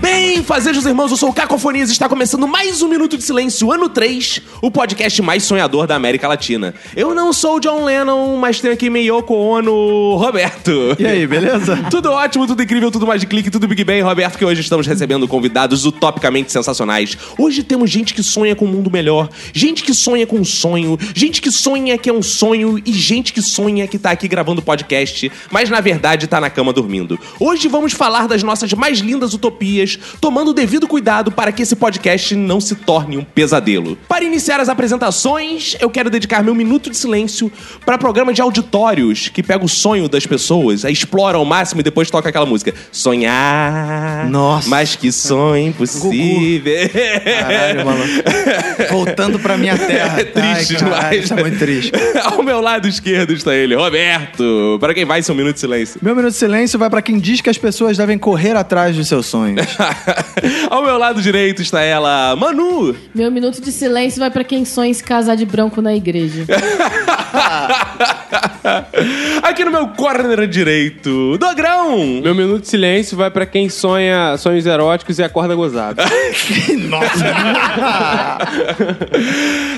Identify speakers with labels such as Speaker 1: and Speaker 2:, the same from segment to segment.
Speaker 1: Bem, fazejos irmãos, eu sou o Cacofonias e está começando mais um Minuto de Silêncio, ano 3, o podcast mais sonhador da América Latina. Eu não sou o John Lennon, mas tenho aqui Miyoko Ono, Roberto.
Speaker 2: E aí, beleza?
Speaker 1: Tudo ótimo, tudo incrível, tudo mais de clique, tudo Big Bang, Roberto, que hoje estamos recebendo convidados utopicamente sensacionais. Hoje temos gente que sonha com um mundo melhor, gente que sonha com um sonho, gente que sonha que é um sonho e gente que sonha que tá aqui gravando podcast, mas na verdade tá na cama dormindo. Hoje vamos falar das nossas mais lindas utopias, tomando o devido cuidado para que esse podcast não se torne um pesadelo. Para iniciar as apresentações, eu quero dedicar meu minuto de silêncio para programa de auditórios que pega o sonho das pessoas, a explora ao máximo e depois toca aquela música. Sonhar.
Speaker 2: Nossa.
Speaker 1: Mas que sonho impossível.
Speaker 2: Caralho, maluco. Voltando pra minha terra.
Speaker 1: É triste
Speaker 2: Ai, caralho,
Speaker 1: demais.
Speaker 2: Tá muito triste.
Speaker 1: Ao meu lado esquerdo está ele, Roberto. Para quem vai, seu minuto de silêncio.
Speaker 2: Meu minuto de silêncio vai pra quem diz que as pessoas devem correr atrás dos seus sonhos.
Speaker 1: Ao meu lado direito está ela, Manu.
Speaker 3: Meu minuto de silêncio vai pra quem sonha em se casar de branco na igreja.
Speaker 1: Aqui no meu corner direito, Dogrão.
Speaker 4: Meu minuto de silêncio vai pra quem sonha sonhos eróticos e acorda gozado.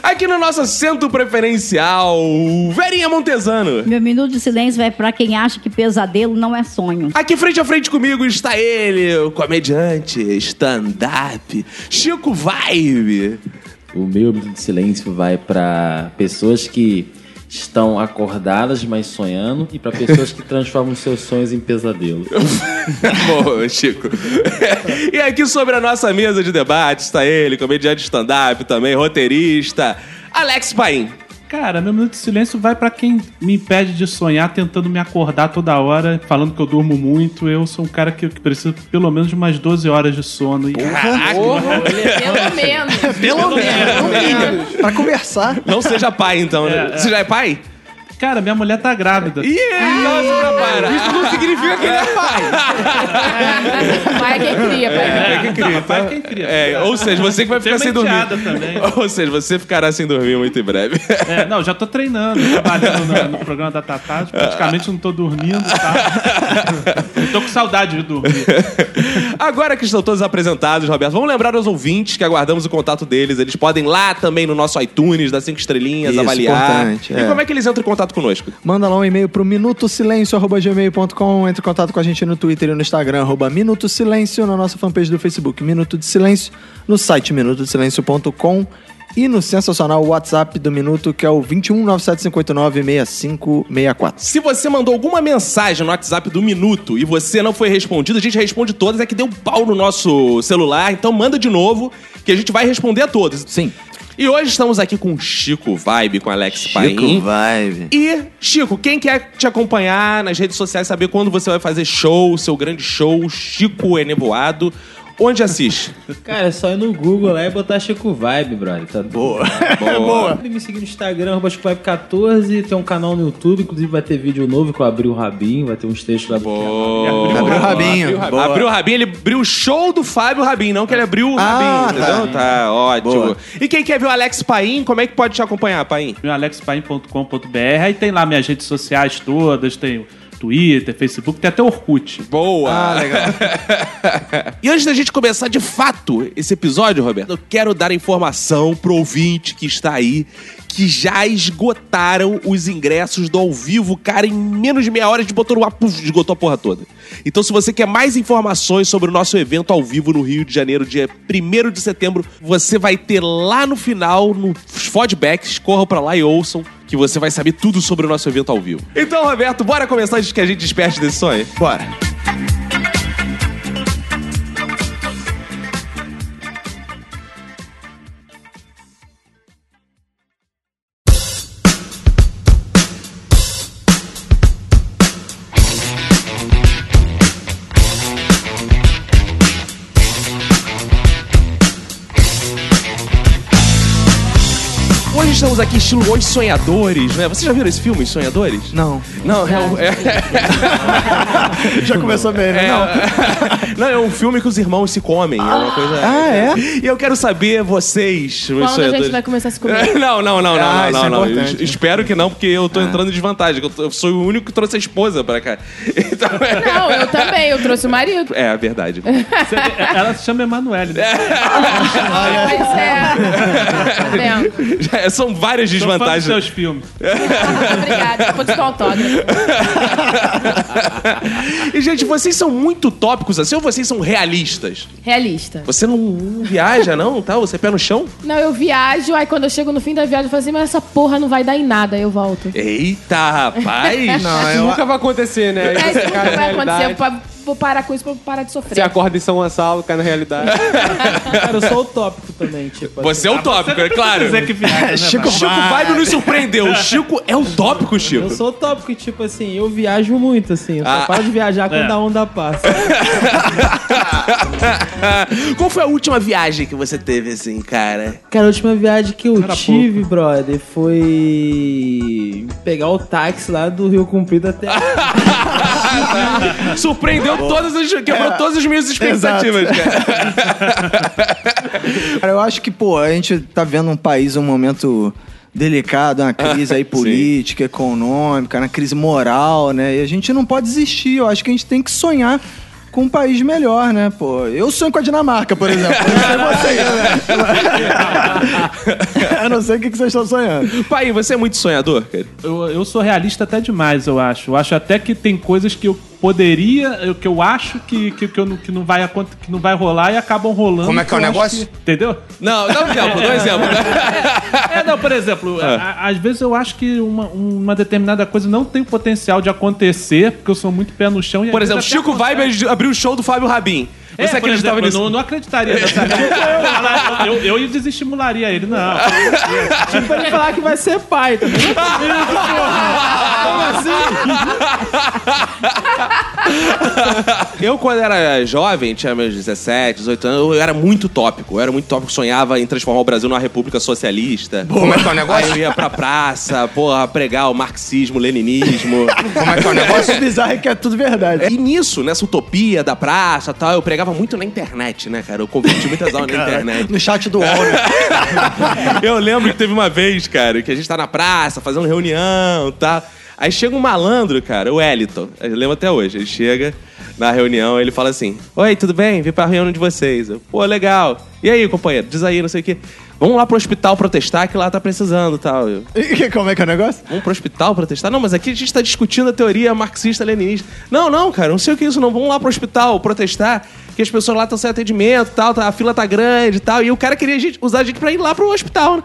Speaker 1: Aqui no nosso assento preferencial, Verinha Montesano.
Speaker 5: Meu minuto de silêncio vai pra quem acha que pesadelo não é sonho.
Speaker 1: Aqui frente a frente comigo está ele, o comediante, stand-up, Chico Vibe.
Speaker 6: O meu minuto de silêncio vai pra pessoas que estão acordadas, mas sonhando, e pra pessoas que transformam seus sonhos em pesadelo.
Speaker 1: Boa, Chico. e aqui sobre a nossa mesa de debate está ele, comediante stand-up também, roteirista, Alex Paim.
Speaker 7: Cara, meu minuto de silêncio vai pra quem me impede de sonhar, tentando me acordar toda hora, falando que eu durmo muito. Eu sou um cara que, que precisa pelo menos de umas 12 horas de sono. E
Speaker 3: Pelo menos.
Speaker 2: Pelo menos, no mínimo. Pra conversar.
Speaker 1: Não seja pai, então, né? Você já é pai?
Speaker 7: Cara, minha mulher tá grávida.
Speaker 1: E ele não se prepara. Isso não significa que ele é pai.
Speaker 3: Pai é quem cria, pai.
Speaker 1: É, que cria,
Speaker 7: Não, pai
Speaker 1: tá?
Speaker 7: quem cria.
Speaker 1: É, ou seja, você que vai
Speaker 7: Tem
Speaker 1: ficar sem dormir.
Speaker 7: penteada também.
Speaker 1: Ou seja, você ficará sem dormir muito em breve.
Speaker 7: É, não, já tô treinando, trabalhando no, no programa da Tatá, praticamente não tô dormindo, tá? tô com saudade de dormir.
Speaker 1: Agora que estão todos apresentados, Roberto, vamos lembrar aos ouvintes que aguardamos o contato deles. Eles podem ir lá também no nosso iTunes, dar cinco estrelinhas,
Speaker 2: Isso,
Speaker 1: avaliar.
Speaker 2: importante,
Speaker 1: E
Speaker 2: é.
Speaker 1: como é que eles entram em contato conosco?
Speaker 2: Manda lá um e-mail pro minutosilencio.gmail.com Entre em contato com a gente no Twitter e no Instagram, arroba Minuto Silêncio, na nossa fanpage do Facebook Minuto de Silêncio, no site minutosilencio.com e no sensacional WhatsApp do Minuto, que é o 21 97589 6564.
Speaker 1: Se você mandou alguma mensagem no WhatsApp do Minuto e você não foi respondido, a gente responde todas, é que deu pau no nosso celular, então manda de novo que a gente vai responder a todos.
Speaker 2: Sim.
Speaker 1: E hoje estamos aqui com o Chico Vibe, com o Alex Paim.
Speaker 2: Vibe.
Speaker 1: E, Chico, quem quer te acompanhar nas redes sociais, saber quando você vai fazer show, seu grande show, Chico Enevoado, onde assiste?
Speaker 6: Cara, é só ir no Google lá e botar Chico Vibe, brother. Tá boa.
Speaker 1: Boa.
Speaker 6: Podem me seguir no Instagram, arroba ChicoVibe14. Tem um canal no YouTube, inclusive vai ter vídeo novo que eu abri o rabinho, vai ter uns textos lá. do canal.
Speaker 7: Tá
Speaker 2: Abriu
Speaker 1: Abriu
Speaker 2: o rabinho.
Speaker 1: o rabinho. Abriu o rabinho, ele abriu o show do Fábio Rabin, não que ele abriu o
Speaker 2: Ah,
Speaker 1: rabinho,
Speaker 2: tá.
Speaker 1: entendeu? Tá, ótimo.
Speaker 2: Boa.
Speaker 1: E quem quer ver o Alex Paim, como é que pode te acompanhar, Paim?
Speaker 7: meu alexpaim.com.br. Aí tem lá minhas redes sociais todas, tem o Twitter, Facebook, tem até o Orkut.
Speaker 1: Boa!
Speaker 2: Ah, legal.
Speaker 1: E antes da gente começar de fato esse episódio, Roberto, eu quero dar informação pro ouvinte que está aí que já esgotaram os ingressos do ao vivo, cara, em menos de meia hora a gente botou no ar, puf, esgotou a porra toda. Então, se você quer mais informações sobre o nosso evento ao vivo no Rio de Janeiro, dia 1 de setembro, você vai ter lá no final, nos feedbacks, corram pra lá e ouçam, que você vai saber tudo sobre o nosso evento ao vivo. Então, Roberto, bora começar antes que a gente desperte desse sonho?
Speaker 2: Bora.
Speaker 1: estamos aqui estilo Os Sonhadores, né? Vocês já viram esse filme, Os Sonhadores?
Speaker 2: Não.
Speaker 1: Não, é, o- é-
Speaker 2: Já começou bem,
Speaker 8: É.
Speaker 2: né? Não.
Speaker 1: não, é um filme que os irmãos se comem. É uma coisa...
Speaker 2: Ah, é?
Speaker 1: E eu quero saber, vocês, meus
Speaker 3: Quando a
Speaker 1: sonhadores...
Speaker 3: gente vai começar a se comer?
Speaker 1: Não, não, não, não,
Speaker 2: Ah, isso
Speaker 1: não,
Speaker 2: é
Speaker 1: não, não.
Speaker 2: importante. Ah.
Speaker 1: Es- Espero que não, porque eu tô entrando em desvantagem. que Eu, tô- eu sou o único que trouxe a esposa pra cá. Então, é,
Speaker 3: Não, eu também, eu trouxe o marido.
Speaker 1: é a verdade.
Speaker 7: Você- é, Ela se chama Emanuele,
Speaker 8: É,
Speaker 7: né?
Speaker 3: Pois Ah, é. Tá vendo?
Speaker 1: Já- São várias
Speaker 7: Sou fã dos
Speaker 1: desvantagens.
Speaker 7: seus filmes.
Speaker 3: Obrigada, vou te dar um autógrafo.
Speaker 1: E, gente, vocês são muito tópicos assim ou vocês são realistas?
Speaker 3: Realista.
Speaker 1: Você não, não viaja, não? Tá? Você é pé no chão?
Speaker 3: Não, eu viajo, aí quando eu chego no fim da viagem, eu falo assim, mas essa porra não vai dar em nada, aí eu volto.
Speaker 1: Eita, rapaz!
Speaker 2: Não,
Speaker 4: Isso
Speaker 2: eu...
Speaker 4: nunca vai acontecer, né?
Speaker 3: É isso que
Speaker 4: cai na
Speaker 3: vai acontecer, eu
Speaker 4: realidade.
Speaker 3: pa- vou parar com isso pra eu parar de
Speaker 4: Você
Speaker 3: sofrer.
Speaker 4: acorda em São Gonçalo, cai na realidade.
Speaker 9: Cara, eu sou utópico também, tipo.
Speaker 1: Você é o tópico, é claro.
Speaker 7: Dizer Ah, que viaja, né,
Speaker 2: Chico-
Speaker 7: Val?
Speaker 1: Chico Vibe nos surpreendeu. O Chico é o tópico, Chico.
Speaker 9: Eu sou utópico, tipo assim, eu viajo muito, assim. Eu só
Speaker 1: Ah.
Speaker 9: paro de viajar quando
Speaker 7: É.
Speaker 9: a onda passa.
Speaker 1: Qual foi a última viagem que você teve, assim, cara?
Speaker 9: Cara, a última viagem que eu
Speaker 7: Cara,
Speaker 9: tive, brother, foi pegar o táxi lá do Rio Comprido até.
Speaker 1: Surpreendeu todas as. Quebrou todas as minhas expectativas, cara.
Speaker 2: Cara, eu acho que, pô, a gente tá vendo um país um momento delicado, uma crise aí política, econômica, uma crise moral, né? E a gente não pode desistir. Eu acho que a gente tem que sonhar com um país melhor, né, pô? Eu sonho com a Dinamarca, por exemplo. Eu não sei vocês, né? eu não sei o que que vocês estão sonhando.
Speaker 1: Pai, você é muito sonhador, cara.
Speaker 7: Eu, eu sou realista até demais, eu acho. Eu acho até que tem coisas que eu poderia, eu- que eu acho que, que, que, eu não, que, não vai, acon- que não vai rolar e acabam rolando.
Speaker 8: Como é que é o
Speaker 7: Eu acho
Speaker 8: negócio?
Speaker 7: que- entendeu?
Speaker 1: Não, dá um exemplo, dá um exemplo.
Speaker 7: É, não, por exemplo,
Speaker 8: Ah.
Speaker 7: a- às vezes eu acho que uma, uma determinada coisa não tem o potencial de acontecer, porque eu sou muito pé no chão. E
Speaker 1: Por
Speaker 7: às
Speaker 1: exemplo,
Speaker 7: vezes até
Speaker 1: Chico
Speaker 7: acontece.
Speaker 1: Vibe abriu o show do Fábio Rabin. Você
Speaker 7: É, por
Speaker 1: acreditava
Speaker 7: exemplo,
Speaker 1: nisso?
Speaker 7: Eu não, não acreditaria nessa eu, eu, eu desestimularia ele, não.
Speaker 9: tipo, ele falar que vai ser pai, tá vendo?
Speaker 1: Eu, quando era jovem, tinha meus 17, 18 anos, eu era muito tópico. Eu era muito tópico, sonhava em transformar o Brasil numa república socialista.
Speaker 8: Como é que é o
Speaker 1: Aí eu
Speaker 8: negócio?
Speaker 1: ia pra praça, porra, pregar o marxismo, o leninismo.
Speaker 8: Como é que é o negócio?
Speaker 2: O bizarro é que é tudo verdade.
Speaker 1: E nisso, nessa utopia da praça e tal, eu pregava muito na internet, né, cara? Eu converti muitas aulas na internet.
Speaker 2: No chat do UOL, né?
Speaker 1: Eu lembro que teve uma vez, cara, que a gente tá na praça fazendo reunião e tal. Aí chega um malandro, cara, o Eliton. Eu lembro até hoje. Ele chega na reunião, ele fala assim: Oi, tudo bem? Vim pra reunião de vocês. Eu, Pô, legal. E aí, companheiro? Diz aí, não sei o quê. Vamos lá pro hospital protestar que lá tá precisando e tal. Eu,
Speaker 2: E Como é que é o negócio?
Speaker 1: Vamos pro hospital protestar? Não, mas aqui a gente tá discutindo a teoria marxista-leninista. Não, não, cara, não sei o que é isso, não. Vamos lá pro hospital protestar, que as pessoas lá estão sem atendimento e tal, tá- a fila tá grande e tal. E o cara queria a gente- usar a gente pra ir lá pro hospital, né?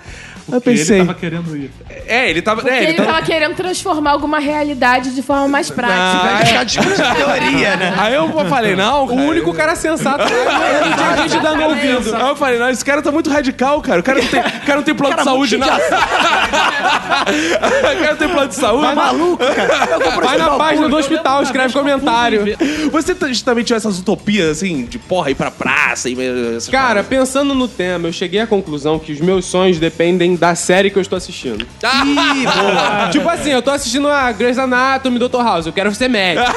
Speaker 1: Aí Eu pensei.
Speaker 7: Ele tava querendo ir.
Speaker 1: É, ele tava.
Speaker 3: Porque
Speaker 1: é,
Speaker 3: ele tava querendo transformar alguma realidade de forma mais prática.
Speaker 1: Ah, é.
Speaker 8: Tá discutindo teoria, né?
Speaker 1: Aí eu falei, não. O único cara sensato é
Speaker 4: A gente dá no ouvido.
Speaker 1: Aí eu falei, não, esse cara tá muito radical, cara. O cara não tem, o cara não tem plano de saúde, não. o cara não tem plano de saúde.
Speaker 2: Tá maluco, cara? Eu vou pro
Speaker 4: Vai na
Speaker 2: hospital
Speaker 4: página do
Speaker 2: público.
Speaker 4: hospital, escreve comentário.
Speaker 1: Você t- também tinha essas utopias, assim, de porra, ir pra praça e... essas
Speaker 4: Cara,
Speaker 1: paradas?
Speaker 4: pensando no tema, eu cheguei à conclusão que os meus sonhos dependem da série que eu estou assistindo.
Speaker 1: Ih, boa.
Speaker 4: Tipo assim, eu tô assistindo a Grey's Anatomy, Dr. House, eu quero ser médico.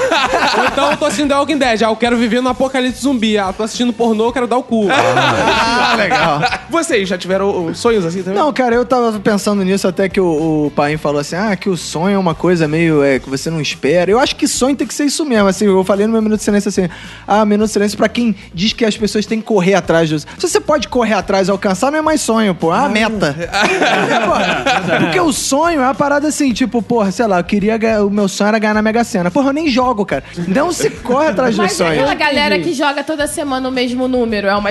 Speaker 4: Ou então eu tô assistindo The Walking Dead, ah, eu quero viver no apocalipse zumbi. Ah, eu tô assistindo pornô, eu quero dar o cu.
Speaker 2: Ah, legal.
Speaker 1: Vocês já tiveram uh, sonhos assim também?
Speaker 2: Não, cara, eu tava pensando nisso até que o, o Paim falou assim: ah, que o sonho é uma coisa meio é, que você não espera. Eu acho que sonho tem que ser isso mesmo. Assim, eu falei no meu Minuto de Silêncio assim: ah, Minuto de Silêncio pra quem diz que as pessoas têm que correr atrás disso. Se você pode correr atrás e alcançar, não é mais sonho, pô. É uma meta. Pô, Porque o sonho é uma parada assim, tipo, porra, sei lá, eu queria ganhar, o meu sonho era ganhar na Mega Sena. Porra, eu nem jogo, cara. Não se corre atrás do
Speaker 3: Mas é
Speaker 2: sonho.
Speaker 3: aquela galera que joga toda semana o mesmo número. É uma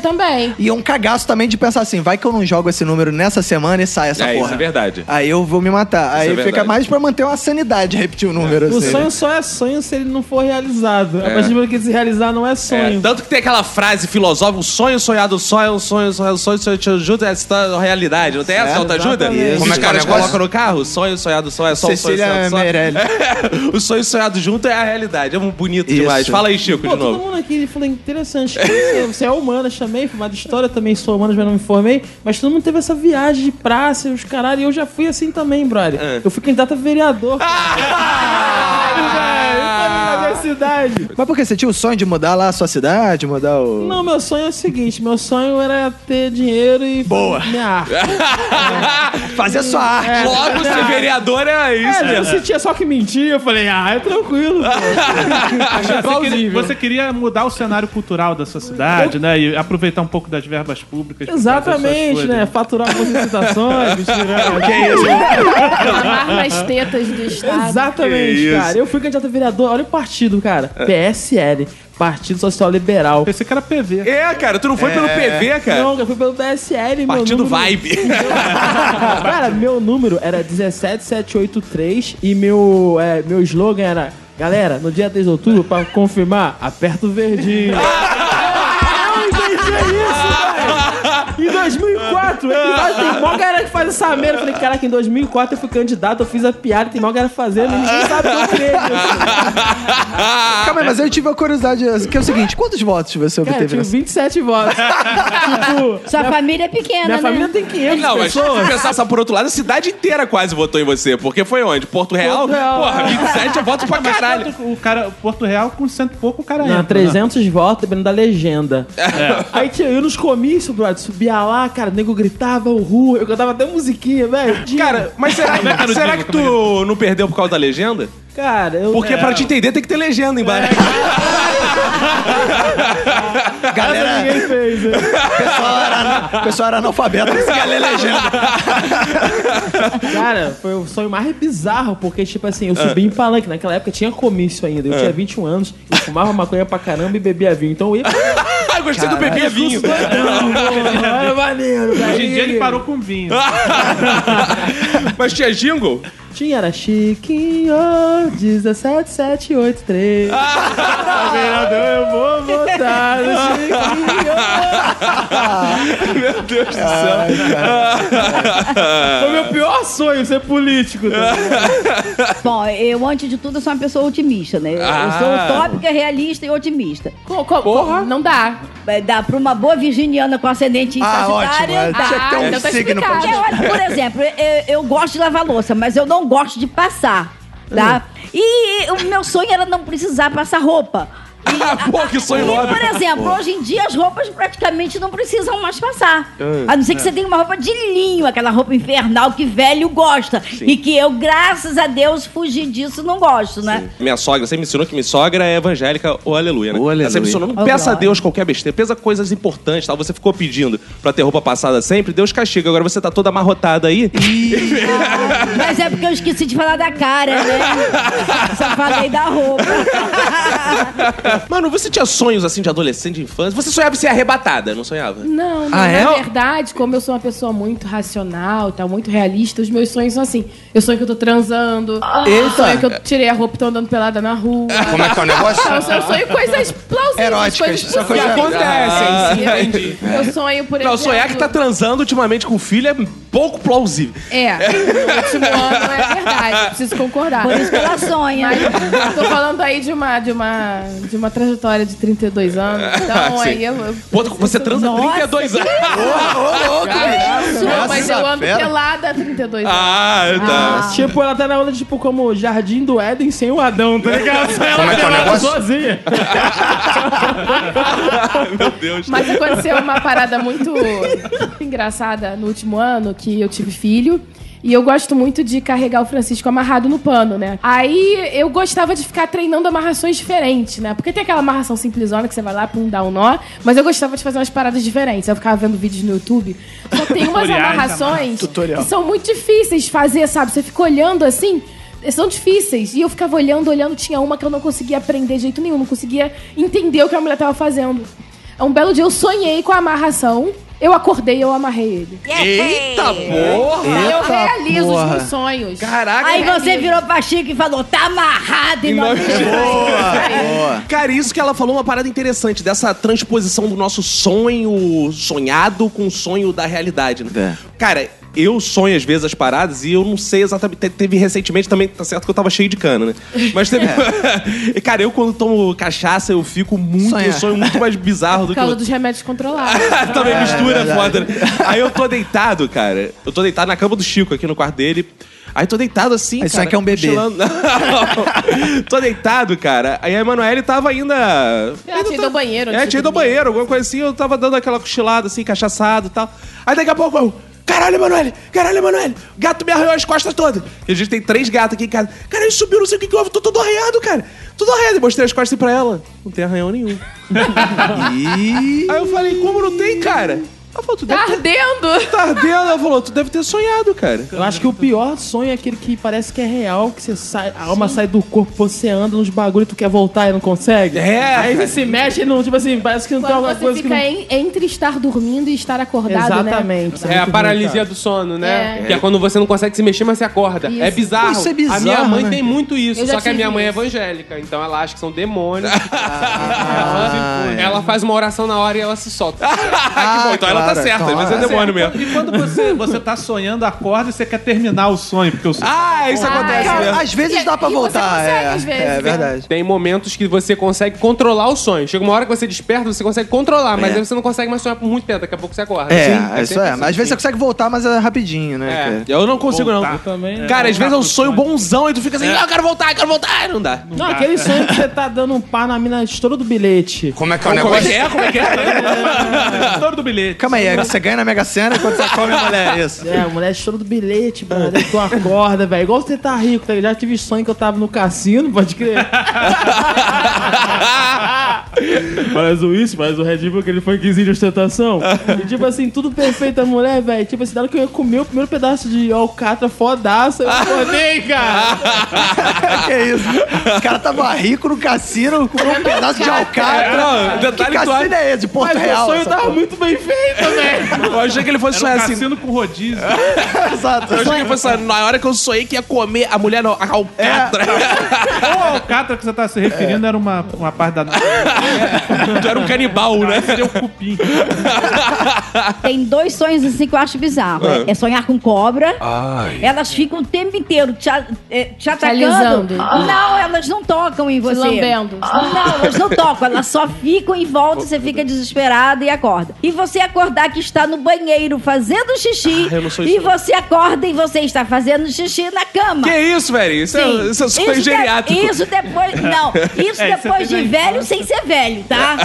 Speaker 3: também.
Speaker 2: E é um cagaço também de pensar assim, vai que eu não jogo esse número nessa semana e sai essa
Speaker 1: É,
Speaker 2: porra. Ah,
Speaker 1: isso é verdade.
Speaker 2: Aí eu vou me matar.
Speaker 1: é
Speaker 2: Aí fica
Speaker 1: verdade.
Speaker 2: mais pra manter uma sanidade, repetir o número
Speaker 9: O
Speaker 2: assim.
Speaker 9: sonho só é sonho se ele não for realizado. A partir do momento que ele se realizar, não é
Speaker 1: É,
Speaker 9: sonho.
Speaker 1: tanto que tem aquela frase filosófica, o sonho sonhado só é um sonho, sonhado só é um sonho, sonho junto, é a verdade? Não tem essa
Speaker 8: Sério?
Speaker 1: autoajuda?
Speaker 8: Exatamente.
Speaker 1: Como
Speaker 8: Como
Speaker 1: é
Speaker 8: é que é
Speaker 1: que os
Speaker 8: o
Speaker 1: caras
Speaker 8: negócio?
Speaker 1: colocam no carro? Sonho sonhado, sonho, é só o sonho
Speaker 8: Cecília
Speaker 1: sonhado. sonho. o sonho sonhado junto é a realidade. É um bonito demais. Fala aí, Chico,
Speaker 10: Pô,
Speaker 1: de novo.
Speaker 10: Todo mundo aqui ele falou interessante. que Você, você é humanas também, formado em história também, sou humanas, mas não me formei. Mas todo mundo teve essa viagem de praça e os caralho. E eu já fui assim também, brother.
Speaker 1: É.
Speaker 10: Eu fui candidato a vereador.
Speaker 1: Ah!
Speaker 10: Caralho, velho, eu falei na minha cidade.
Speaker 2: Mas por que você tinha o sonho de mudar lá a sua cidade, mudar o.
Speaker 10: Não, meu sonho é o seguinte: meu sonho era ter dinheiro e.
Speaker 2: Boa.
Speaker 10: Minha arte.
Speaker 2: Fazer sua arte.
Speaker 1: Logo, ser vereador é isso,
Speaker 10: É,
Speaker 1: né?
Speaker 10: eu sentia só que mentia. Eu falei, ah, é tranquilo.
Speaker 7: Você
Speaker 10: Achei
Speaker 7: queria,
Speaker 10: plausível.
Speaker 7: você queria mudar o cenário cultural da sua cidade, né? E aproveitar um pouco das verbas públicas. pra fazer essas
Speaker 10: Exatamente,
Speaker 7: coisas.
Speaker 10: né? Faturar algumas licitações, tirar.
Speaker 7: Que isso? né?
Speaker 3: Amarra nas tetas do Estado.
Speaker 10: Exatamente,
Speaker 3: Que
Speaker 10: cara.
Speaker 3: isso.
Speaker 10: Eu fui candidato a vereador. Olha o partido, cara.
Speaker 1: É.
Speaker 10: PSL. Partido Social Liberal.
Speaker 7: Pensei que era PV.
Speaker 1: É, cara, tu não foi pelo PV, é, cara?
Speaker 10: Não, eu fui pelo PSL, meu
Speaker 1: Partido
Speaker 10: número- um.
Speaker 1: Vibe.
Speaker 10: Cara, meu número era 17783 e meu, é, meu slogan era: Galera, no dia 3 de outubro, pra confirmar, aperta o verdinho. Eu entendi isso, velho. Em 2004, eu falei, tem mó galera que faz essa merda. Eu falei, caraca, em 2004 eu fui candidato, eu fiz a piada, tem mó galera fazendo, ninguém sabe o que eu creio.
Speaker 2: Calma aí, mas eu tive a curiosidade, que é o seguinte: quantos votos você
Speaker 10: Cara, eu
Speaker 2: obteve
Speaker 10: tive
Speaker 2: nessa?
Speaker 10: 27 votos. tipo,
Speaker 5: Sua família é pequena,
Speaker 10: minha
Speaker 5: né?
Speaker 10: família tem 500
Speaker 1: Não, mas se
Speaker 10: pessoas.
Speaker 1: você pensar só por outro lado, a cidade inteira quase votou em você. Porque foi onde? Porto Real?
Speaker 10: Porto Real.
Speaker 1: Porra, 27 é voto pra
Speaker 7: Mas
Speaker 1: caralho.
Speaker 7: quanto- O cara, o Porto Real, com cento e pouco, o cara
Speaker 10: Não,
Speaker 7: entra. né?
Speaker 10: 300 votos, dependendo da legenda.
Speaker 7: É.
Speaker 10: Aí, tio, eu nos comícios, brother, subia lá, cara, o nego gritava, o ru, eu cantava até musiquinha, velho.
Speaker 1: Cara, Mas será, será é que tá tu não perdeu por causa da legenda?
Speaker 10: Cara, eu...
Speaker 1: Porque pra te entender tem que ter legenda embaixo.
Speaker 10: Galera, ninguém fez, né?
Speaker 2: O pessoal era analfabeto, esse cara é legenda.
Speaker 10: Cara, foi o sonho mais bizarro, porque, tipo assim,
Speaker 7: É.
Speaker 10: eu subi em palanque. Naquela época tinha comício ainda. Eu
Speaker 1: Ah.
Speaker 10: tinha 21 anos, eu fumava maconha pra caramba e bebia vinho. Então eu ia.
Speaker 1: Ah, gostei do
Speaker 10: Caralho,
Speaker 1: bebê vinho.
Speaker 10: assustador, porra, é maneiro,
Speaker 7: Hoje em dia ele
Speaker 10: velho.
Speaker 7: parou com vinho.
Speaker 1: Mas tinha jingle?
Speaker 10: Tinha, era Chiquinho 17783. Pra vereador eu vou votar no Chiquinho.
Speaker 1: Meu Deus do céu.
Speaker 10: Foi meu pior sonho ser político. tá ligado?
Speaker 5: Bom, eu, antes de tudo, eu sou uma pessoa otimista, né? Eu- Eu
Speaker 10: Ah.
Speaker 5: sou utópica, realista e otimista.
Speaker 3: Porra! Não dá.
Speaker 5: Dá pra uma boa virginiana com ascendente em
Speaker 3: Ah,
Speaker 5: Sagitário.
Speaker 3: ótimo. Ah, Tinha que ter um então tá signo pra explicado.
Speaker 5: Porque, olha, por exemplo, eu, eu gosto de lavar louça, mas eu não gosto de passar, tá?
Speaker 3: Hum.
Speaker 5: E o meu sonho era não precisar passar roupa.
Speaker 1: Ah, pô, que sonho
Speaker 5: E,
Speaker 1: nobre.
Speaker 5: por exemplo,
Speaker 1: Pô.
Speaker 5: hoje em dia as roupas praticamente não precisam mais passar.
Speaker 1: Hum,
Speaker 5: a não ser que
Speaker 1: é.
Speaker 5: você tenha uma roupa de linho, aquela roupa infernal que velho gosta. E que eu, graças a Deus, fugi disso não gosto, né?
Speaker 1: Minha sogra, você me ensinou que minha sogra é evangélica, ou aleluia, né? Você me ensinou, não
Speaker 5: Ô,
Speaker 1: peça a
Speaker 5: glória.
Speaker 1: Deus qualquer besteira, pesa coisas importantes, tal. Você ficou pedindo pra ter roupa passada sempre, Deus castiga. Agora você tá toda amarrotada aí.
Speaker 5: Mas é porque eu esqueci de falar da cara, né? Só falei da roupa.
Speaker 1: Mano, você tinha sonhos assim de adolescente, de infância? Você sonhava em ser arrebatada, não sonhava?
Speaker 3: Não, não
Speaker 1: Ah, é?
Speaker 3: na verdade, como eu sou uma pessoa muito racional, tá muito realista, os meus sonhos são assim. Eu sonho que eu tô transando, eu
Speaker 8: Eita!
Speaker 3: sonho que eu tirei a roupa e tô andando pelada na rua.
Speaker 8: Como é que é o negócio?
Speaker 3: Então, eu sonho coisas plausíveis.
Speaker 8: Eróticas,
Speaker 3: coisas
Speaker 8: só coisa-
Speaker 3: possíveis.
Speaker 8: Ah,
Speaker 3: Eu-
Speaker 1: entendi.
Speaker 3: Eu sonho, por exemplo...
Speaker 1: Não, sonhar que tá transando ultimamente com o filho é pouco plausível.
Speaker 3: É, no último ano é verdade, eu preciso concordar.
Speaker 5: Por isso que ela sonha.
Speaker 3: Mas tô falando aí de uma, de uma, de uma trajetória de 32 anos, então
Speaker 1: Ah, sim.
Speaker 3: aí eu... eu
Speaker 1: Pô, você transa 32 anos.
Speaker 3: Isso,
Speaker 10: Nossa,
Speaker 3: mas eu ando
Speaker 10: fera.
Speaker 3: pelada há 32 anos.
Speaker 1: Ah, tá.
Speaker 10: Ah, Tipo, ela tá na onda, tipo, como o Jardim do Éden sem o Adão, tá ligado? Só
Speaker 8: Como
Speaker 10: ela
Speaker 8: é que é o
Speaker 10: pelada
Speaker 8: negócio?
Speaker 10: sozinha.
Speaker 1: Meu Deus.
Speaker 3: Mas aconteceu uma parada muito engraçada no último ano, que eu tive filho. E eu gosto muito de carregar o Francisco amarrado no pano, né? Aí eu gostava de ficar treinando amarrações diferentes, né? Porque tem aquela amarração simplesona que você vai lá, pum, dá um nó. Mas eu gostava de fazer umas paradas diferentes. Eu ficava vendo vídeos no YouTube. Só tem umas
Speaker 11: Tutoriais,
Speaker 3: amarrações
Speaker 11: amarra- tutorial.
Speaker 3: que são muito difíceis de fazer, sabe? Você fica olhando assim, são difíceis. E eu ficava olhando, olhando, tinha uma que eu não conseguia aprender de É jeito nenhum, não conseguia entender o que a mulher tava fazendo. Um belo dia eu sonhei com a amarração. Eu acordei, eu amarrei ele.
Speaker 5: é
Speaker 1: Eita porra!
Speaker 2: um
Speaker 3: Eu
Speaker 1: Eita
Speaker 3: realizo
Speaker 1: porra.
Speaker 3: os meus sonhos.
Speaker 1: Caraca.
Speaker 5: Aí você virou pra Chico e falou, tá amarrado em nome de
Speaker 1: Cara, isso que ela falou é uma parada interessante, dessa transposição do nosso sonho sonhado com o sonho da realidade, né? Cara, eu sonho às vezes as paradas e eu não sei exatamente. te- Teve recentemente também, tá certo que eu tava cheio de cana, né? Mas teve. E, Cara, eu quando tomo cachaça, eu fico muito.
Speaker 3: Sonhar.
Speaker 1: Eu sonho muito mais bizarro do
Speaker 3: É Por
Speaker 1: que. o
Speaker 3: causa dos remédios controlados.
Speaker 1: Também mistura é foda. né? Aí eu tô deitado, cara. Eu tô deitado na cama do Chico, aqui no quarto dele. Aí tô deitado assim,
Speaker 2: Aí
Speaker 1: cara.
Speaker 2: sonha que é um bebê.
Speaker 1: cochilando. Não. tô deitado, cara. Aí a Emanuele tava ainda...
Speaker 3: Ela tinha ido ao banheiro.
Speaker 1: É, tinha ido ao banheiro, alguma coisa assim. Eu tava dando aquela cochilada, assim, cachaçado e tal. Aí daqui a pouco eu... Caralho, Emanuele! Caralho, Emanuele! O Gato me arranhou as costas todas. Porque a gente tem três gatos aqui em casa. Cara, ele subiu, não sei o que que houve. Tô todo arranhado, cara. Tudo arranhado. E mostrei as costas assim pra ela. Não tem arranhão nenhum. Aí eu falei, como não tem, cara? Ela falou, tu
Speaker 3: Tá
Speaker 1: deve ter...
Speaker 3: ardendo.
Speaker 1: Tá ardendo. Ela falou, tu deve ter sonhado, cara.
Speaker 10: Eu acho que o pior sonho é aquele que parece que é real, que você sai, a alma sai do corpo, você anda nos bagulho, tu quer voltar e não consegue.
Speaker 1: É,
Speaker 10: Aí
Speaker 1: cara.
Speaker 10: você se mexe e não, tipo assim, parece que não tem
Speaker 3: Quando
Speaker 10: alguma
Speaker 3: você
Speaker 10: coisa que
Speaker 3: fica
Speaker 10: não...
Speaker 3: en- entre estar dormindo e estar acordado, né?
Speaker 10: Exatamente.
Speaker 4: É a paralisia do sono, né?
Speaker 3: É.
Speaker 4: Que é quando você não consegue se mexer, mas você acorda.
Speaker 3: Isso.
Speaker 4: É bizarro.
Speaker 3: Isso é bizarro,
Speaker 4: A minha mãe
Speaker 3: né?
Speaker 4: tem muito isso,
Speaker 3: Eu já
Speaker 4: só que a
Speaker 3: tive
Speaker 4: minha mãe
Speaker 3: isso.
Speaker 4: é evangélica, então ela acha que são demônios. ela, ela faz uma oração na hora e ela se solta.
Speaker 2: Ah,
Speaker 1: que bom, então ela tá certa, às vezes é demônio mesmo.
Speaker 7: E quando você, você tá sonhando, acorda e você quer terminar o sonho. Porque o sonho
Speaker 1: Ah, isso
Speaker 2: acontece Cara, mesmo. às vezes E- dá pra e você voltar, consegue, é. às vezes, É né? verdade.
Speaker 4: Tem momentos que você consegue controlar o sonho. Chega uma hora que você desperta, você consegue controlar, mas
Speaker 2: É.
Speaker 4: aí você não consegue mais sonhar por muito tempo. Daqui a pouco você acorda.
Speaker 2: É,
Speaker 4: Sim,
Speaker 2: isso
Speaker 4: sempre
Speaker 2: é.
Speaker 4: assim.
Speaker 2: Mas às vezes você consegue voltar, mas é rapidinho, né?
Speaker 1: Eu não consigo, Ah,
Speaker 7: tá.
Speaker 1: não. Cara, às vezes é um sonho bonzão e tu fica assim,
Speaker 10: É.
Speaker 1: ah, eu quero voltar, eu quero voltar. Não dá.
Speaker 10: Não, aquele sonho que você tá dando um par na mina estoura do bilhete.
Speaker 8: Como é que
Speaker 1: Como é que é? Como é que é?
Speaker 7: Estouro do bilhete.
Speaker 2: Calma aí, é que você ganha na Mega Sena quando você come a mulher, é isso.
Speaker 10: É, a mulher estoura do bilhete,
Speaker 2: Ah.
Speaker 10: brother. Tu acorda, velho. Igual você tá rico, tá? ligado? Já tive sonho que eu tava no cassino, pode crer. Parece o isso, parece o Red Bull, é aquele funkzinho de ostentação. E tipo assim, tudo perfeito a mulher, velho. Tipo assim, na hora que eu ia comer o primeiro pedaço de alcatra fodaça, eu acordei, cara.
Speaker 2: que isso? O cara tava rico no cassino, com um pedaço de alcatra.
Speaker 1: Não, detalhe
Speaker 2: que
Speaker 1: que tu
Speaker 2: cassino
Speaker 1: acha-
Speaker 2: é esse? Porto
Speaker 10: Mas
Speaker 2: Real.
Speaker 10: o sonho
Speaker 2: essa
Speaker 10: tava
Speaker 2: porra.
Speaker 10: muito bem feito, velho.
Speaker 1: Eu achei que ele fosse sonhar assim.
Speaker 7: um cassino com rodízio.
Speaker 2: Exato.
Speaker 1: Eu achei que ele fosse sonhar, na hora que eu sonhei que ia comer a mulher não, a alcatra.
Speaker 7: Ou a alcatra que você tá se referindo era uma, uma parte da...
Speaker 1: tu era um canibal, né?
Speaker 5: Tem dois sonhos assim que eu acho bizarro.
Speaker 1: Ah.
Speaker 5: É sonhar com cobra.
Speaker 1: Ai.
Speaker 5: Elas ficam o tempo inteiro te, a- eh, te atacando.
Speaker 3: alisando.
Speaker 5: Não, elas não tocam em você.
Speaker 3: lambendo.
Speaker 5: Não, elas não tocam. Elas só ficam em volta, você fica desesperado e acorda. E você acordar que está no banheiro fazendo xixi.
Speaker 1: Ah, eu não sou
Speaker 5: e
Speaker 1: isso, não.
Speaker 5: você acorda e você está fazendo xixi na cama.
Speaker 1: Que isso, velho? Isso, é,
Speaker 5: Sim.
Speaker 1: isso é sonho
Speaker 5: de-
Speaker 1: geriátrico.
Speaker 5: isso depois. Não, isso
Speaker 1: É, isso
Speaker 5: depois
Speaker 1: é
Speaker 5: de
Speaker 1: bem
Speaker 5: velho sem ser velho, tá?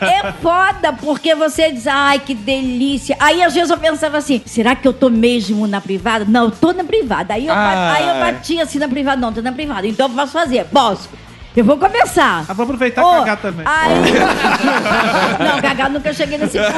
Speaker 5: É, é foda, porque você diz, ai, que delícia. Aí às vezes eu pensava assim, será que eu tô mesmo na privada? Não, eu tô na privada. Aí eu,
Speaker 1: Ah.
Speaker 5: ba- aí eu
Speaker 7: Ai.
Speaker 5: bati assim na privada, não, tô na privada. Então eu posso fazer, posso. Eu vou começar.
Speaker 7: Ah, vou aproveitar e cagar também.
Speaker 5: Não, cagar, nunca cheguei nesse ponto.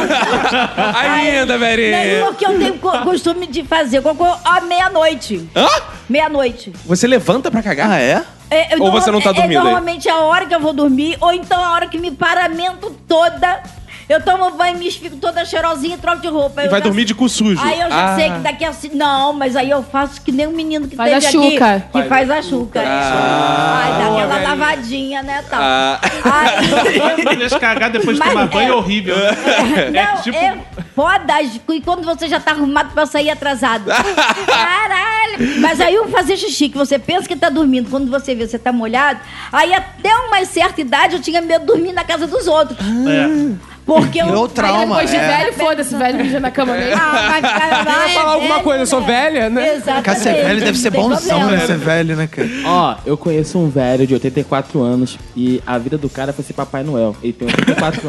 Speaker 1: Ainda,
Speaker 5: Nenhum
Speaker 1: velho.
Speaker 5: que eu tenho co- costume de fazer, cocô à meia-noite.
Speaker 1: Hã?
Speaker 5: Meia-noite.
Speaker 1: Você levanta pra cagar? Ah,
Speaker 2: é?
Speaker 5: É, eu
Speaker 1: Ou
Speaker 5: norma-
Speaker 1: você não tá
Speaker 5: é-
Speaker 1: dormindo
Speaker 5: É,
Speaker 1: aí?
Speaker 5: normalmente a hora que eu vou dormir, ou então a hora que me paramento toda. Eu tomo banho, me fico toda cheirosinha e troco de roupa.
Speaker 1: E
Speaker 5: Eu
Speaker 1: vai
Speaker 5: já-
Speaker 1: dormir de cu sujo.
Speaker 5: Aí eu já
Speaker 1: Ah.
Speaker 5: sei que daqui a... ci- Não, mas aí eu faço que nem um menino que
Speaker 3: Faz
Speaker 5: teve
Speaker 3: a
Speaker 5: aqui,
Speaker 3: chuca.
Speaker 5: Que faz a chuca. Ai, dá aquela lavadinha, né, tal.
Speaker 1: Ah.
Speaker 7: Deixa cagar depois de tomar banho é horrível. né?
Speaker 5: Não,
Speaker 4: tipo,
Speaker 5: é foda. E quando você já tá arrumado pra sair atrasado. Caralho! Mas aí o fazer xixi, que você pensa que tá dormindo, quando você vê, você tá molhado. Aí até uma certa idade eu tinha medo de dormir na casa dos outros.
Speaker 4: Ah.
Speaker 2: É.
Speaker 5: Porque eu.
Speaker 2: Virou trauma,
Speaker 3: Depois de
Speaker 2: é.
Speaker 3: velho, foda-se, velho mija na cama mesmo.
Speaker 5: Ah, mas cara,
Speaker 4: Eu ia falar alguma coisa, eu sou velha, né?
Speaker 5: Exatamente.
Speaker 2: Cara, ser velho deve ser
Speaker 5: Tem
Speaker 2: bonzão,
Speaker 5: problema.
Speaker 2: né? Ser velho, né, cara?
Speaker 10: Ó, eu conheço um velho de 84 anos e a vida do cara foi ser Papai Noel. Ele tem 84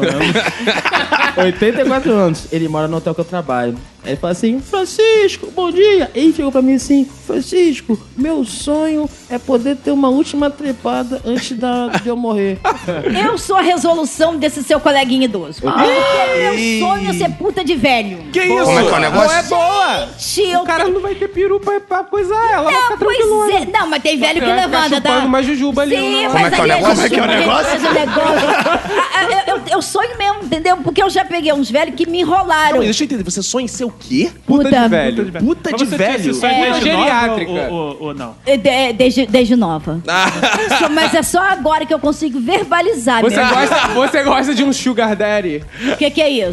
Speaker 10: anos. 84 anos. Ele mora no hotel que eu trabalho. Aí ele fala assim: Francisco, bom dia. E ele chegou pra mim assim: Francisco, meu sonho é poder ter uma última trepada antes da, de eu morrer.
Speaker 5: Eu sou a resolução desse seu coleguinha idoso. Porque meu sonho é ser puta de velho.
Speaker 1: Que isso?
Speaker 8: Como é que é o negócio?
Speaker 4: Não é boa!
Speaker 5: Gente, eu
Speaker 4: O cara não vai ter peru pra, pra coisar ela, vai
Speaker 5: Não,
Speaker 4: ficar
Speaker 5: pois
Speaker 4: tranquilona.
Speaker 5: é. Não, mas tem velho que
Speaker 4: Vai ficar
Speaker 5: levanta, tá?
Speaker 4: chupando uma jujuba ali.
Speaker 5: Sim,
Speaker 4: né?
Speaker 5: mas
Speaker 8: é que é o
Speaker 5: aí
Speaker 8: negócio? Como é
Speaker 5: gente-
Speaker 8: que é o negócio?
Speaker 5: Mas o negócio- Ah, ah, eu- eu- Eu sonho mesmo de- entendeu? Porque eu já peguei uns velhos que me enrolaram.
Speaker 1: Não, deixa eu entender. Você sonha em ser o quê?
Speaker 5: Puta de
Speaker 1: velho. Puta de velho.
Speaker 5: Puta de velho?
Speaker 7: É.
Speaker 5: É.
Speaker 7: Geriátrica. Ou, ou- ou não?
Speaker 5: É, de- é, Desde, desde nova.
Speaker 8: Ah.
Speaker 5: Só- Mas é só agora que eu consigo verbalizar.
Speaker 4: Você
Speaker 1: Né?
Speaker 5: meu.
Speaker 4: gosta, você gosta de um sugar daddy?
Speaker 5: O que, que é isso?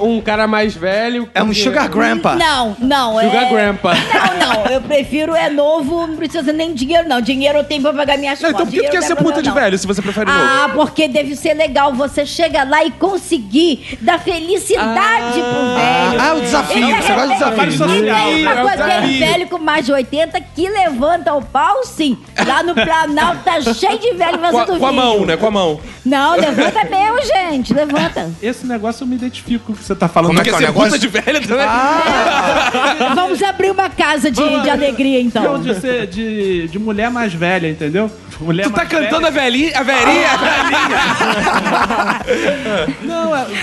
Speaker 4: um cara mais velho.
Speaker 5: É um sugar grandpa. Não, não, é-
Speaker 4: Sugar grandpa.
Speaker 5: Não, não, eu prefiro é novo, não precisa nem dinheiro, não. Dinheiro eu tenho pra pagar minhas
Speaker 1: Não, então
Speaker 5: contas.
Speaker 1: por que tu
Speaker 5: Dinheiro
Speaker 1: quer
Speaker 5: não é
Speaker 1: ser puta
Speaker 5: problema,
Speaker 1: de
Speaker 5: não.
Speaker 1: velho se você prefere um novo?
Speaker 5: Ah, porque deve ser legal você chega lá e conseguir dar felicidade pro velho.
Speaker 2: é
Speaker 8: Ah, o desafio,
Speaker 5: Ele
Speaker 8: você gosta do
Speaker 5: arrebenta.
Speaker 8: desafio.
Speaker 5: E tem
Speaker 8: Desafio, é
Speaker 5: uma
Speaker 8: o
Speaker 5: coisa aquele
Speaker 8: desafio.
Speaker 5: velho com mais de 80 que levanta o pau, sim. Lá no Planalto tá cheio de velho
Speaker 1: Com
Speaker 5: fazendo
Speaker 1: a,
Speaker 5: vídeo.
Speaker 1: com a mão, né? Com a mão.
Speaker 5: Não, levanta mesmo, gente, levanta.
Speaker 7: Esse negócio eu me identifico com o que você tá falando.
Speaker 1: Como é que é o
Speaker 7: Quer ser
Speaker 1: negócio?
Speaker 7: puta de velha
Speaker 1: né?
Speaker 7: também?
Speaker 1: Ah.
Speaker 5: Vamos abrir uma casa de, de alegria, então.
Speaker 7: Não, de, ser, de, de mulher mais velha, entendeu? Mulher tu tá
Speaker 1: cantando a velhinha? A velhinha?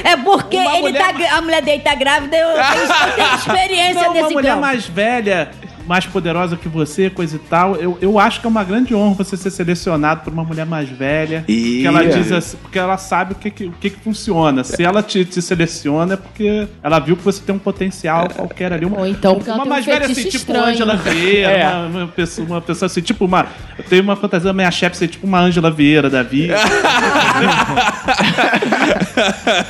Speaker 5: É porque
Speaker 7: Uma
Speaker 5: ele
Speaker 7: mulher
Speaker 5: tá, gra- a mulher dele tá grávida, eu tenho, eu tenho
Speaker 11: é
Speaker 5: experiência
Speaker 7: Não,
Speaker 5: nesse
Speaker 7: Então, uma mulher
Speaker 5: campo.
Speaker 7: mais velha, mais poderosa que você, coisa e tal, eu, eu acho que é uma grande honra você ser selecionado por uma mulher mais velha. Que ela diz assim, porque ela sabe o que, que- o que, que funciona. Se ela te, te seleciona, é porque ela viu que você tem um potencial qualquer ali. Uma, Ou
Speaker 11: então porque ela
Speaker 7: uma
Speaker 11: tem um
Speaker 7: mais velha, assim,
Speaker 11: fetiche
Speaker 7: tipo
Speaker 11: estranho.
Speaker 7: Angela Vieira,
Speaker 11: É.
Speaker 7: uma, uma pessoa, uma pessoa assim, tipo uma. Eu tenho uma fantasia da minha chefe ser tipo uma Angela Vieira da vida.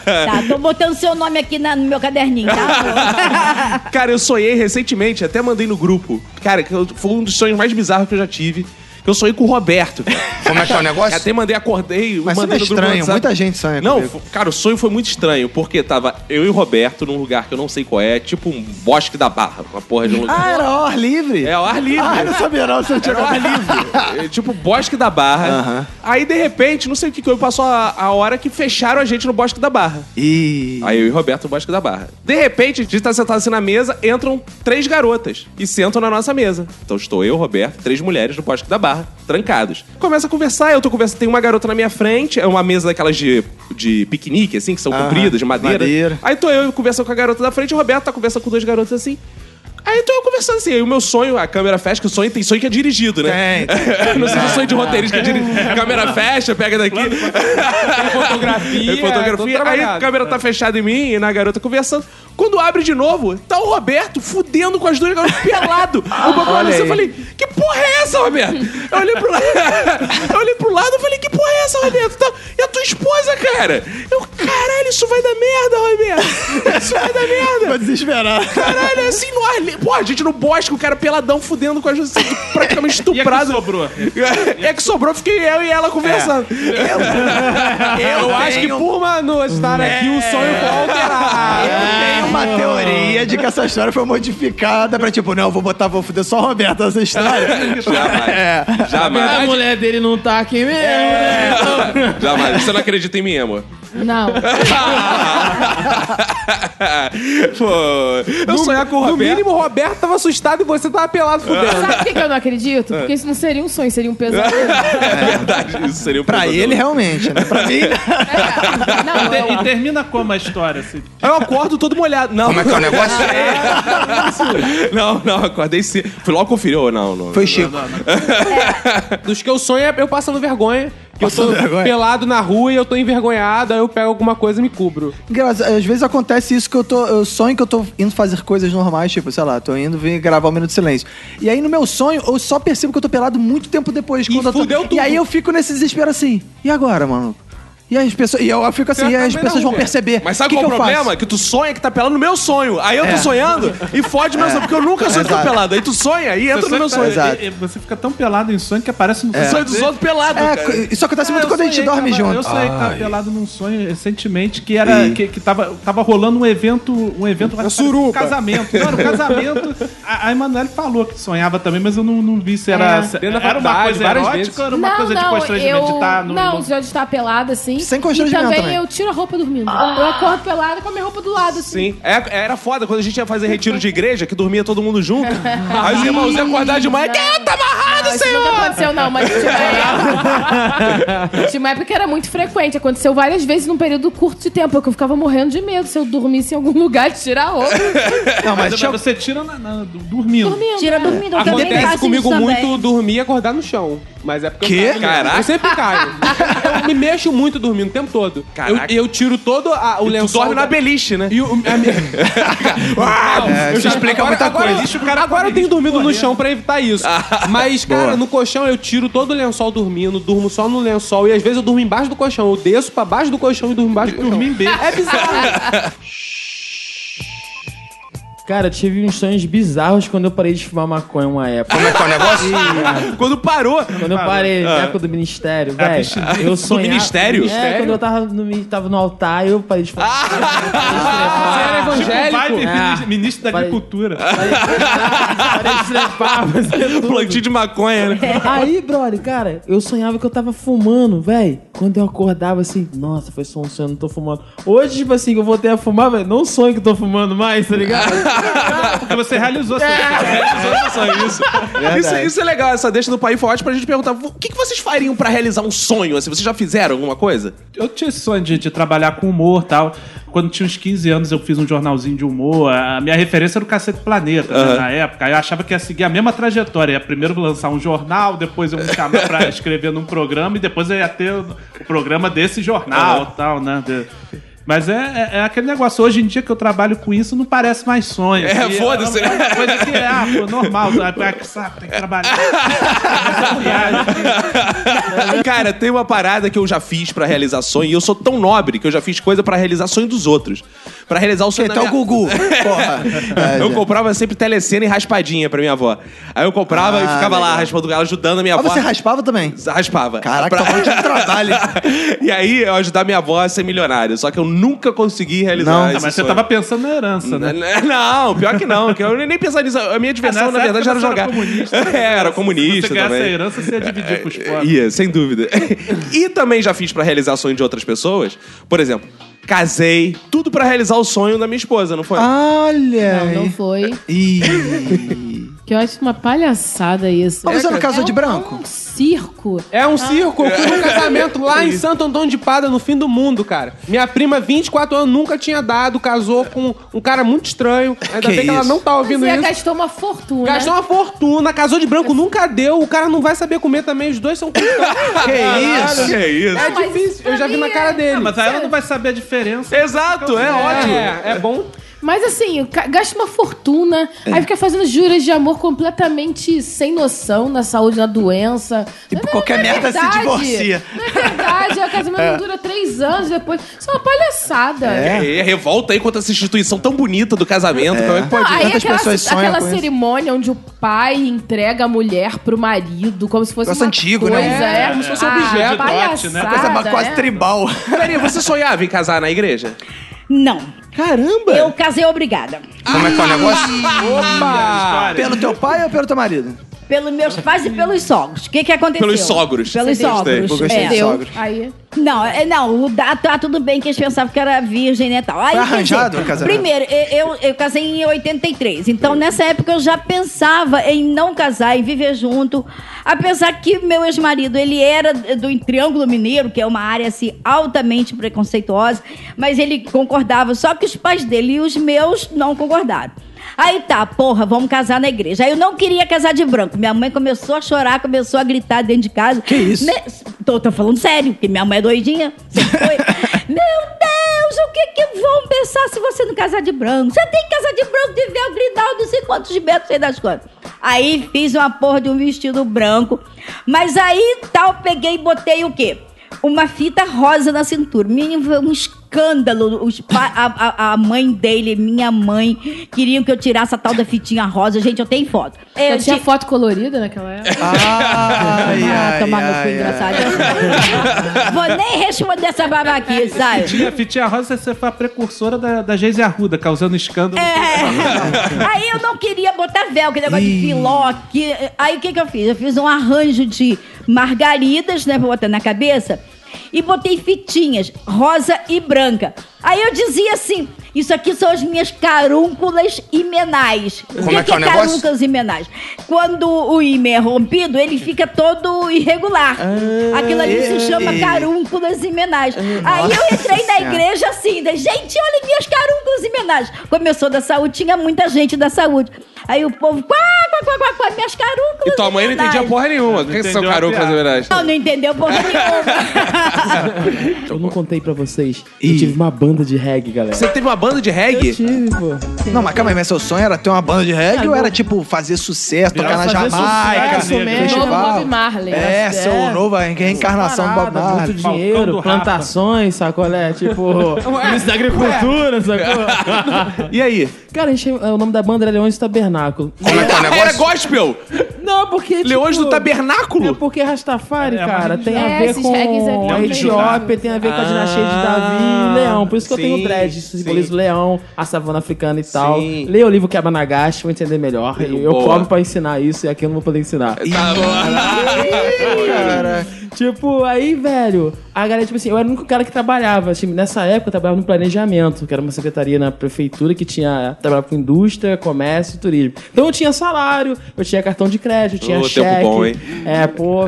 Speaker 5: Tá, tô botando seu nome aqui na- no meu caderninho, tá?
Speaker 1: Cara, eu sonhei recentemente, até mandei no grupo. Cara, que eu- foi um dos sonhos mais bizarros que eu já tive. Que eu sonhei com o Roberto. Como
Speaker 2: é que é o negócio?
Speaker 1: Até mandei, acordei,
Speaker 2: Mas isso não é
Speaker 1: mandei no grupo do
Speaker 2: estranho,
Speaker 1: WhatsApp.
Speaker 2: muita gente sonha
Speaker 1: Não,
Speaker 2: comigo.
Speaker 1: f- cara, o sonho foi muito estranho, porque tava eu e o Roberto num lugar que eu não sei qual é, tipo um bosque da barra, uma porra de um lugar.
Speaker 2: Ah, era ao ar livre?
Speaker 1: É, ao ar livre.
Speaker 2: Ah, eu não sabia não, você tinha
Speaker 1: Era ao ar livre. É, tipo, Bosque da Barra. Aí, de repente, não sei o que que houve, passou a, a hora que fecharam a gente no Bosque da Barra.
Speaker 2: E...
Speaker 1: Aí eu e o Roberto no Bosque da Barra. De repente, a gente tá sentado assim na mesa, entram três garotas e sentam na nossa mesa. Então estou eu, Roberto, três mulheres no Bosque da Barra, trancados. Começa a conversar, eu tô conversando, tem uma garota na minha frente, é uma mesa daquelas de, de piquenique, assim, que são
Speaker 2: Aham,
Speaker 1: compridas, de madeira.
Speaker 2: madeira.
Speaker 1: Aí tô eu conversando com a garota da frente, o Roberto tá conversando com dois garotos assim. Aí tô eu conversando assim, aí o meu sonho, a câmera fecha, que o sonho tem sonho que é dirigido, né? Tem. não sei se o sonho de roteirista que é dirigido. Câmera fecha, pega daqui.
Speaker 4: fotografia,
Speaker 1: Tem fotografia.
Speaker 4: tudo
Speaker 1: Aí a
Speaker 4: trabalhado.
Speaker 1: câmera tá fechada em mim e na garota conversando. Quando abre de novo, tá o Roberto fudendo com as duas garotas pelado. O bagulho
Speaker 4: Olha
Speaker 1: olha assim, eu
Speaker 4: aí.
Speaker 1: falei, que porra é essa, Roberto? Eu olhei pro, la... eu olhei pro lado e falei, que porra é essa, Roberto? Tá- E a tua esposa, cara? Eu, caralho, isso vai dar merda, Roberto. Isso vai dar merda. Vai
Speaker 2: desesperar.
Speaker 1: Caralho, assim, no ar... li- Pô, a gente no bosque, o cara peladão fudendo com as duas, assim, praticamente estuprado.
Speaker 7: E sobrou?
Speaker 1: É que sobrou, fiquei eu e ela conversando.
Speaker 4: É. Eu, acho que por Manu estar aqui, o é sonho foi
Speaker 1: É.
Speaker 4: alterado.
Speaker 2: Eu tenho uma teoria de que essa história foi modificada pra tipo, não, eu vou botar, vou fuder só o Roberto nessa história.
Speaker 1: Jamais.
Speaker 2: É.
Speaker 1: Jamais.
Speaker 9: A mulher dele não tá aqui mesmo.
Speaker 1: Jamais. Você não acredita em mim, amor?
Speaker 3: Não.
Speaker 1: Pô, eu sonhar com o
Speaker 4: No
Speaker 1: Roberto.
Speaker 4: mínimo, o Roberto tava assustado e você tava pelado fudendo.
Speaker 3: Sabe por que que eu não acredito? Porque isso não seria um sonho, seria um pesadelo.
Speaker 1: É verdade, isso seria um
Speaker 2: Pra ele, realmente, né? Pra mim,
Speaker 7: e, te- e termina como a história? Assim?
Speaker 1: Eu acordo todo molhado. Não. Como é que é o negócio? não, não, acordei sim. Fui logo conferir. ou não, não.
Speaker 2: Foi Chico.
Speaker 4: Dos que eu sonho, é eu passando vergonha. Que eu tô
Speaker 2: Passando vergonha?
Speaker 4: pelado na rua e eu tô envergonhado, aí eu pego alguma coisa e me cubro.
Speaker 2: Engraçado, às vezes acontece isso que eu tô. Eu sonho que eu tô indo fazer coisas normais, tipo, sei lá, tô indo vir gravar um minuto de silêncio. E aí no meu sonho, eu só percebo que eu tô pelado muito tempo depois. quando eu tô-
Speaker 4: fudeu tudo.
Speaker 2: E aí eu fico nesse desespero assim. E agora, mano? E aí as pessoas. E eu fico assim,
Speaker 1: Você
Speaker 2: e aí as
Speaker 1: tá
Speaker 2: pessoas
Speaker 1: vendo,
Speaker 2: vão
Speaker 1: é.
Speaker 2: perceber.
Speaker 1: Mas sabe
Speaker 2: que
Speaker 1: qual
Speaker 2: que
Speaker 1: é
Speaker 2: eu
Speaker 1: o
Speaker 2: faço?
Speaker 1: problema? Que tu sonha que tá pelado no meu sonho. Aí eu
Speaker 2: É.
Speaker 1: tô sonhando e fode meu sonho, porque eu nunca sonho que tô
Speaker 2: Exato.
Speaker 1: pelado. Aí tu sonha e entra no meu sonho.
Speaker 7: E- e tá- é, Você fica tão pelado em sonho que aparece no
Speaker 1: É. Sonho dos outros pelado,
Speaker 2: É,
Speaker 1: cara.
Speaker 2: isso acontece muito
Speaker 7: eu
Speaker 2: quando a gente
Speaker 7: sonhei
Speaker 2: dorme
Speaker 7: que tava-
Speaker 2: junto.
Speaker 7: Eu sonhei que tava
Speaker 2: Ai.
Speaker 7: pelado num sonho recentemente que era que, que tava, tava rolando um evento, um evento um
Speaker 4: suruba.
Speaker 7: casamento. Não, era um casamento. A, a Emanuele falou que sonhava também, mas eu não, não vi se era
Speaker 3: É.
Speaker 7: se-
Speaker 4: Dentro da
Speaker 7: era uma
Speaker 4: faculdade,
Speaker 7: coisa
Speaker 4: várias
Speaker 7: erótica
Speaker 4: vezes.
Speaker 7: ou era uma
Speaker 3: não,
Speaker 7: coisa de
Speaker 3: não,
Speaker 7: constrangimento
Speaker 3: eu...
Speaker 7: de tá no
Speaker 3: Não, já de estar pelada, assim.
Speaker 2: Sem
Speaker 3: E
Speaker 2: constrangimento
Speaker 3: também,
Speaker 2: também.
Speaker 3: eu tiro a roupa dormindo.
Speaker 7: Ah.
Speaker 3: Eu acordo pelada com a minha roupa do lado, assim.
Speaker 1: Sim. É- era foda quando a gente ia fazer retiro de igreja, que dormia todo mundo junto. Aí os irmãos iam acordar de manhã. Quem tá amarrado,
Speaker 3: Ah, Não, isso
Speaker 1: senhor?
Speaker 3: nunca aconteceu, não, mas tinha uma época. tinha uma época que era muito frequente. Aconteceu várias vezes num período curto de tempo, que eu ficava morrendo de medo se eu dormisse em algum lugar de tirar a roupa.
Speaker 2: Não, mas
Speaker 7: Mas
Speaker 2: tinha-
Speaker 7: você tira na, na- do- dormindo.
Speaker 3: Dormindo.
Speaker 5: Tira
Speaker 3: né?
Speaker 5: dormindo, eu também
Speaker 4: Acontece
Speaker 5: faço
Speaker 4: comigo
Speaker 5: isso
Speaker 4: muito
Speaker 5: também.
Speaker 4: dormir e acordar no chão. Mas é porque
Speaker 2: Quê?
Speaker 4: eu caio mesmo.
Speaker 1: Caraca.
Speaker 4: Eu sempre caio. eu me mexo muito dormindo o tempo todo.
Speaker 1: Caraca.
Speaker 4: Eu, eu tiro todo a- o
Speaker 1: E tu
Speaker 4: lençol.
Speaker 1: dorme na
Speaker 4: beliche, né? E o, a minha- Não,
Speaker 1: É, isso explica muita coisa.
Speaker 4: Agora, agora eu tenho dormido no chão pra evitar isso. Mas, cara, no colchão eu tiro todo o lençol dormindo, durmo só no lençol e às vezes eu durmo embaixo do colchão. Eu desço pra baixo do colchão e durmo embaixo do colchão. Dormi em É bizarro.
Speaker 10: Cara, eu tive uns sonhos bizarros quando eu parei de fumar maconha uma época. Como é que é o
Speaker 1: negócio?
Speaker 10: quando parou. Quando eu parei,
Speaker 1: Ah.
Speaker 10: na época do ministério,
Speaker 1: Ah,
Speaker 10: velho.
Speaker 1: bicho, do
Speaker 10: Eu sonhava...
Speaker 1: ministério?
Speaker 10: É, quando eu tava no, tava no altar, eu parei de fumar.
Speaker 7: Você era
Speaker 10: Ah,
Speaker 7: evangélico? Tipo, vai,
Speaker 10: É.
Speaker 7: ministro da
Speaker 10: Parei-
Speaker 7: agricultura.
Speaker 1: um Plantio de maconha, né?
Speaker 10: É, Aí, brother, cara, eu sonhava que eu tava fumando, velho. Quando eu acordava assim, nossa, foi só um sonho, não tô fumando. Hoje, tipo assim, que eu voltei a fumar, velho, não sonho que eu tô fumando mais, tá ligado?
Speaker 7: Porque você realizou
Speaker 4: É.
Speaker 7: seu
Speaker 1: Realizou seu sonho, isso. isso. Isso é legal, essa deixa do pai foi ótima pra gente perguntar: o que, que vocês fariam pra realizar um sonho? Assim, vocês já fizeram alguma coisa?
Speaker 7: Eu tinha esse sonho de, de trabalhar com humor e tal. Quando tinha uns 15 anos, eu fiz um jornalzinho de humor. A minha referência era o Cacete Planeta, né,
Speaker 1: Aham.
Speaker 7: na época. Eu achava que ia seguir a mesma trajetória. Ia primeiro lançar um jornal, depois eu me chamar pra escrever num programa, e depois eu ia ter o o programa desse jornal
Speaker 1: Aham.
Speaker 7: e tal, né? de- Mas é, é- é aquele negócio. Hoje em dia que eu trabalho com isso, não parece mais sonho.
Speaker 1: É,
Speaker 7: E
Speaker 1: foda-se.
Speaker 7: É uma coisa que é, ah, pô, normal. tá? É que sabe, tem que trabalhar.
Speaker 1: Cara, tem uma parada que eu já fiz pra realizar sonho e eu sou tão nobre que eu já fiz coisa pra realizar sonho dos outros. Pra realizar o sonho da
Speaker 2: Então,
Speaker 1: minha...
Speaker 2: Gugu, porra.
Speaker 1: né?
Speaker 2: É.
Speaker 1: eu comprava sempre telecena e raspadinha pra minha avó. Aí eu comprava e
Speaker 2: Ah,
Speaker 1: ficava lá
Speaker 2: legal.
Speaker 1: raspando ela, ajudando a minha
Speaker 2: Ah,
Speaker 1: avó.
Speaker 2: você raspava também?
Speaker 1: Raspava. Caraca,
Speaker 2: tá bom de
Speaker 1: trabalho. e aí eu ajudar minha avó a ser milionária. Só que eu nunca consegui realizar
Speaker 7: Não,
Speaker 1: esse
Speaker 7: mas você
Speaker 1: sonho.
Speaker 7: tava pensando na herança, né? Ah,
Speaker 1: Não, pior que não. que Eu nem pensava nisso. A minha diversão,
Speaker 7: nessa
Speaker 1: na verdade, era
Speaker 7: época você
Speaker 1: jogar.
Speaker 7: era comunista, né?
Speaker 1: É, era
Speaker 7: Se
Speaker 1: comunista
Speaker 7: você ganhasse
Speaker 1: também.
Speaker 7: a herança, você ia dividir
Speaker 4: É,
Speaker 7: com os pobres.
Speaker 1: Ia, sem dúvida. e também já fiz pra realizar sonho de outras pessoas. Por exemplo, casei, tudo pra realizar o sonho da minha esposa, não foi?
Speaker 2: Olha!
Speaker 3: Não, não foi.
Speaker 2: Ih.
Speaker 3: Que eu acho uma palhaçada isso.
Speaker 2: Mas você não
Speaker 3: É,
Speaker 2: casou
Speaker 3: é
Speaker 2: de
Speaker 3: um-
Speaker 2: branco?
Speaker 3: É um circo.
Speaker 4: É um circo. Eu fui num casamento lá em Santo Antônio de Pada, no fim do mundo, cara. Minha prima, 24 anos, nunca tinha dado, casou com um cara muito estranho. Ainda
Speaker 3: Que
Speaker 4: bem que ela
Speaker 3: isso?
Speaker 4: não tá
Speaker 3: Pois
Speaker 4: ouvindo
Speaker 3: é,
Speaker 4: isso.
Speaker 3: gastou uma fortuna.
Speaker 4: Gastou uma fortuna, casou de branco, nunca deu. O cara não vai saber comer também, os dois são Que
Speaker 1: isso? Que isso?
Speaker 4: É
Speaker 1: Não, mas
Speaker 4: difícil, eu já
Speaker 3: é.
Speaker 4: vi na cara dele.
Speaker 7: Mas aí ela não vai saber a diferença. Então,
Speaker 1: Exato, é, ótimo.
Speaker 4: É, é bom.
Speaker 3: Mas assim, ca- gasta uma fortuna, aí fica fazendo juras de amor completamente sem noção na saúde, na doença.
Speaker 1: Tipo,
Speaker 3: E por
Speaker 8: qualquer merda se divorcia.
Speaker 3: Não é verdade, o casamento
Speaker 1: É.
Speaker 3: não dura três anos depois. Isso é uma palhaçada.
Speaker 1: É, é, revolta aí contra essa instituição tão bonita do casamento. Como é que pode?
Speaker 3: Não, aí aquela, aquela cerimônia onde o pai entrega a mulher pro marido, como se fosse
Speaker 1: Negócio
Speaker 3: uma
Speaker 1: antigo, né?
Speaker 3: coisa,
Speaker 1: É,
Speaker 3: É,
Speaker 1: como se fosse um
Speaker 3: Ah,
Speaker 1: objeto.
Speaker 3: palhaçada,
Speaker 1: Coisa quase
Speaker 3: né?
Speaker 1: tribal. Maria, você sonhava em casar na igreja?
Speaker 5: Não. Caramba! Eu casei obrigada.
Speaker 1: Como é que é o negócio?
Speaker 2: Opa! Pelo teu pai ou pelo teu marido?
Speaker 5: Pelos meus pais e pelos sogros. O que, que aconteceu?
Speaker 2: Pelos sogros.
Speaker 5: Pelos
Speaker 2: Gostei.
Speaker 5: sogros.
Speaker 2: Eu gostei de
Speaker 5: É.
Speaker 2: sogros.
Speaker 3: Aí.
Speaker 5: Não, é, não, o da- tá tudo bem que eles pensavam que era virgem, né? Tal.
Speaker 2: Foi
Speaker 5: Aí, quer dizer,
Speaker 2: arranjado o casamento?
Speaker 5: Primeiro, e- eu, eu casei em 83. Então, nessa época, eu já pensava em não casar, em viver junto. Apesar que meu ex-marido, ele era do Triângulo Mineiro, que é uma área assim, altamente preconceituosa, mas ele concordava, só que os pais dele e os meus não concordaram. Aí tá, porra, vamos casar na igreja. Aí eu não queria casar de branco. Minha mãe começou a chorar, começou a gritar dentro de casa. Que isso? Tô, tô falando sério, porque minha mãe é doidinha. Sempre foi. Meu Deus, o que que vão pensar se você não casar de branco? Você tem que casar de branco, de véu, grinaldo, não sei quantos de metros, sei das quantas. Aí fiz uma porra de um vestido branco. Mas aí tal, peguei e botei o quê? Uma fita rosa na cintura. Menino, foi um escândalo. Os pa- a, a- a mãe dele, minha mãe, queriam que eu tirasse a tal da fitinha rosa. Gente, eu tenho foto.
Speaker 3: Eu tinha foto colorida naquela época.
Speaker 1: Ah,
Speaker 5: Ai,
Speaker 3: Ah, ai,
Speaker 5: tomar no
Speaker 3: ai,
Speaker 5: cu,
Speaker 3: ai.
Speaker 5: engraçado. Vou nem responder essa babaquice, sabe?
Speaker 7: Fitinha, Fitinha Rosa, você foi a precursora da, da Geise Arruda, causando escândalo.
Speaker 5: É.
Speaker 8: É.
Speaker 5: Aí eu não queria botar véu, aquele negócio de filó. Que... Aí o que, que eu fiz? Eu fiz um arranjo de margaridas, né? Pra botar na cabeça. E botei fitinhas, rosa e branca. Aí eu dizia assim: isso aqui são as minhas carúnculas imenais.
Speaker 8: Como é que é o negócio?
Speaker 5: carúnculas imenais? Quando o ímã é rompido, ele fica todo irregular.
Speaker 1: Ah,
Speaker 5: Aquilo ali
Speaker 1: é.
Speaker 5: se chama
Speaker 8: ei.
Speaker 5: carúnculas imenais. Aí eu entrei na
Speaker 8: Senhora.
Speaker 5: igreja assim, né? gente, olha minhas carúnculas todas emendadas. Como eu sou da saúde, tinha muita gente da saúde. Aí o povo, quá, quá, quá, quá, quá, minhas carúculas.
Speaker 1: E tua mãe não entendia
Speaker 5: emendadas.
Speaker 1: porra nenhuma. Por que são carucas, na verdade?
Speaker 5: Não, não entendeu porra nenhuma.
Speaker 10: Eu não contei pra vocês. Eu tive uma banda de reggae, galera.
Speaker 1: Você teve uma banda de reggae?
Speaker 10: Eu tive, pô.
Speaker 2: Não, mas calma aí, mas seu sonho era ter uma banda de reggae
Speaker 10: É,
Speaker 2: ou era
Speaker 10: não.
Speaker 2: tipo fazer sucesso, tocar na
Speaker 10: fazer
Speaker 2: Jamaica,
Speaker 10: sucesso
Speaker 1: né?
Speaker 10: mesmo.
Speaker 3: Novo
Speaker 2: festival?
Speaker 3: É, Bob Marley. né?
Speaker 2: É,
Speaker 3: Nossa,
Speaker 2: seu novo a reencarnação do Bob
Speaker 10: Parada,
Speaker 2: Marley.
Speaker 10: muito Ah, dinheiro, plantações, sacolé, tipo, ministro da agricultura, sacou?
Speaker 1: e aí?
Speaker 10: Cara, a gente, é, o nome da banda era Leões do Tabernáculo.
Speaker 1: Ah, Era gospel!
Speaker 10: Não, porque. tipo,
Speaker 1: Leões do Tabernáculo?
Speaker 10: É porque Rastafari,
Speaker 1: É,
Speaker 10: cara,
Speaker 1: mas-
Speaker 10: tem
Speaker 3: É,
Speaker 10: a ver
Speaker 3: esses
Speaker 10: com
Speaker 3: reggaes é
Speaker 10: a
Speaker 3: tudo
Speaker 10: Etiópia,
Speaker 3: misturado.
Speaker 10: tem a ver com a
Speaker 1: Ah,
Speaker 10: dinastia de Davi e Leão. Por isso que eu
Speaker 1: sim,
Speaker 10: tenho dread, isso simboliza o leão, a savana africana e tal.
Speaker 1: Sim.
Speaker 10: Leia o livro que é Abanagashi, vou entender melhor. Eu, eu
Speaker 1: Boa.
Speaker 10: cobro pra ensinar isso e aqui eu não vou poder ensinar.
Speaker 1: Tá bom.
Speaker 10: Cara. Tipo, aí, velho, a galera, tipo assim, eu era o único cara que trabalhava. Assim, nessa época eu trabalhava no planejamento, que era uma secretaria na prefeitura que tinha. Trabalhava com indústria, comércio e turismo. Então eu tinha salário, eu tinha cartão de crédito, eu tinha
Speaker 1: Ô, tempo
Speaker 10: cheque.
Speaker 1: bom, hein?
Speaker 10: É, pô, não,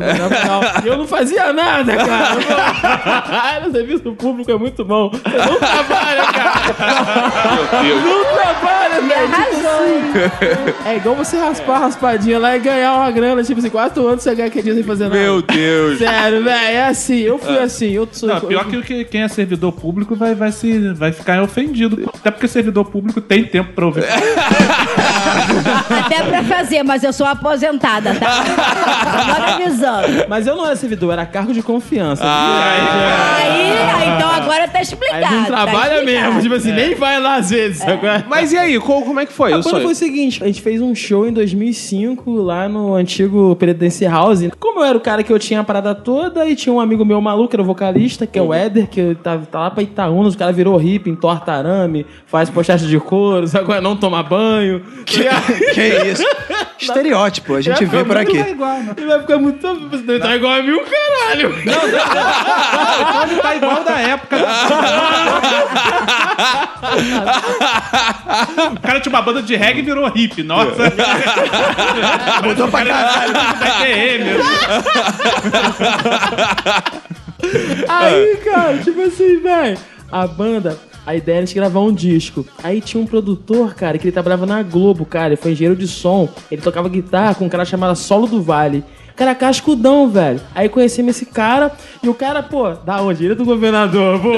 Speaker 10: não. Eu não fazia nada, cara. o serviço público é muito bom. Você não trabalha, cara.
Speaker 1: Meu Deus.
Speaker 10: Não trabalha,
Speaker 5: Me
Speaker 10: velho.
Speaker 5: arrasou, hein?
Speaker 10: É igual você raspar a raspadinha lá e ganhar uma grana, tipo assim, quatro anos você ganha aquele dia sem fazer nada.
Speaker 1: Meu Deus.
Speaker 10: Sério, velho, é assim, eu fui assim, eu sou.
Speaker 7: Não, pior que o que quem é servidor público vai, vai, se, vai ficar ofendido. Até porque servidor público tem tempo pra ouvir.
Speaker 5: Até pra fazer, mas eu sou aposentada, tá? Agora avisando.
Speaker 10: Mas eu não era servidor, era cargo de confiança.
Speaker 5: Aí, aí, então agora tá
Speaker 10: Aí
Speaker 5: explicado.
Speaker 10: não trabalha
Speaker 5: tá explicado. É.
Speaker 10: mesmo, tipo assim, nem vai lá às vezes. agora.
Speaker 1: Mas e aí, co- como é que foi? o
Speaker 10: A banda
Speaker 1: sonho?
Speaker 10: tá, foi o seguinte, a gente fez um show em 2005 lá no antigo Presidence House. Como eu era o cara que eu tinha a parada toda e tinha um amigo meu maluco, era o vocalista, que é o Éder, que tá, tá lá pra Itaúnas, o cara virou hippie, entorta arame, faz postagem de couro, agora não toma banho. Que,
Speaker 2: que isso? Estereótipo, a gente vê por aqui.
Speaker 10: E vai ficar muito... Tá igual a mim, o caralho.
Speaker 4: Ele tá igual da
Speaker 7: né?
Speaker 4: época.
Speaker 7: o cara tinha uma banda de reggae e virou hippie, nossa.
Speaker 2: Mudou pra caralho.
Speaker 7: Vai ter ele.
Speaker 10: Aí, cara, tipo assim, velho. A banda, a ideia era de gravar um disco. Aí tinha um produtor, cara, que ele trabalhava na Globo, cara. Ele foi engenheiro de som. Ele tocava guitarra com um cara chamado Solo do Vale. Cara, cascudão, velho. Aí conhecemos esse cara e o cara, pô, da onde? Ele é do governador, pô.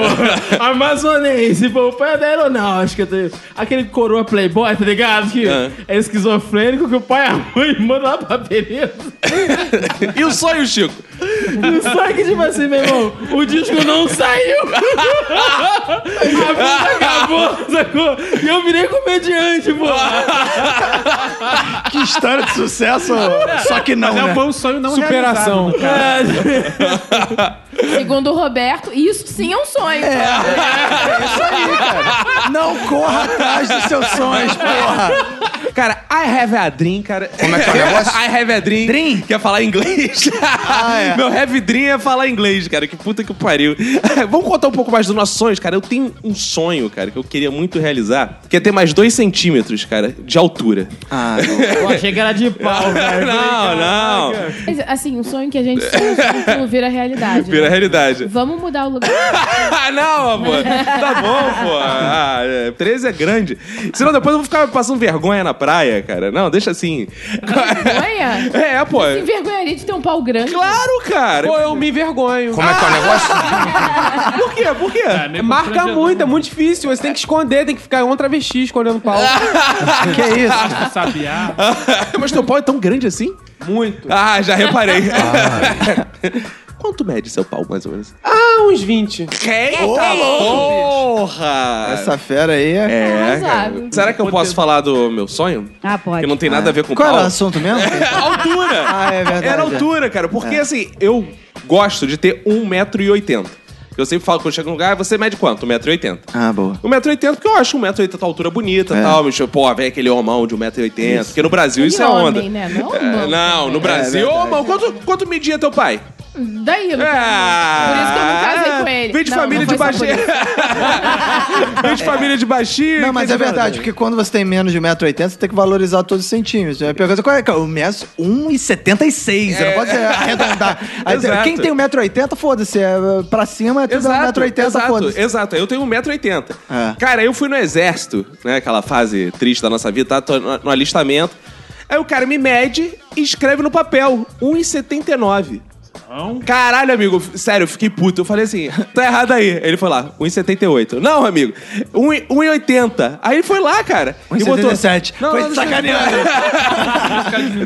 Speaker 10: Amazonense, pô, o pai é da aeronáutica. Tá? ligado? Aquele coroa playboy, tá ligado? Que
Speaker 1: Ah.
Speaker 10: é esquizofrênico, que o pai é ruim, manda lá pra beleza.
Speaker 1: E o sonho, Chico?
Speaker 10: E Só que, tipo assim, meu irmão, o disco não saiu. A vida acabou, sacou? E eu virei comediante, pô.
Speaker 2: Que história de sucesso, só que não,
Speaker 7: Mas é,
Speaker 2: né?
Speaker 7: foi um sonho não
Speaker 4: Superação.
Speaker 1: né?
Speaker 7: realizado, cara.
Speaker 10: É,
Speaker 3: Segundo o Roberto, isso sim é um sonho.
Speaker 2: É isso aí, cara. Não corra atrás dos seus sonhos, porra.
Speaker 1: Cara, I have a dream, cara. Como é que é o negócio? I have a dream. Dream? Quer falar inglês?
Speaker 2: é.
Speaker 1: Meu have dream é falar inglês, cara. Que puta que pariu. Vamos contar um pouco mais dos nossos sonhos, cara. Eu tenho um sonho, cara, que eu queria muito realizar. Que é ter mais dois centímetros, cara, de altura.
Speaker 2: Ah,
Speaker 10: Pô, achei que era de pau, velho.
Speaker 1: Não, não.
Speaker 3: Mas, assim, um sonho que a gente sonha junto vira realidade. né?
Speaker 1: Vira a realidade.
Speaker 3: Vamos mudar o lugar.
Speaker 1: Ah, não, amor. Tá bom, pô. Ah, é, 13 é grande. Senão depois eu vou ficar passando vergonha na praia, cara. Não, deixa assim.
Speaker 3: Vergonha?
Speaker 1: É, pô.
Speaker 3: Se envergonharia de ter um pau grande.
Speaker 1: Claro, cara. Ah!
Speaker 4: Pô, eu me envergonho.
Speaker 8: Como é que é o negócio?
Speaker 4: Por quê? Por quê?
Speaker 7: meio
Speaker 4: Marca
Speaker 7: constrangedor.
Speaker 4: muito, é muito difícil. Você tem que esconder, tem que ficar um travesti escondendo o pau.
Speaker 2: que isso?
Speaker 7: Sabiá.
Speaker 1: Mas teu pau é tão grande assim?
Speaker 4: Muito.
Speaker 1: Ah, já reparei.
Speaker 8: Ah.
Speaker 1: Quanto mede seu pau, mais ou menos?
Speaker 4: Ah, uns 20.
Speaker 1: Eita porra!
Speaker 2: Essa fera aí é...
Speaker 1: É, cara.
Speaker 3: Arrasado.
Speaker 1: Será que eu posso falar do meu sonho?
Speaker 5: Ah, pode.
Speaker 1: Que não tem nada a ver com
Speaker 2: Qual era o
Speaker 1: pau. É
Speaker 2: assunto mesmo?
Speaker 1: Altura!
Speaker 2: Ah, é verdade. É.
Speaker 1: Era altura, cara. Porque assim, eu gosto de ter 1,80m. Eu sempre falo quando eu chego num lugar, "Ah, você mede quanto? 1,80m.
Speaker 2: Ah, boa.
Speaker 1: 1,80m, porque eu acho 1,80m a altura bonita e
Speaker 2: É.
Speaker 1: tal. Bicho, pô, vem aquele homão de 1,80m. Porque no Brasil isso é
Speaker 3: Aquele
Speaker 1: onda.
Speaker 3: homem, né? Não é
Speaker 1: É,
Speaker 3: homão
Speaker 1: não, no
Speaker 3: também.
Speaker 1: Brasil,
Speaker 2: É
Speaker 1: ô
Speaker 2: verdade.
Speaker 1: homão, quanto, quanto media teu pai?
Speaker 3: Daí, Lucas.
Speaker 1: Ah,
Speaker 3: Por isso que eu não casei com ele.
Speaker 1: Vem de
Speaker 3: Não,
Speaker 1: família
Speaker 3: não
Speaker 1: de
Speaker 3: foi só por
Speaker 1: baixinho. Vem de família de baixinho.
Speaker 2: É. Não, mas é verdade, porque quando você tem menos de 1,80m, você tem que valorizar todos os centímetros. Aí pergunta, qual é? que é? Eu meço 1,76m, eu não
Speaker 1: É.
Speaker 2: pode ser arredondar. Aí tem-
Speaker 1: Exato.
Speaker 2: quem tem 1,80m, foda-se, é, pra cima é tudo
Speaker 1: Exato,
Speaker 2: 1,80m,
Speaker 1: exato,
Speaker 2: foda-se.
Speaker 1: exato. Eu tenho 1,80m. Cara, eu fui no exército, né? Aquela fase triste da nossa vida, tá? Tô no, no alistamento. Aí o cara me mede e escreve no papel 1,79. Caralho, amigo, f- sério, eu fiquei puto. Eu falei assim, tá errado aí. Ele foi lá, 1,78. Não, amigo, 1 e- 1,80. Aí ele foi lá, cara. e botou-
Speaker 2: 1,77.
Speaker 1: Não,
Speaker 2: Foi
Speaker 1: não,
Speaker 2: de
Speaker 1: deixa-
Speaker 2: sacaneando.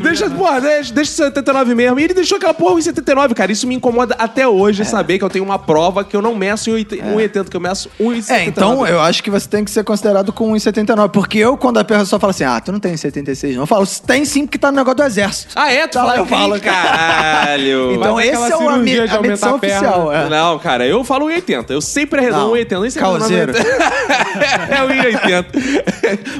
Speaker 1: deixa, porra, né, deixa, deixa 79 mesmo. E ele deixou aquela porra 1,79, cara. Isso me incomoda até hoje
Speaker 2: É.
Speaker 1: saber que eu tenho uma prova que eu não meço em 1,80, 1,80, que tá eu meço 1,79.
Speaker 2: É, então eu acho que você tem que ser considerado com 1,79. Porque eu, quando a pessoa fala assim, ah, tu não tem 76, não. Eu falo, tem sim, porque tá no negócio do exército.
Speaker 1: Ah, é? Tu fala, eu falo, caralho.
Speaker 2: Então Faz aquela esse é o cirurgia ami- de a aumentar medição a perna. oficial, é.
Speaker 1: Não, cara, eu falo 1,80. Eu sempre arredondo
Speaker 2: Não.
Speaker 1: 1,80. nem sei quando
Speaker 2: Calzeiro.
Speaker 1: eu É o 1,80.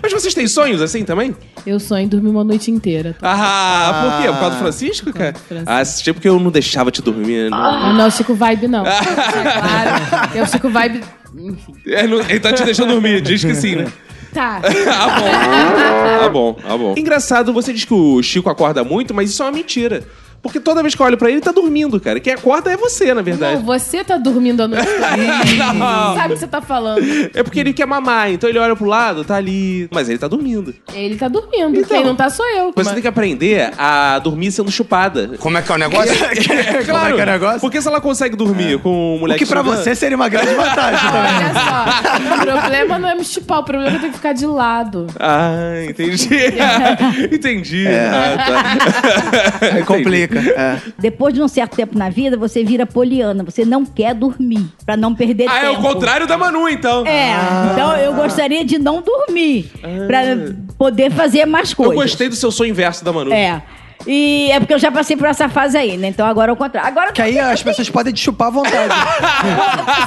Speaker 1: Mas vocês têm sonhos assim também?
Speaker 11: Eu sonho em dormir uma noite inteira. tá?
Speaker 1: Ah, por quê? Por causa do Francisco, cara? Ah, assisti porque eu não deixava te dormir. né? Não.
Speaker 11: Ah, não, Chico Vibe não. É claro. Eu, Chico Vibe.
Speaker 1: É, não- Ele tá te deixando dormir, diz que sim, né?
Speaker 11: Tá.
Speaker 1: Tá bom, tá bom. Engraçado, você diz que o Chico acorda muito, mas isso é uma mentira. Porque toda vez que eu olho pra ele, ele tá dormindo, cara. Quem acorda é você, na verdade.
Speaker 11: Não, você tá dormindo a noite toda.
Speaker 1: Não.
Speaker 11: Sabe o que você tá falando?
Speaker 1: É porque ele quer mamar, então ele olha pro lado, tá ali. Mas ele tá dormindo.
Speaker 11: Ele tá dormindo. Quem não tá sou eu.
Speaker 1: Então, Você tem que aprender a dormir sendo chupada. Como é que é o negócio? claro,
Speaker 2: Como é que é o negócio? É.
Speaker 1: Porque se ela consegue dormir com um
Speaker 2: O
Speaker 1: moleque
Speaker 2: que pra
Speaker 1: chupando-
Speaker 2: você seria uma grande
Speaker 3: Ah,
Speaker 2: vantagem também.
Speaker 11: Olha só. O problema não é me chupar, o problema é ter que ficar de lado.
Speaker 1: Ah, entendi. entendi. Ah, tá.
Speaker 2: É. Aí complica. É.
Speaker 5: Depois de um certo tempo na vida, você vira poliana. Você não quer dormir, pra não perder
Speaker 1: Ah,
Speaker 5: tempo.
Speaker 1: é o contrário da Manu, então.
Speaker 5: É,
Speaker 2: Ah.
Speaker 5: então eu gostaria de não dormir, pra poder fazer mais
Speaker 1: Eu
Speaker 5: coisas.
Speaker 1: gostei do seu sonho inverso da Manu.
Speaker 5: É. E é porque eu já passei por essa fase aí, né? Então agora é o contrário. Agora
Speaker 2: Que aí as pessoas podem te chupar à vontade.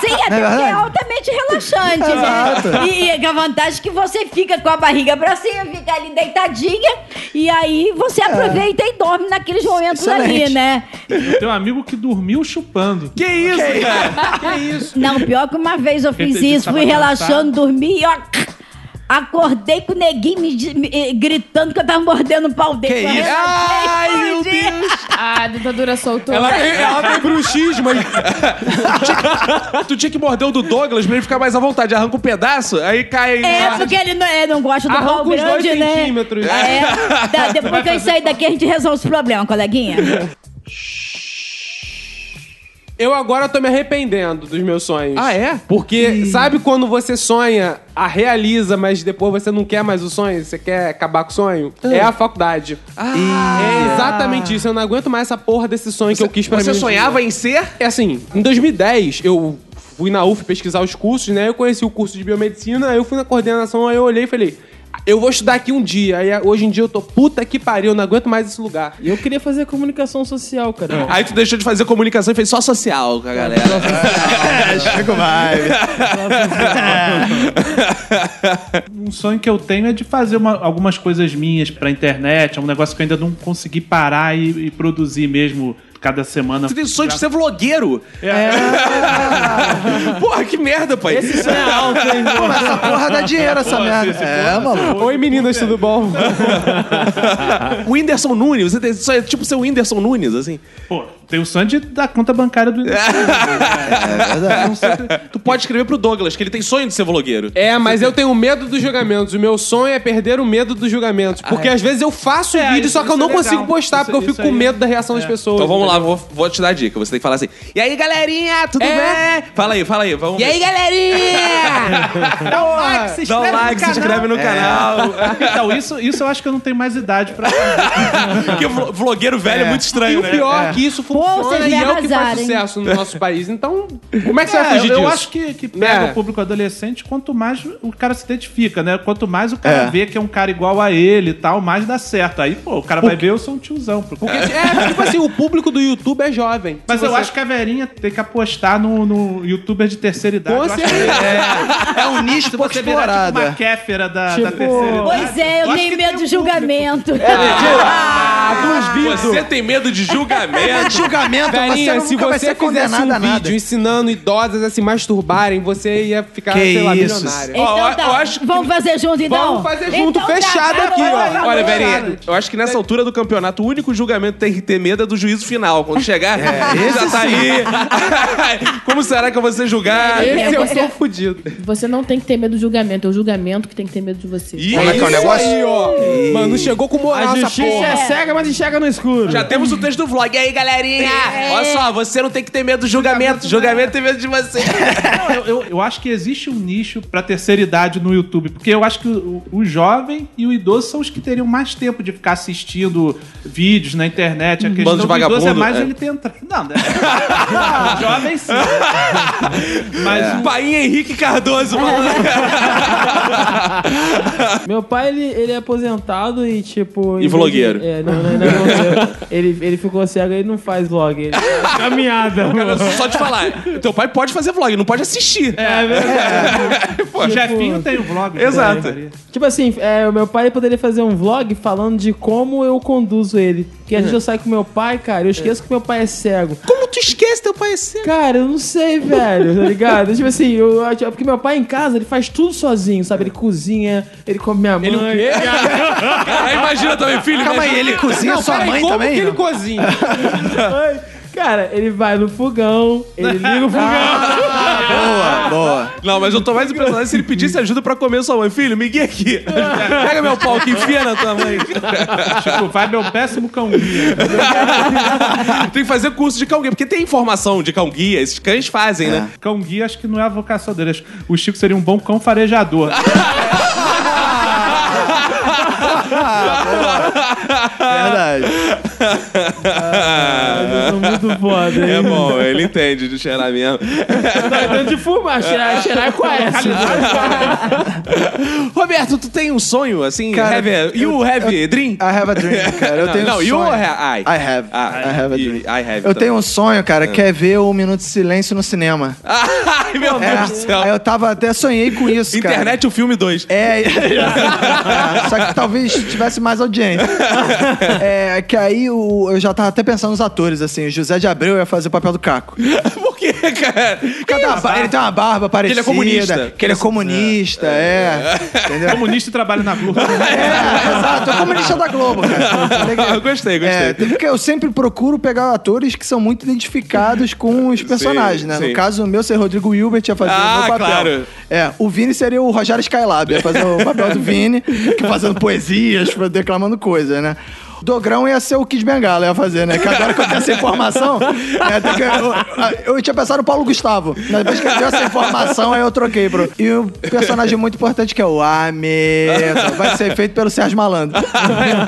Speaker 5: Sim, até
Speaker 2: Não é
Speaker 5: porque é
Speaker 2: verdade?
Speaker 5: altamente relaxante,
Speaker 2: Exato.
Speaker 5: né? E, e a vantagem é que você fica com a barriga pra cima, fica ali deitadinha, e aí
Speaker 2: É.
Speaker 5: você aproveita e dorme naqueles momentos ali, né?
Speaker 7: Eu tenho um amigo que dormiu chupando.
Speaker 1: Que isso,
Speaker 7: cara? Que isso?
Speaker 5: Não, pior que uma vez eu fiz
Speaker 7: Repetição
Speaker 5: isso, fui
Speaker 7: avançada.
Speaker 5: relaxando, dormi e ó. Acordei com o neguinho me, di- me- eh, gritando que eu tava mordendo o pau dele.
Speaker 11: Que
Speaker 5: Eu
Speaker 11: isso?
Speaker 5: relaxei
Speaker 11: Ai, meu
Speaker 5: todo dia.
Speaker 11: A ditadura soltou.
Speaker 4: É,
Speaker 1: bruxismo aí. tu tinha que morder o do Douglas pra ele ficar mais à vontade. Arranca um pedaço, aí cai.
Speaker 5: É, porque ele não, é, não gosta do
Speaker 1: Arranca
Speaker 5: pau
Speaker 1: uns dois
Speaker 5: grande, né?
Speaker 1: centímetros.
Speaker 5: É, tá,
Speaker 1: Vai
Speaker 5: depois que eu sair daqui, a gente resolve os problemas,
Speaker 1: É
Speaker 5: coleguinha.
Speaker 4: Eu agora tô me arrependendo dos meus sonhos.
Speaker 1: Ah, é?
Speaker 4: Porque sabe quando você sonha, a realiza, mas depois você não quer mais o sonho? Você quer acabar com o sonho?
Speaker 1: Ah.
Speaker 4: É a faculdade. é exatamente isso. Eu não aguento mais essa porra desse sonho que eu quis pra
Speaker 1: você
Speaker 4: mim.
Speaker 1: sonhava em ser?
Speaker 4: É assim, em 2010, eu fui na UF pesquisar os cursos, né? Eu conheci o curso de biomedicina, aí eu fui na coordenação, aí eu olhei e falei... Eu vou estudar aqui um dia. Aí hoje em dia eu tô puta que pariu, eu não aguento mais esse lugar.
Speaker 10: E eu queria fazer comunicação social, cara.
Speaker 1: Aí tu deixou de fazer comunicação e fez só social com a galera.
Speaker 2: Chega mais.
Speaker 7: Um sonho que eu tenho é de fazer uma- algumas coisas minhas pra internet. É um negócio que eu ainda não consegui parar e, e produzir mesmo cada semana.
Speaker 1: Você tem sonho de ser vlogueiro?
Speaker 4: É.
Speaker 1: É. Porra, que merda, pai.
Speaker 7: Esse sonho é alto, hein?
Speaker 2: Pô, mas essa porra dá dinheiro, essa
Speaker 1: Pô,
Speaker 2: merda.
Speaker 1: esse
Speaker 2: É, maluco.
Speaker 4: Oi, meninas, tudo bom?
Speaker 1: o Whindersson Nunes, você tem sonho, tipo ser o Whindersson Nunes, assim.
Speaker 7: Pô, tem o sonho de, da conta bancária do
Speaker 1: Tu pode escrever pro Douglas, que ele tem sonho de ser vlogueiro.
Speaker 4: É, mas eu tenho medo dos julgamentos. O meu sonho é perder o medo dos julgamentos. Porque
Speaker 1: é.
Speaker 4: às vezes eu faço
Speaker 1: É,
Speaker 4: o vídeo,
Speaker 1: isso-
Speaker 4: só que eu
Speaker 1: isso
Speaker 4: não
Speaker 1: é legal.
Speaker 4: consigo postar, Ah, porque eu fico com medo da reação
Speaker 10: É.
Speaker 4: das pessoas.
Speaker 1: Então vamos lá,
Speaker 4: entendeu?
Speaker 1: vou, vou te dar a dica. Você tem que falar assim. E aí, galerinha, tudo
Speaker 4: É.
Speaker 1: bem? Fala aí, fala aí. Vamos
Speaker 4: E aí,
Speaker 1: galerinha?
Speaker 7: Dá um
Speaker 4: Então,
Speaker 7: like, se
Speaker 1: Dá um like, se inscreve no canal.
Speaker 12: É.
Speaker 7: Então, isso, isso eu acho que eu não tenho mais idade pra.
Speaker 1: Porque vlo- vlogueiro velho é, muito
Speaker 4: E
Speaker 1: estranho,
Speaker 4: o
Speaker 1: né?
Speaker 4: pior
Speaker 1: É.
Speaker 4: é que isso
Speaker 7: Pô,
Speaker 4: funciona
Speaker 7: vocês
Speaker 4: e
Speaker 7: me
Speaker 4: é o que
Speaker 7: arrasaram,
Speaker 4: faz
Speaker 7: hein?
Speaker 4: sucesso no nosso país. Então, como é que você vai
Speaker 7: eu,
Speaker 4: fugir
Speaker 7: eu
Speaker 4: disso?
Speaker 7: acho que, que pega
Speaker 4: É.
Speaker 7: o público adolescente, quanto mais o cara se identifica, né? Quanto mais o cara
Speaker 4: É.
Speaker 7: vê que é um cara igual a ele e tal, mais dá certo. Aí, pô, o cara vai ver, eu sou um tiozão. Porque,
Speaker 4: é, tipo assim, o público do YouTube é jovem.
Speaker 7: Mas
Speaker 4: Se
Speaker 7: eu
Speaker 4: você-
Speaker 7: acho que a velhinha tem que apostar no, no youtuber de terceira idade.
Speaker 4: Com
Speaker 7: Eu acho que
Speaker 4: certeza.
Speaker 7: É, é um nicho
Speaker 2: pouco
Speaker 7: você virar,
Speaker 2: explorado,
Speaker 7: Tipo
Speaker 2: é.
Speaker 7: uma kéfera da, da
Speaker 2: Tipo-
Speaker 7: terceira idade.
Speaker 1: um
Speaker 5: Pois é, eu tenho medo de julgamento.
Speaker 7: É,
Speaker 5: Ah,
Speaker 12: Ah, duvido.
Speaker 1: Você tem medo de julgamento.
Speaker 12: Julgamento, Verinha, se você fizesse um vídeo ensinando idosas a se masturbarem, você ia ficar,
Speaker 1: Que
Speaker 12: sei lá,
Speaker 1: isso.
Speaker 12: milionário.
Speaker 1: Então Ó, eu- tá. eu acho
Speaker 5: Vamos fazer junto, então?
Speaker 12: Vamos fazer junto,
Speaker 5: Então tá,
Speaker 12: fechado
Speaker 5: cara,
Speaker 12: aqui,
Speaker 5: vai, vai,
Speaker 12: ó.
Speaker 5: vai,
Speaker 1: Olha,
Speaker 5: vai.
Speaker 1: Verinha, eu acho que nessa altura do campeonato, o único julgamento que tem que ter medo é do juízo final. Quando chegar,
Speaker 12: É,
Speaker 1: já
Speaker 12: esse
Speaker 1: tá
Speaker 12: sim. É,
Speaker 1: aí. Como será que eu vou ser julgado?
Speaker 3: Esse eu
Speaker 1: sou
Speaker 3: sou
Speaker 12: fudido.
Speaker 3: Você não tem que ter medo do julgamento, é o julgamento que tem que ter medo de você.
Speaker 1: Como é que é o negócio?
Speaker 12: Aí, ó. Mano, chegou com moral
Speaker 1: A
Speaker 12: essa
Speaker 1: justiça
Speaker 12: porra.
Speaker 1: é cega,
Speaker 12: mas enxerga no escuro.
Speaker 1: Já temos o texto do vlog. E aí, galerinha?
Speaker 12: É.
Speaker 1: Olha só, você não tem que ter medo do julgamento. Julgamento tem medo de você.
Speaker 7: Não, eu, eu- eu acho que existe um nicho pra terceira idade no YouTube, porque eu acho que o, o jovem e o idoso são os que teriam mais tempo de ficar assistindo vídeos na internet. A
Speaker 12: Bando
Speaker 7: questão
Speaker 12: de
Speaker 7: do idoso é
Speaker 12: vagabundo,
Speaker 7: mais
Speaker 12: é.
Speaker 7: ele ter entrado. Não, né? Não, jovem sim. Mas
Speaker 1: É. Painha Henrique Cardoso
Speaker 10: Meu pai, ele, ele é aposentado e, tipo...
Speaker 1: E
Speaker 10: em vez de-
Speaker 1: vlogueiro.
Speaker 10: É, não, não, não, é vlogueiro. ele, ele ficou cego, ele não faz vlog. Ele faz caminhada.
Speaker 1: Cara, só te falar, teu pai pode fazer vlog, não pode assistir.
Speaker 7: É,
Speaker 1: Pô,
Speaker 7: Jefinho tem o vlog.
Speaker 1: Exato.
Speaker 10: Tipo assim, é, o meu pai poderia fazer um vlog falando de como eu conduzo ele. Porque às vezes eu saio com meu pai, cara, eu esqueço que meu pai é cego.
Speaker 1: Como tu esquece teu pai é cego?
Speaker 10: Cara, eu não sei, velho, tá ligado? tipo assim, eu, eu- porque meu pai em casa, ele faz tudo sozinho, sabe? Ele cozinha, ele come minha mãe. Ele o quê?
Speaker 1: Aí imagina também, filho.
Speaker 10: Calma
Speaker 1: imagina.
Speaker 10: aí, ele cozinha
Speaker 1: Não,
Speaker 10: sua
Speaker 1: peraí,
Speaker 10: mãe
Speaker 1: como
Speaker 10: também,
Speaker 1: que ele
Speaker 10: não?
Speaker 12: cozinha?
Speaker 10: Cara, ele vai no fogão, ele liga o fogão.
Speaker 1: boa, boa. Não, mas eu tô mais impressionado se ele pedisse ajuda pra comer sua mãe. Filho, me guia aqui. Pega meu pau aqui, enfia na tua mãe.
Speaker 7: Tipo, vai meu péssimo cão guia.
Speaker 1: Tem que fazer curso de cão guia, porque tem informação de cão guia, esses cães fazem, né?
Speaker 7: Cão guia, acho que não é a vocação dele. Acho que O Chico seria um bom cão farejador.
Speaker 1: Verdade.
Speaker 10: Ah,
Speaker 1: muito foda, É bom, ele entende de cheirar mesmo.
Speaker 10: Tanto de fumar, cheirar, cheirar é com né?
Speaker 1: Roberto, tu tem um sonho assim?
Speaker 2: Cara,
Speaker 1: have a- you
Speaker 2: eu-
Speaker 1: have a
Speaker 2: eu-
Speaker 1: dream? I
Speaker 2: have a dream, cara. Eu
Speaker 1: não,
Speaker 2: tenho um
Speaker 1: não, you
Speaker 2: sonho.
Speaker 1: or ha- I?
Speaker 2: I have.
Speaker 1: Ah,
Speaker 2: I have a
Speaker 1: e-
Speaker 2: dream.
Speaker 1: I have
Speaker 2: Eu
Speaker 1: também.
Speaker 2: tenho um sonho, cara,
Speaker 1: Ah.
Speaker 2: que é ver o Minuto de Silêncio no cinema.
Speaker 1: Ai, meu
Speaker 2: É.
Speaker 1: Deus do céu.
Speaker 2: Aí eu tava até sonhei com isso, cara.
Speaker 1: Internet, o filme 2.
Speaker 2: É, é, só que talvez tivesse mais audiência. É, que aí o- eu já tava até pensando nos atores, assim. O José de Abreu ia fazer o papel do Caco.
Speaker 1: Por quê, cara?
Speaker 2: Cada ba- ele tem uma barba
Speaker 1: é Que ele
Speaker 2: parecida.
Speaker 1: é comunista.
Speaker 2: Que ele é comunista, é. Entendeu?
Speaker 7: Comunista e trabalha na Globo.
Speaker 2: É, exato. É comunista da Globo, cara. Tá
Speaker 1: Ah, Eu gostei, gostei.
Speaker 2: É, tem- porque eu sempre procuro pegar atores que são muito identificados com os personagens, né?
Speaker 1: sim.
Speaker 2: No caso, o meu ser Rodrigo Hilbert ia fazer
Speaker 1: Ah,
Speaker 2: o meu papel.
Speaker 1: claro.
Speaker 2: É, o Vini seria o Rogério Skylab, ia fazer o papel do Vini, que fazendo poesias, declamando coisas, né? Dogrão ia ser o Kid Bengala, ia fazer, né? Que agora que eu tenho essa informação, é, tem que- eu, eu tinha pensado no Paulo Gustavo. Mas depois que eu tenho essa informação, aí eu troquei, bro. E o personagem muito importante que é o Ameto, vai ser feito pelo Sérgio Malandro.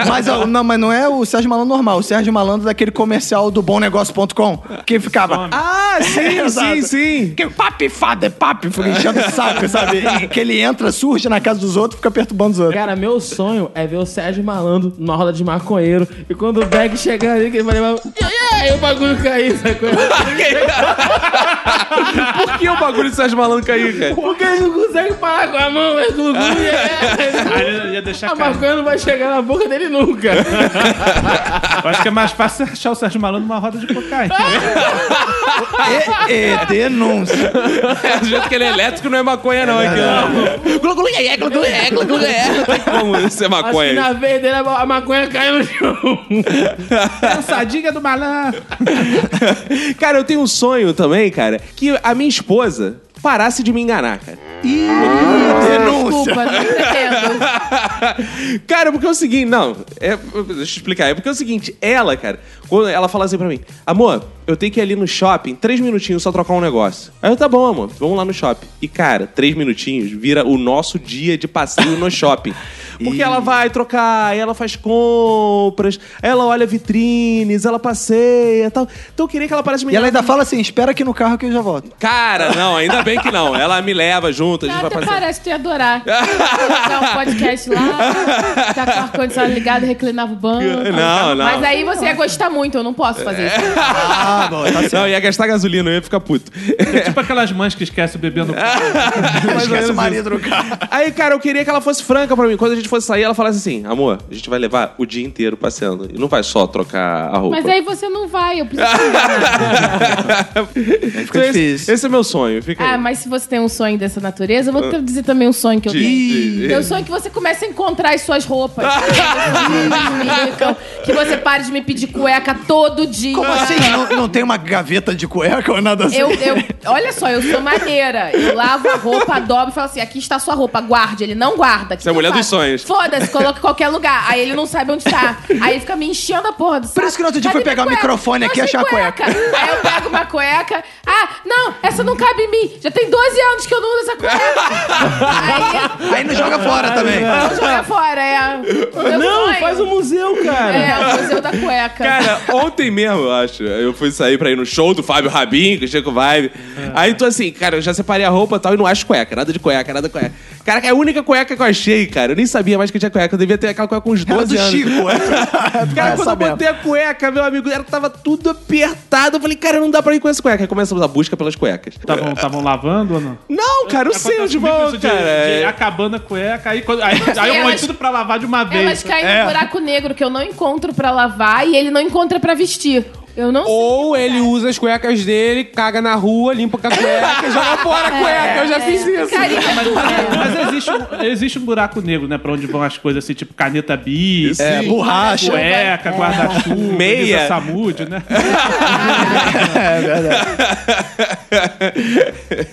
Speaker 2: Mas, ó, não, mas não é o Sérgio Malandro normal, o Sérgio Malandro é daquele comercial do bomnegócio.com, que ficava...
Speaker 1: Ah, sim, sim, sim.
Speaker 2: Que papifada, é papi, fica enchendo o saco, sabe? E que ele entra, surge na casa dos outros, fica perturbando os outros.
Speaker 10: Cara, meu sonho é ver o Sérgio Malandro numa roda de maconheiro. E quando o Beck chegar ali, que ele vai levar. E aí, o bagulho cair, sacou?
Speaker 1: Por que o bagulho do Sérgio Malandro caiu, cara?
Speaker 10: Porque ele não consegue parar com a mão, mas com o cu, e aí-
Speaker 3: Ah,
Speaker 10: A maconha não vai chegar na boca dele nunca.
Speaker 7: Eu acho que é mais fácil achar o Sérgio Malandro numa roda de cocaína. É.
Speaker 13: É,
Speaker 2: e, denúncia.
Speaker 1: É, do jeito que ele é elétrico, não é maconha, não. É, não. Glu, glu, iê, glu, glu, iê, glu, glu, iê. Não tem como ser
Speaker 10: Acho que
Speaker 1: maconha.
Speaker 10: na vez dele a maconha caiu no chão.
Speaker 7: Pensadinha do malandro.
Speaker 1: Cara, eu tenho um sonho também, cara, que a minha esposa parasse de me enganar, cara. Ih,
Speaker 3: Desculpa, não pretendo.
Speaker 1: Cara, porque é o seguinte, não, é, deixa eu explicar. É porque é o seguinte, ela, cara, quando ela fala assim pra mim, amor, eu tenho que ir ali no shopping, três minutinhos só trocar um negócio. Aí eu, tá bom, amor, vamos lá no shopping. E, cara, três minutinhos vira o nosso dia de passeio no shopping. Porque ela vai trocar, aí ela faz compras, ela olha vitrines, ela passeia e tal. Então eu queria que ela parasse de me
Speaker 2: E ela ainda
Speaker 1: enganar.
Speaker 2: fala assim, espera aqui no carro que eu já volto.
Speaker 1: Cara, não, ainda bem que não. Ela me leva junto, a gente vai
Speaker 3: Até
Speaker 1: passear.
Speaker 3: parece que tu ia adorar. Colocar um podcast lá, tá com o ar-condicionado ligado, reclinava o banco.
Speaker 1: Não, não.
Speaker 3: Mas aí você ia gostar muito, eu não posso fazer isso.
Speaker 1: Ah, bom,
Speaker 13: então
Speaker 1: tá certo. Não, ia gastar gasolina, eu ia ficar puto. É
Speaker 7: tipo aquelas mães que esquecem o bebê no carro.
Speaker 1: Mais ou menos isso. Aí, cara, eu queria que ela fosse franca pra mim. Quando a gente fosse sair, ela falasse assim: amor, a gente vai levar o dia inteiro passeando. E não vai só trocar a roupa.
Speaker 3: é
Speaker 11: Mas aí você não vai, eu preciso. andar.
Speaker 1: Então, esse, esse é meu sonho. Fica aí.
Speaker 3: Ah, mas se você tem um sonho dessa natureza, eu vou te dizer também um sonho que eu
Speaker 1: Diz, diz,
Speaker 3: tenho.
Speaker 1: diz.
Speaker 3: Meu sonho é que você comece a encontrar as suas roupas. Então, que você pare de me pedir cueca todo dia.
Speaker 13: Como assim? Não, não tem uma gaveta de cueca ou nada assim?
Speaker 3: Eu, eu, olha só, eu sou maneira. Eu lavo a roupa, dobro e falo assim: aqui está a sua roupa, guarde. Ele não guarda. Que
Speaker 1: Você é a
Speaker 3: que
Speaker 1: mulher
Speaker 3: eu faço?
Speaker 1: dos sonhos.
Speaker 3: Foda-se, coloca em qualquer lugar. Aí ele não sabe onde tá. Aí ele fica me enchendo a porra do saco. Por isso
Speaker 13: que no outro dia eu fui pegar o microfone aqui e achei a cueca.
Speaker 3: Aí eu pego uma cueca. Ah, não, essa não cabe em mim. Já tem 12 anos que eu não uso essa cueca. Aí,
Speaker 13: Aí não joga fora também.
Speaker 3: Não joga fora, é.
Speaker 10: Não,
Speaker 3: faz o
Speaker 10: museu, cara.
Speaker 3: É, o museu da cueca.
Speaker 1: Cara, ontem mesmo, eu acho, eu fui sair pra ir no show do Fábio Rabin, que chega com vibe.
Speaker 7: É.
Speaker 1: Aí tô assim, cara, eu já separei a roupa e tal e não acho cueca, nada de cueca, nada de cueca. Cara, é a única cueca que eu achei, cara. Eu nem sabia mais que tinha cueca. Eu devia ter aquela cueca com uns 12 anos.
Speaker 7: é.
Speaker 1: cara, quando eu botei a cueca, meu amigo, era, tava tudo apertado. Eu falei, cara, não dá pra ir com essa cueca. Aí começamos a busca pelas cuecas.
Speaker 7: Estavam estavam lavando ou não?
Speaker 1: Não, cara, eu sei onde vão,
Speaker 7: Isso de- de
Speaker 1: cara. é.
Speaker 7: acabando a cueca, aí, quando- aí, aí eu ponho
Speaker 3: Elas-
Speaker 7: tudo pra lavar de uma vez.
Speaker 3: Elas caem
Speaker 7: É.
Speaker 3: no buraco negro que eu não encontro pra lavar e ele não encontra pra vestir. Eu não
Speaker 4: Ou ele usa as cuecas dele, caga na rua, limpa com a cueca, joga fora a cueca. eu já
Speaker 5: É
Speaker 4: fiz isso.
Speaker 7: Mas existe um, existe um buraco negro, né? Pra onde vão as coisas assim, tipo caneta bis,
Speaker 13: É, borracha.
Speaker 7: cueca,
Speaker 13: É.
Speaker 7: guarda-chuva,
Speaker 13: Meia.
Speaker 7: camisa Samúdio, né?
Speaker 13: É verdade.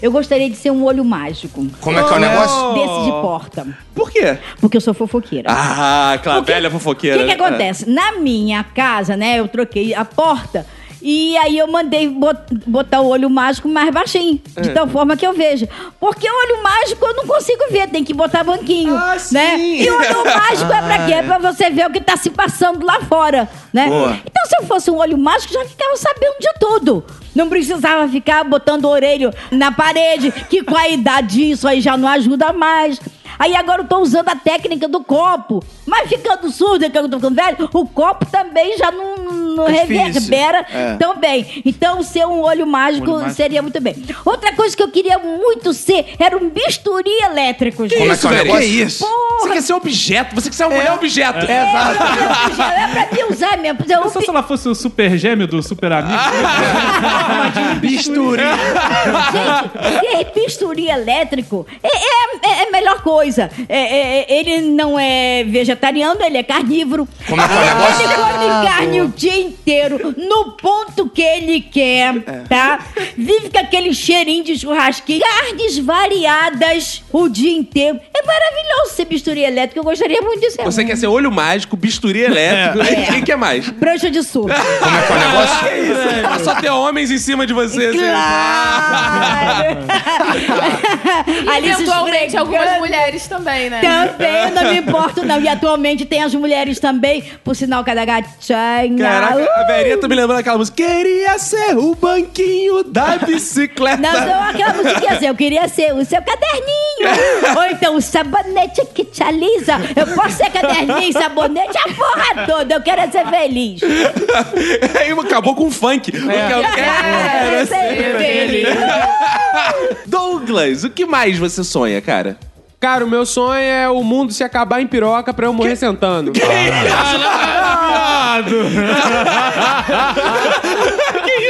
Speaker 5: Eu gostaria de ser um olho mágico.
Speaker 1: Como é que é o negócio?
Speaker 5: um Desse de porta.
Speaker 1: Por quê?
Speaker 5: Porque eu sou fofoqueira.
Speaker 1: Ah, aquela velha
Speaker 5: O
Speaker 1: fofoqueira. né? É.
Speaker 5: que, que acontece? Na minha casa, né, eu troquei a porta e aí eu mandei bot- botar o olho mágico mais baixinho, de
Speaker 11: É.
Speaker 5: tal forma que eu vejo. Porque o olho mágico eu não consigo ver, tem que botar banquinho,
Speaker 1: Ah,
Speaker 5: né? E o olho mágico é pra quê? É pra você ver o que tá se passando lá fora, né?
Speaker 11: Boa.
Speaker 5: Então se eu fosse um olho mágico, já ficava sabendo de tudo. Não precisava ficar botando o orelho na parede, que com a idade isso aí já não ajuda mais. Aí agora eu tô usando a técnica do copo. Mas ficando surdo, que eu tô ficando velho, o copo também já não, não
Speaker 11: É difícil.
Speaker 5: reverbera
Speaker 11: É.
Speaker 5: tão bem. Então, ser um olho mágico,
Speaker 11: Olho mágico.
Speaker 5: seria muito bem. Outra coisa que eu queria muito ser era um bisturi elétrico. gente.
Speaker 1: Como é que é o negócio? Você quer ser objeto, você quer ser uma
Speaker 5: É.
Speaker 1: mulher objeto.
Speaker 5: Exato. É pra um me usar mesmo. Eu
Speaker 7: É Só se ela fosse o super gêmeo do super amigo.
Speaker 13: Bisturi.
Speaker 5: Gente, e bisturi elétrico é, é- é a melhor coisa. É- é- é- ele não é vegetariano, ele é carnívoro. Como é que ele come carne o dia inteiro, no ponto que ele quer, tá? Vive com aquele cheirinho de churrasquinho. Carnes variadas o dia inteiro. É maravilhoso ser bisturi elétrico, eu gostaria muito de ser.
Speaker 1: Você quer ser olho mágico, bisturi
Speaker 5: É.
Speaker 1: elétrico. E quem quer mais?
Speaker 5: Prancha de surf.
Speaker 1: negócio? Que
Speaker 5: É.
Speaker 1: isso? Pra só ter homens em cima de você. assim.
Speaker 5: Ali se
Speaker 3: Eventualmente, algumas
Speaker 5: esfregando.
Speaker 3: mulheres também, né?
Speaker 5: Também, eu não me importo, não. E atualmente tem as mulheres também, por sinal, cada gatinha.
Speaker 1: Caraca, a Verinha tá me lembrando daquela música. Queria ser o banquinho da bicicleta.
Speaker 5: Não, não, aquela musiquinha assim, eu queria ser o seu caderninho. Ou então o sabonete que te alisa. Eu posso ser caderninho, sabonete, a porra toda. Eu quero é ser feliz.
Speaker 1: Aí acabou com o funk. O que eu quero
Speaker 5: É,
Speaker 1: é
Speaker 5: ser
Speaker 1: ser
Speaker 5: feliz.
Speaker 1: feliz. Douglas, o que mais você sonha, cara?
Speaker 4: Cara, o meu sonho é o mundo se acabar em piroca pra eu morrer sentando.
Speaker 1: que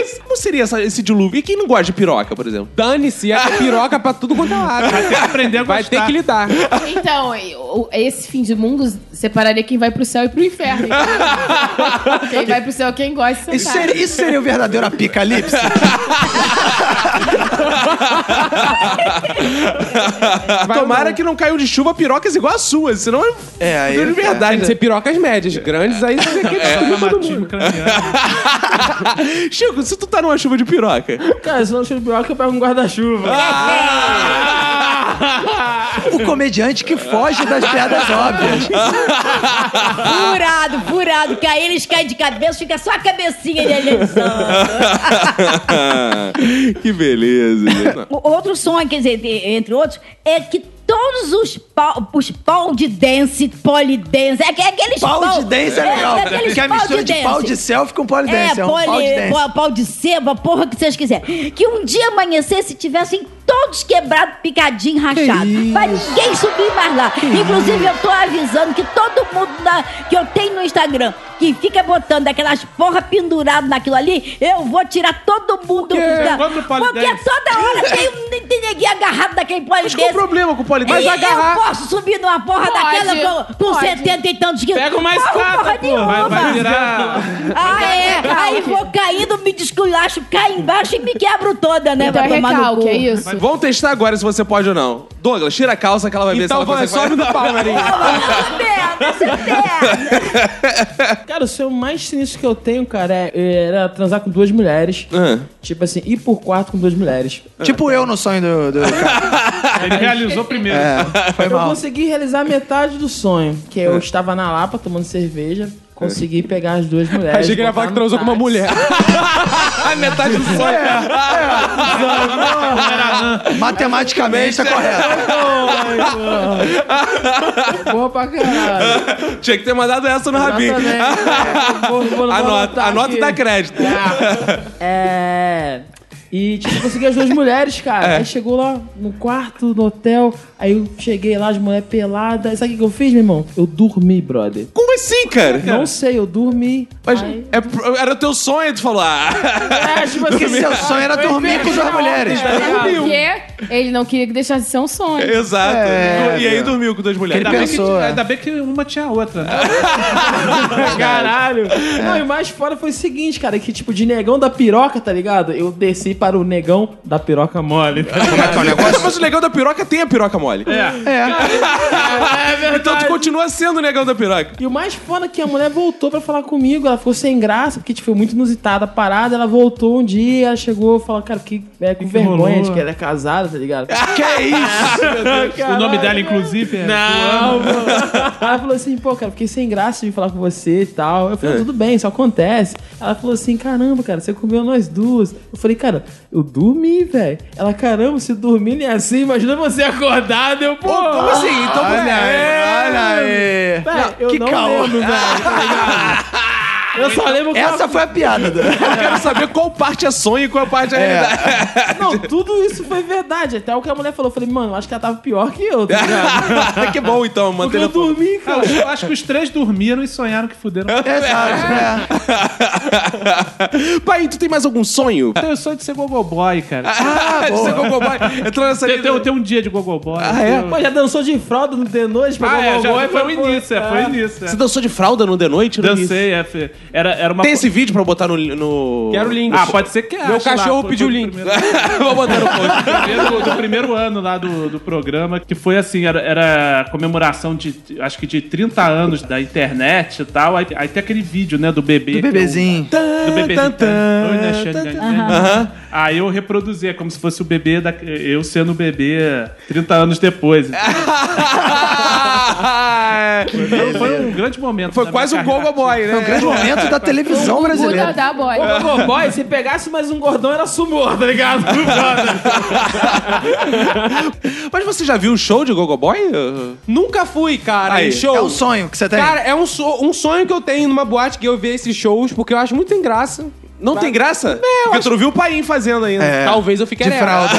Speaker 1: isso? Como seria essa- esse dilúvio? E quem não gosta de piroca, por exemplo?
Speaker 4: Dane-se, é piroca pra tudo quanto é lado. Vai ter que aprender a Vai ter que lidar.
Speaker 3: Então, o- esse fim de mundo separaria quem vai pro céu e pro inferno. quem vai pro céu é quem gosta de
Speaker 13: Isso
Speaker 3: sentar.
Speaker 13: seria, isso seria o verdadeiro apocalipse?
Speaker 1: Tomara que não caiam de chuva pirocas igual as suas, senão é, de verdade. É,
Speaker 4: Tem que ser pirocas médias, grandes, aí você quer
Speaker 1: Chico, se tu tá numa chuva de piroca.
Speaker 10: Cara, se não chuva de piroca, eu pego um guarda-chuva.
Speaker 13: o comediante que foge das piadas óbvias.
Speaker 5: Furado, furado. Que aí eles caem de cabeça, fica só a cabecinha de eleição.
Speaker 1: que beleza. gente.
Speaker 5: O- Outro sonho, quer dizer, de- entre outros, é que todos os pau, os pau de dance, polidance, é, que- é aqueles
Speaker 13: Pau de dance é legal,
Speaker 5: aqueles
Speaker 13: que é a
Speaker 5: pau
Speaker 13: mistura de pau de selfie com pole dance,
Speaker 5: É,
Speaker 13: é um pau de
Speaker 5: poli-
Speaker 13: dance.
Speaker 5: pau- pau de sebo, a porra que vocês quiserem. Que um dia amanhecesse e tivessem todos quebrados, picadinho, rachado. Vai ninguém subir mais lá. Inclusive, eu tô avisando que todo mundo da- que eu tenho no Instagram que fica botando aquelas porra pendurado naquilo ali, eu vou tirar todo mundo. da-
Speaker 7: Quanto
Speaker 5: Porque
Speaker 7: polidense?
Speaker 5: toda hora tem um tem neguinho agarrado daquele polidense.
Speaker 4: Mas qual o problema com o polidense?
Speaker 5: E
Speaker 4: Mas agarrar-
Speaker 5: Eu posso subir numa porra
Speaker 3: Pode,
Speaker 5: daquela com, com
Speaker 3: pode.
Speaker 5: 70 e tantos quilos.
Speaker 4: Pega uma
Speaker 5: Porra,
Speaker 4: escada,
Speaker 5: porra
Speaker 4: pô. Vai, vai virar.
Speaker 5: ah, é?
Speaker 3: recalque.
Speaker 5: Aí vou caindo, me desculacho, caio embaixo e me quebro toda, né?
Speaker 14: Então
Speaker 5: Vai
Speaker 14: é
Speaker 5: tomar no
Speaker 14: recalque,
Speaker 5: cu.
Speaker 14: é isso.
Speaker 1: Mas Vamos testar agora se você pode ou não. Douglas, tira a calça que ela vai ver
Speaker 4: Então
Speaker 1: se ela
Speaker 4: vai,
Speaker 1: consegue.
Speaker 4: sobe no pau,
Speaker 7: né?
Speaker 4: Marinho.
Speaker 5: Ah,
Speaker 10: Cara, o seu mais sinistro que eu tenho, cara, é, era transar com duas mulheres.
Speaker 1: Ah.
Speaker 10: Tipo assim, ir por quarto com duas mulheres.
Speaker 2: Tipo eu no sonho do. do
Speaker 7: Ele realizou primeiro.
Speaker 2: foi
Speaker 10: eu
Speaker 2: mal.
Speaker 10: consegui realizar metade do sonho, que eu estava na Lapa tomando cerveja, consegui pegar as duas mulheres.
Speaker 4: Achei que ele ia falar que transou com uma mulher. Ah, Metade do sonho.
Speaker 2: Matematicamente tá
Speaker 1: é
Speaker 2: correto.
Speaker 10: Boa pra caralho.
Speaker 1: Tinha que ter mandado essa no Rabinho. Anota, anota e dá crédito. Ah.
Speaker 10: É. E tipo, consegui as duas mulheres, cara.
Speaker 1: É.
Speaker 10: Aí chegou lá no quarto, no hotel. Aí eu cheguei lá, as mulheres peladas. Aí Sabe o que que eu fiz, meu irmão? Eu dormi, brother.
Speaker 1: Como assim, cara?
Speaker 10: Não sei, eu dormi.
Speaker 1: Mas
Speaker 10: Aí-
Speaker 1: é pro- era o teu sonho, tu falou. Ah.
Speaker 10: É, tipo assim,
Speaker 2: Porque seu sonho era dormir com duas mulheres.
Speaker 1: Tá
Speaker 3: É
Speaker 10: um
Speaker 14: Porque ele não queria que deixasse de ser um sonho.
Speaker 1: Exato.
Speaker 2: É,
Speaker 1: e aí
Speaker 2: meu.
Speaker 1: dormiu com duas mulheres.
Speaker 2: Ele
Speaker 7: Ainda bem, que,
Speaker 2: pensou, é.
Speaker 7: ainda bem que uma tinha a outra, né?
Speaker 1: Tá
Speaker 10: Caralho!
Speaker 1: É.
Speaker 10: Não, e mais fora foi o seguinte, cara, que tipo, de negão da piroca, tá ligado? Eu desci para o negão da piroca mole. tá
Speaker 8: é
Speaker 10: ligado?
Speaker 1: Mas o negão da piroca tem a piroca mole. Então tu continua sendo o negão da piroca.
Speaker 10: E o mais foda é que a mulher voltou pra falar comigo, ela ficou sem graça, porque tipo, foi muito inusitada a parada, ela voltou um dia, ela chegou e falou, cara, que é, com vergonha
Speaker 7: rolou?
Speaker 10: de que ela é casada, tá ligado?
Speaker 1: Que é isso?
Speaker 7: É. o nome dela, inclusive, é.
Speaker 10: Não, mano. Ela falou assim, pô, cara, fiquei sem graça de falar com você e tal. Eu falei,
Speaker 1: É.
Speaker 10: tudo bem, isso acontece. Ela falou assim, caramba, cara, você comeu nós duas. Eu falei, cara, eu dormi, velho. Ela, caramba, se dormirem assim, imagina você acordado. Eu, pô,
Speaker 1: como assim? Então,
Speaker 2: Olha aí, olha aí.
Speaker 10: Véi, eu
Speaker 2: que
Speaker 10: não
Speaker 2: caô.
Speaker 10: lembro, velho. tá ligado? Eu só lembro que
Speaker 2: Essa foi a piada.
Speaker 1: Eu quero saber qual parte é sonho e qual parte é, realidade.
Speaker 10: Não, tudo isso foi verdade. Até o que a mulher falou, eu falei, mano, acho que ela tava pior que eu, tá ligado?
Speaker 1: que bom então,
Speaker 10: Porque
Speaker 1: mantendo.
Speaker 10: eu dormi, cara.
Speaker 7: Ah, eu acho que os três dormiram e sonharam que fuderam.
Speaker 2: Exato, é.
Speaker 1: Pai, tu tem mais algum sonho?
Speaker 7: Então, eu sonho de ser gogoboy, cara.
Speaker 1: Ah, você é gogoboy. Entrou nessa
Speaker 7: Tem,
Speaker 1: lista.
Speaker 7: tem, tem um dia de gogoboy.
Speaker 1: Ah, é?
Speaker 7: Eu-
Speaker 10: Pô, já dançou de fralda no de noite, pegou um
Speaker 7: Ah, é, já
Speaker 10: gogó e
Speaker 7: foi, o início, é, foi o
Speaker 10: Ah.
Speaker 7: início. é.
Speaker 1: Você dançou de fralda no The Noite? não vi.
Speaker 7: Dancei, é, fi- era, era uma...
Speaker 1: Tem esse vídeo pra eu botar no... no...
Speaker 4: Quero o link.
Speaker 7: Ah, pode ser que
Speaker 4: Meu
Speaker 7: ache lá,
Speaker 4: cachorro
Speaker 7: foi-
Speaker 4: pediu o
Speaker 7: foi do
Speaker 4: link.
Speaker 7: primeiro-
Speaker 1: Vou botar no post.
Speaker 7: primeiro- do primeiro ano lá do, do programa, que foi assim, era, era comemoração de, de- acho que de 30 anos da internet e tal. Aí, aí tem aquele vídeo, né, do bebê. que
Speaker 2: Do
Speaker 7: é o-
Speaker 2: bebezinho.
Speaker 1: Então,
Speaker 7: do bebezinho. Oi, né, Xande?
Speaker 1: Aham.
Speaker 7: Aí eu reproduzia como se fosse o bebê, da, eu sendo o bebê 30 anos depois. Foi, foi um grande momento.
Speaker 1: Foi
Speaker 7: da
Speaker 1: quase um
Speaker 7: minha carreira.
Speaker 1: gogoboy, né?
Speaker 2: Foi um grande momento da
Speaker 1: Então,
Speaker 2: televisão brasileira.
Speaker 3: Buda da boy.
Speaker 10: Ô, Gogoboy, um se pegasse mais um gordão, era sumô, tá ligado?
Speaker 1: Mas você já viu o show de Gogoboy?
Speaker 4: Nunca fui, cara.
Speaker 1: Aí.
Speaker 4: em show.
Speaker 2: É o sonho que você tem.
Speaker 4: Cara, é um, so- um sonho que eu tenho numa boate que eu ver esses shows, porque eu acho muito sem graça.
Speaker 1: Não tem graça? Porque tu não viu o Paim fazendo ainda.
Speaker 4: Talvez eu fique
Speaker 2: É, de
Speaker 4: ereto.
Speaker 2: fralda.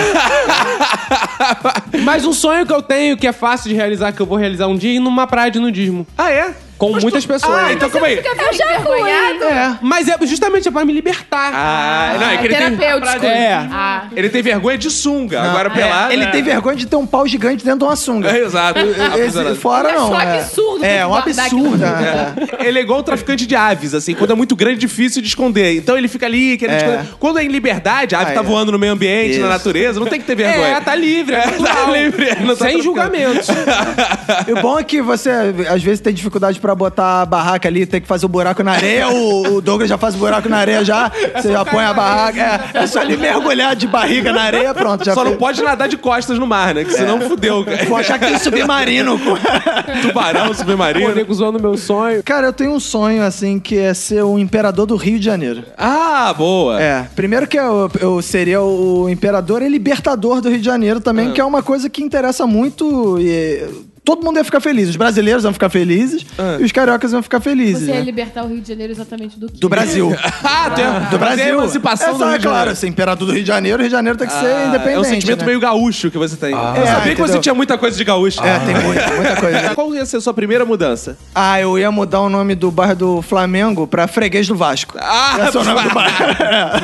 Speaker 4: Mas um sonho que eu tenho que é fácil de realizar, que eu vou realizar um dia, é ir numa praia de nudismo.
Speaker 1: Ah, é?
Speaker 4: Com muitas pessoas.
Speaker 1: Ah, então calma aí.
Speaker 3: Eu já fui.
Speaker 2: É.
Speaker 4: Mas é justamente é pra me libertar.
Speaker 1: Ah, não, é que ele tem,
Speaker 3: Terapêutico.
Speaker 4: É.
Speaker 3: Ah.
Speaker 1: ele tem vergonha de sunga. Agora pelado.
Speaker 2: é, Ele tem vergonha de ter um pau gigante dentro de uma sunga.
Speaker 1: É, exato.
Speaker 2: Esse-
Speaker 1: Absurdo.
Speaker 2: fora
Speaker 3: É
Speaker 2: não.
Speaker 3: só absurdo
Speaker 2: É,
Speaker 3: ter
Speaker 2: um
Speaker 3: que guardar aquilo
Speaker 2: absurdo.
Speaker 3: tudo.
Speaker 2: é.
Speaker 1: Ele é igual um traficante de aves, assim. Quando é muito grande, difícil de esconder. Então ele fica ali querendo
Speaker 2: É.
Speaker 1: esconder. Quando é em liberdade, a ave
Speaker 2: Ah,
Speaker 1: tá
Speaker 2: é.
Speaker 1: voando no meio ambiente, na
Speaker 2: Isso.
Speaker 1: natureza. Não tem que ter vergonha.
Speaker 4: É, tá livre. É,
Speaker 1: Tá livre. Não tá
Speaker 4: Sem
Speaker 1: traficando.
Speaker 4: julgamentos.
Speaker 2: E o bom é que você, às vezes, tem dificuldade pra botar a barraca ali, tem que fazer o buraco na areia. O, o Douglas já faz o buraco na areia já. você já põe a barraca. É, é só ele mergulhar de barriga na areia, pronto. Já
Speaker 1: Só não
Speaker 2: fez.
Speaker 1: pode nadar de costas no mar, né? Que senão fudeu, cara.
Speaker 2: Vou achar que tem submarino.
Speaker 1: Tubarão,
Speaker 4: Pô,
Speaker 1: submarino.
Speaker 4: nego zoando meu sonho.
Speaker 2: Cara, eu tenho um sonho, assim, que é ser o imperador do Rio de Janeiro.
Speaker 1: Ah, boa.
Speaker 2: É, primeiro que eu, eu seria o imperador e libertador do Rio de Janeiro também, que é uma coisa que interessa muito e todo mundo ia ficar feliz. Os brasileiros iam ficar felizes e os cariocas iam ficar felizes.
Speaker 3: Você é
Speaker 2: né?
Speaker 3: ia libertar o Rio de Janeiro exatamente do que?
Speaker 2: Do Brasil.
Speaker 3: ah,
Speaker 1: um-
Speaker 3: tem-
Speaker 2: Do
Speaker 1: fazer a
Speaker 2: Brasil.
Speaker 1: emancipação
Speaker 2: é
Speaker 1: do
Speaker 2: só,
Speaker 1: Rio
Speaker 2: é
Speaker 1: de
Speaker 2: claro,
Speaker 1: Janeiro.
Speaker 2: assim, imperador do Rio de Janeiro, Rio de Janeiro tem que ser independente.
Speaker 1: É um sentimento
Speaker 2: né?
Speaker 1: meio gaúcho que você tem. eu
Speaker 2: É,
Speaker 1: sabia que
Speaker 2: entendeu?
Speaker 1: você tinha muita coisa de gaúcho. É,
Speaker 2: tem muita, coisa.
Speaker 1: Qual ia ser a sua primeira mudança?
Speaker 2: Ah, eu ia mudar o nome do bairro do Flamengo pra Freguês do Vasco.
Speaker 1: Ah,
Speaker 2: Esse é o nome do bairro.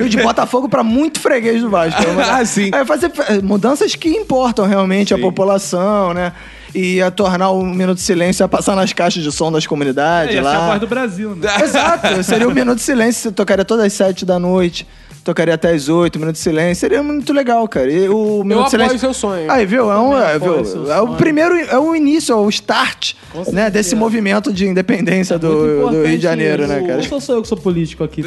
Speaker 2: e o de Botafogo pra muito Freguês do Vasco. Eu ia mudar.
Speaker 1: Ah, sim.
Speaker 2: Aí eu ia fazer eh, mudanças que importam realmente a população, né? E ia tornar o Minuto de Silêncio a passar nas caixas de som das comunidades
Speaker 7: É, ia
Speaker 2: lá.
Speaker 7: ser a voz do Brasil, né?
Speaker 2: Exato, seria um minuto de silêncio, tocaria todas as sete da noite. Tocaria até as oito, um minuto de silêncio. Seria muito legal, cara. E o minuto de
Speaker 4: apoio
Speaker 2: silêncio...
Speaker 4: seu sonho.
Speaker 2: Aí, viu? É, um,
Speaker 4: Também
Speaker 2: é,
Speaker 4: apoio
Speaker 2: viu?
Speaker 4: seu
Speaker 2: é o primeiro, é o início, é o start né, desse movimento de
Speaker 4: É
Speaker 2: independência do, do Rio de Janeiro, né, cara?
Speaker 10: Não sou eu que sou político aqui.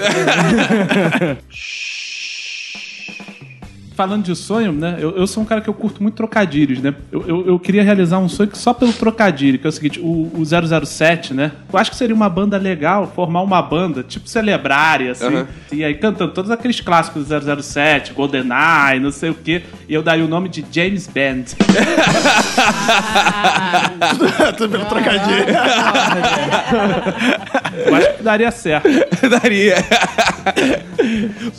Speaker 7: Falando de sonho, né? Eu, eu sou um cara que eu curto muito trocadilhos, né? Eu, eu, eu queria realizar um sonho que só pelo trocadilho, que é o seguinte, o, o 007, né? Eu acho que seria uma banda legal formar uma banda, tipo Celebrare, assim.
Speaker 4: Aham.
Speaker 7: E aí cantando todos aqueles clássicos do 007, GoldenEye, não sei o quê. E eu daria o nome de James Band.
Speaker 2: Tudo pelo trocadilho.
Speaker 7: eu acho que daria certo.
Speaker 1: daria.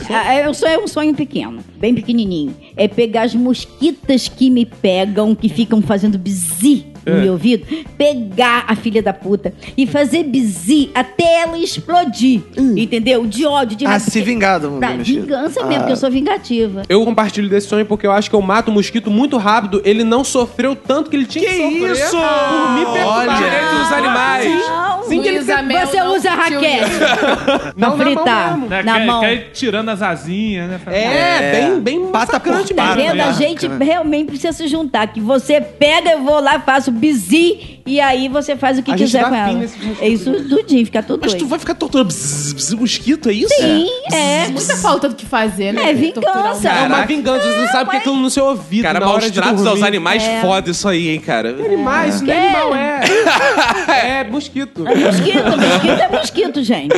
Speaker 5: Ah, é, Eu só é um sonho pequeno, bem pequenininho. É pegar as mosquitas que me pegam, que ficam fazendo bizi no
Speaker 3: É.
Speaker 5: meu ouvido, pegar a filha da puta e fazer bizi até ela explodir. Entendeu? De ódio, de
Speaker 2: Hum. Ah,
Speaker 5: raiva.
Speaker 2: se vingar do- do
Speaker 5: Pra
Speaker 2: mosquito.
Speaker 5: vingança é mesmo,
Speaker 4: Ah.
Speaker 5: porque eu sou vingativa.
Speaker 4: Eu compartilho desse sonho porque eu acho que eu mato o mosquito muito rápido. Ele não sofreu tanto que ele tinha que, sofrer
Speaker 1: isso?
Speaker 4: por me pegar.
Speaker 1: Olha. Direito dos animais.
Speaker 4: Sim, que ele
Speaker 3: Luísa
Speaker 4: tem-
Speaker 3: Mel
Speaker 5: Você
Speaker 3: não
Speaker 5: usa
Speaker 3: curtiu
Speaker 5: raquete.
Speaker 3: isso.
Speaker 5: Não, na fritar, mão mesmo.
Speaker 7: Né,
Speaker 5: na
Speaker 7: quer-
Speaker 5: mão.
Speaker 7: quer ir tirando as asinhas, né?
Speaker 5: É, bem-
Speaker 4: bem
Speaker 7: pata por
Speaker 5: Tá vendo? A gente realmente precisa se juntar. Que você pega, eu vou lá, faço bizi e aí você faz o que
Speaker 1: A gente
Speaker 5: quiser
Speaker 1: dá
Speaker 5: com
Speaker 1: fim
Speaker 5: ela.
Speaker 1: nesses mosquitos.
Speaker 5: É isso tudinho, fica tudo
Speaker 1: Mas tu
Speaker 5: doido.
Speaker 1: vai ficar torturando bzz, bzz, mosquito, é isso?
Speaker 5: Sim, é.
Speaker 3: Muita falta do que fazer, né?
Speaker 5: É vingança.
Speaker 1: É uma
Speaker 4: vingança, você não sabe o que é aquilo no seu ouvido.
Speaker 1: Cara,
Speaker 4: na
Speaker 1: maus
Speaker 4: hora de
Speaker 1: tratos
Speaker 4: dormir.
Speaker 1: aos animais,
Speaker 4: É.
Speaker 1: foda isso aí, hein, cara.
Speaker 10: Ah,
Speaker 4: Animais, isso não é animal, é. É mosquito.
Speaker 5: É mosquito, mosquito é mosquito, gente.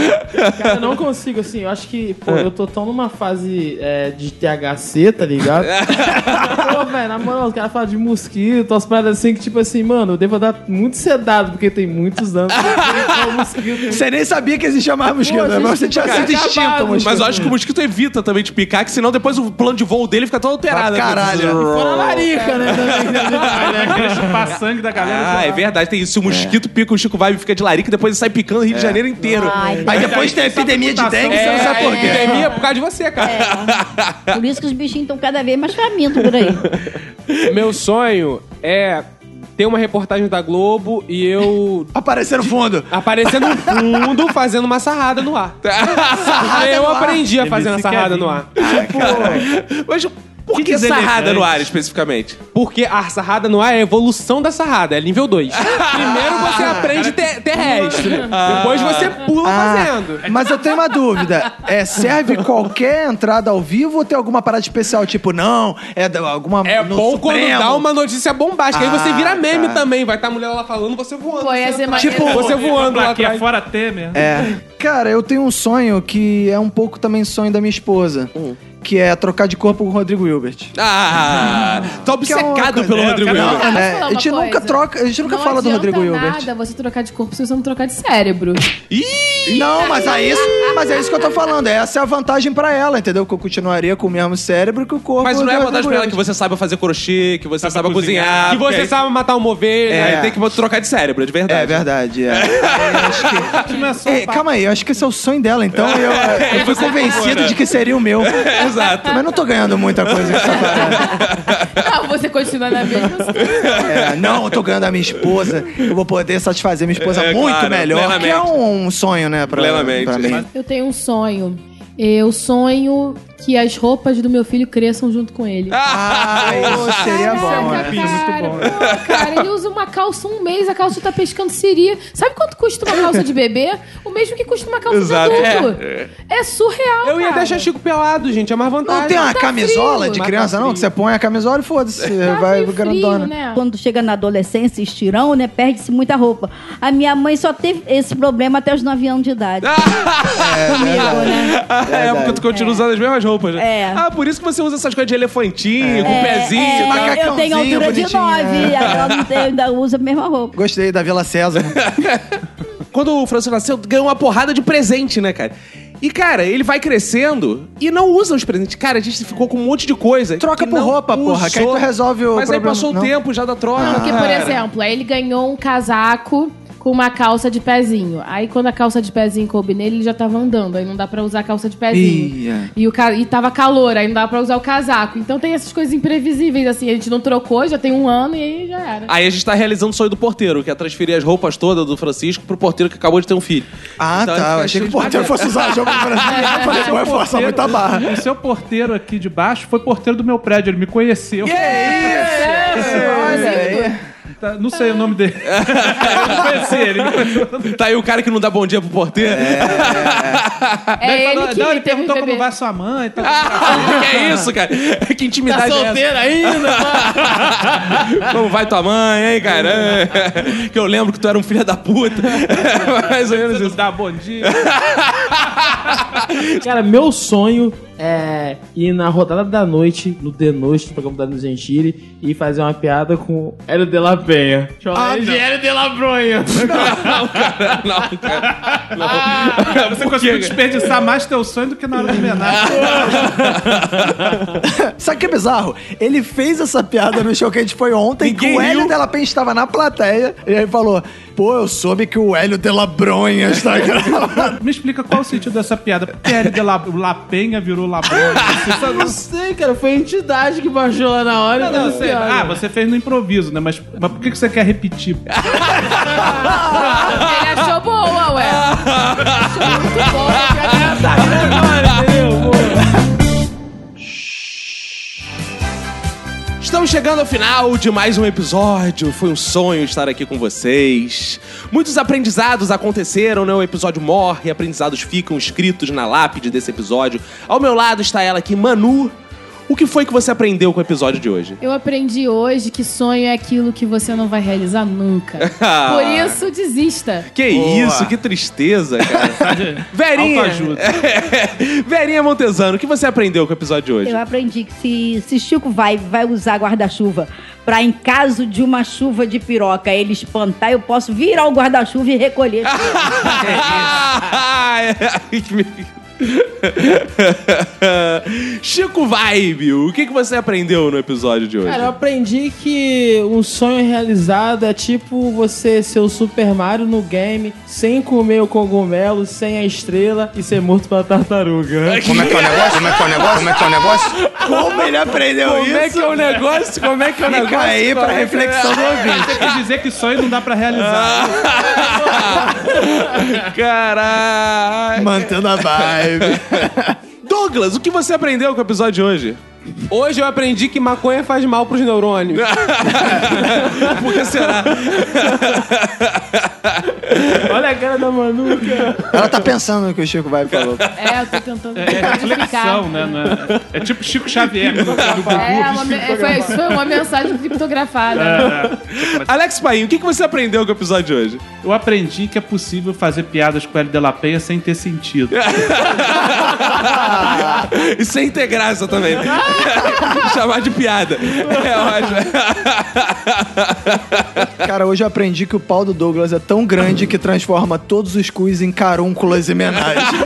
Speaker 10: Cara, eu não consigo, assim, eu acho que, pô, eu tô tão numa fase é, de THC, tá ligado? pô, velho, na moral, os caras falam de mosquito, umas paradas assim que, tipo assim, mano, eu devo dar muito sedado, porque tem muitos anos.
Speaker 2: Você nem sabia que existia mais mosquito,
Speaker 10: Pô,
Speaker 2: né? Mas
Speaker 10: gente,
Speaker 2: você tinha
Speaker 4: tá
Speaker 10: cara,
Speaker 2: sido extinto, mosquito.
Speaker 1: Mas eu acho que o mosquito evita também de picar, que senão depois o plano de voo dele fica todo alterado. né?
Speaker 2: Pra caralho. E fora a larica, né?
Speaker 7: né, Chupar sangue da galera.
Speaker 1: Ah, é verdade, tem isso. Se o mosquito pica, o Chico vai e fica de larica, depois ele sai picando o Rio de
Speaker 4: É.
Speaker 1: Janeiro inteiro.
Speaker 4: Ai,
Speaker 2: Aí depois tem a epidemia de dengue, você não sabe por quê.
Speaker 4: Epidemia é por causa de você, cara.
Speaker 5: Por isso que os bichinhos estão cada vez mais famintos por aí.
Speaker 4: Meu sonho é ter uma reportagem da Globo e eu.
Speaker 2: Aparecer no fundo!
Speaker 4: Ah, Aparecer no fundo fazendo uma sarrada no ar.
Speaker 1: Sarrada
Speaker 4: eu
Speaker 1: no ar.
Speaker 4: aprendi a fazer
Speaker 1: MC
Speaker 4: uma sarrada
Speaker 1: Kevin.
Speaker 4: no ar.
Speaker 1: Mas por que,
Speaker 4: que né? dizer
Speaker 1: sarrada
Speaker 4: elefante?
Speaker 1: no ar, especificamente?
Speaker 4: Porque a sarrada no ar é a evolução da sarrada, é nível 2. Primeiro você aprende te- terrestre, depois você pula
Speaker 2: Ah,
Speaker 4: fazendo.
Speaker 2: Mas eu tenho uma dúvida. É, serve qualquer entrada ao vivo ou tem alguma parada especial? Tipo, não, é da- alguma.
Speaker 4: É
Speaker 2: no
Speaker 4: bom
Speaker 2: Supremo?
Speaker 4: quando dá uma notícia bombástica, aí você
Speaker 2: Ah,
Speaker 4: vira meme
Speaker 2: tá.
Speaker 4: também. Vai estar a mulher lá falando, você voando.
Speaker 3: Pô, ia ser
Speaker 4: atrás.
Speaker 3: maneiro. Tipo,
Speaker 4: você voando lá
Speaker 7: Aqui é
Speaker 4: atrás.
Speaker 7: fora Temer.
Speaker 2: É. Cara, eu tenho um sonho que é um pouco também sonho da minha esposa.
Speaker 3: Hum.
Speaker 2: Que é trocar de corpo com o Rodrigo Hilbert.
Speaker 1: Ah, tá
Speaker 2: Que é uma
Speaker 1: obcecado
Speaker 2: coisa-
Speaker 1: pelo
Speaker 2: É,
Speaker 1: Rodrigo
Speaker 2: cara,
Speaker 1: Hilbert.
Speaker 2: não,
Speaker 3: Posso
Speaker 2: É,
Speaker 3: falar
Speaker 2: a gente
Speaker 3: uma
Speaker 2: nunca
Speaker 3: coisa?
Speaker 2: troca- a gente nunca
Speaker 3: Não
Speaker 2: fala do
Speaker 3: adianta
Speaker 2: Rodrigo Hilbert.
Speaker 3: nada você trocar de corpo se você não trocar de cérebro.
Speaker 2: Não, mas é isso, mas é isso que eu tô falando. Essa é a vantagem pra ela, entendeu? Que eu continuaria com o mesmo cérebro que o corpo.
Speaker 1: Mas não
Speaker 2: do
Speaker 1: é
Speaker 2: Rodrigo
Speaker 3: um
Speaker 1: vantagem pra ela
Speaker 2: Hilbert.
Speaker 1: que você saiba fazer crochê, que
Speaker 13: Tá
Speaker 1: você saiba cozinhar.
Speaker 4: Que
Speaker 1: porque
Speaker 4: você
Speaker 1: aí-
Speaker 4: sabe matar
Speaker 13: um
Speaker 4: uma ovelha.
Speaker 1: É,
Speaker 4: aí
Speaker 1: tem que trocar de cérebro, de verdade.
Speaker 2: É verdade, é. É, calma aí, eu acho que esse é o sonho dela, então eu, eu fui convencido de que seria o meu.
Speaker 1: Exato.
Speaker 2: Mas não tô ganhando muita coisa com essa parada.
Speaker 3: Não, você continua na mesma.
Speaker 2: É, não, eu tô ganhando a minha esposa, eu vou poder satisfazer minha esposa
Speaker 1: É,
Speaker 2: muito
Speaker 1: claro,
Speaker 2: melhor.
Speaker 1: plenamente.
Speaker 2: Que é um, um sonho, né, pra,
Speaker 1: Plenamente.
Speaker 2: pra mim.
Speaker 3: Eu tenho um sonho. Eu sonho que as roupas do meu filho cresçam junto com ele.
Speaker 2: Ah, isso
Speaker 3: tá
Speaker 2: seria bom, né?
Speaker 3: Pô, cara, ele usa uma calça um mês, a calça tá pescando siri. Sabe quanto custa uma calça de bebê? O mesmo que custa uma calça
Speaker 4: Exato.
Speaker 3: de adulto.
Speaker 4: É.
Speaker 3: É, surreal,
Speaker 4: Eu ia
Speaker 3: cara.
Speaker 4: deixar Chico pelado, gente. É mais vantagem.
Speaker 2: Não tem uma
Speaker 4: Tá
Speaker 2: camisola
Speaker 4: frio.
Speaker 2: de criança, não? Que você põe a camisola e foda-se,
Speaker 3: Tá
Speaker 2: vai grandona.
Speaker 3: né?
Speaker 5: Quando chega na adolescência, estirão, né? Perde-se muita roupa. A minha mãe só teve esse problema até os 9 anos de idade. né?
Speaker 1: É, porque tu continua usando as mesmas roupas, né?
Speaker 5: É.
Speaker 1: Ah, por isso que você usa essas coisas de elefantinho,
Speaker 5: É,
Speaker 1: com pezinho.
Speaker 5: é,
Speaker 1: e tal.
Speaker 5: eu tenho altura de
Speaker 1: bonitinho. É.
Speaker 5: 9, ela não tem, ainda usa a mesma roupa.
Speaker 13: Gostei da Vila César.
Speaker 1: Quando o Francisco nasceu, ganhou uma porrada de presente, né, cara? E, cara, ele vai crescendo e não usa os presentes. Cara, a gente ficou com um monte de coisa. Troca
Speaker 13: por roupa, porra, que aí tu resolve o
Speaker 1: Mas
Speaker 13: problema,
Speaker 1: aí passou
Speaker 13: não?
Speaker 1: o tempo já da troca.
Speaker 3: Não, porque, por
Speaker 1: cara.
Speaker 3: exemplo, aí ele ganhou um casaco com uma calça de pezinho. Aí quando a calça de pezinho coube nele, ele já tava andando. Aí não dá pra usar a calça de pezinho. E, o ca- e tava calor, aí não dava pra usar o casaco. Então tem essas coisas imprevisíveis, assim. A gente não trocou, já tem um ano e aí já era.
Speaker 1: Aí a gente tá realizando o sonho do porteiro, que é transferir as roupas todas do Francisco pro porteiro que acabou de ter um filho.
Speaker 13: Ah,
Speaker 1: Então,
Speaker 13: tá.
Speaker 1: fica
Speaker 13: Eu achei que o
Speaker 1: cheio de
Speaker 13: porteiro
Speaker 1: bagulho.
Speaker 13: fosse usar jogo do Brasil. Eu falei, pô, é forçar muito a
Speaker 2: é.
Speaker 13: barra.
Speaker 7: O seu porteiro aqui de baixo foi porteiro do meu prédio, ele me conheceu. Que não sei o nome dele.
Speaker 1: Tá aí o cara que não dá bom dia pro porteiro.
Speaker 13: É.
Speaker 7: Daí
Speaker 3: É
Speaker 7: Ah, falou-
Speaker 3: ele que
Speaker 7: não, ele
Speaker 3: teve
Speaker 7: perguntou
Speaker 3: um
Speaker 7: como
Speaker 3: bebê.
Speaker 7: vai sua mãe e tal.
Speaker 1: que é isso, cara? Que intimidade
Speaker 7: Tá
Speaker 1: é essa?
Speaker 7: solteiro ainda,
Speaker 1: Como vai tua mãe, hein, cara? É, que eu lembro que tu era um filho da puta. Mais ou menos isso.
Speaker 7: Dá bom dia.
Speaker 10: Cara, meu sonho é ir na rodada da noite, no The Noite, do programa da Daniel Gentili, e fazer uma piada com Hélio de la Penha.
Speaker 8: Ah, não.
Speaker 10: Hélio de la Bronha.
Speaker 1: Não, cara, não, cara. Não.
Speaker 7: Você conseguiu desperdiçar mais teu sonho do que na hora do homenagem.
Speaker 13: Sabe o que é bizarro? Ele fez essa piada no show que a gente foi ontem, que o Hélio Della Penha estava na plateia, e aí falou: Pô, eu soube que o Hélio Della Bronha está gravando.
Speaker 7: Me explica qual o sentido dessa piada. Por que L de La, La Penha virou La Bronha?
Speaker 10: Eu não sei, cara. Foi a entidade que baixou lá na hora.
Speaker 7: Não,
Speaker 10: e
Speaker 4: assim,
Speaker 7: não,
Speaker 10: fez
Speaker 7: você-
Speaker 10: piada.
Speaker 7: ah, você fez no improviso, né? Mas, mas por que que você quer repetir?
Speaker 3: Ah, Ele achou boa, ué. achou muito boa.
Speaker 1: Estamos chegando ao final de mais um episódio. Foi um sonho estar aqui com vocês. Muitos aprendizados aconteceram, né? O episódio morre, aprendizados ficam escritos na lápide desse episódio. Ao meu lado está ela aqui, Manu. O que foi que você aprendeu com o episódio de hoje?
Speaker 3: Eu aprendi hoje que sonho é aquilo que você não vai realizar nunca. Por
Speaker 1: Ah,
Speaker 3: isso, desista.
Speaker 1: Que isso, que tristeza, cara. Verinha.
Speaker 7: Autoajuda.
Speaker 1: Verinha Montesano, o que você aprendeu com o episódio de hoje?
Speaker 5: Eu aprendi que se, se Chico vai, vai usar guarda-chuva pra, em caso de uma chuva de piroca, ele espantar, eu posso virar o guarda-chuva e recolher.
Speaker 1: Chico Vibe, o que que você aprendeu no episódio de hoje?
Speaker 10: Cara, eu aprendi que um sonho realizado é tipo você ser o Super Mario no game, sem comer o cogumelo, sem a estrela e ser morto pela tartaruga.
Speaker 8: Como é que é o negócio? Como é que é o negócio? Como é que é o negócio?
Speaker 13: Como ele aprendeu
Speaker 8: Como
Speaker 13: isso?
Speaker 8: é que é o
Speaker 4: né?
Speaker 1: negócio? Como é que
Speaker 8: é o negócio?
Speaker 13: aí pra
Speaker 8: Como é que é?
Speaker 13: reflexão do ouvinte.
Speaker 7: Você quer dizer que sonho não dá pra realizar.
Speaker 1: Caralho!
Speaker 13: Mantendo a vibe.
Speaker 1: Douglas, o que você aprendeu com o episódio de hoje?
Speaker 4: Hoje eu aprendi que maconha faz mal pros neurônios.
Speaker 1: Por que será?
Speaker 10: Olha a cara da Manu, cara.
Speaker 13: Ela tá pensando no que o Chico vai falou.
Speaker 3: É, eu tô tentando
Speaker 7: É, é reflexão, né? Não é, é tipo Chico Xavier. quando fala do Gugu.
Speaker 3: É, uma, é, foi, isso foi uma mensagem criptografada.
Speaker 7: É.
Speaker 1: Alex Paim, o que que você aprendeu com o episódio de hoje?
Speaker 7: né? Eu aprendi que é possível fazer piadas com o L de La Penha sem ter sentido.
Speaker 1: E sem ter graça é também. Chamar de piada. É
Speaker 13: Cara, hoje eu aprendi que o pau do Douglas é tão grande que transforma todos os cus em carúnculas e menais.
Speaker 1: ótimo.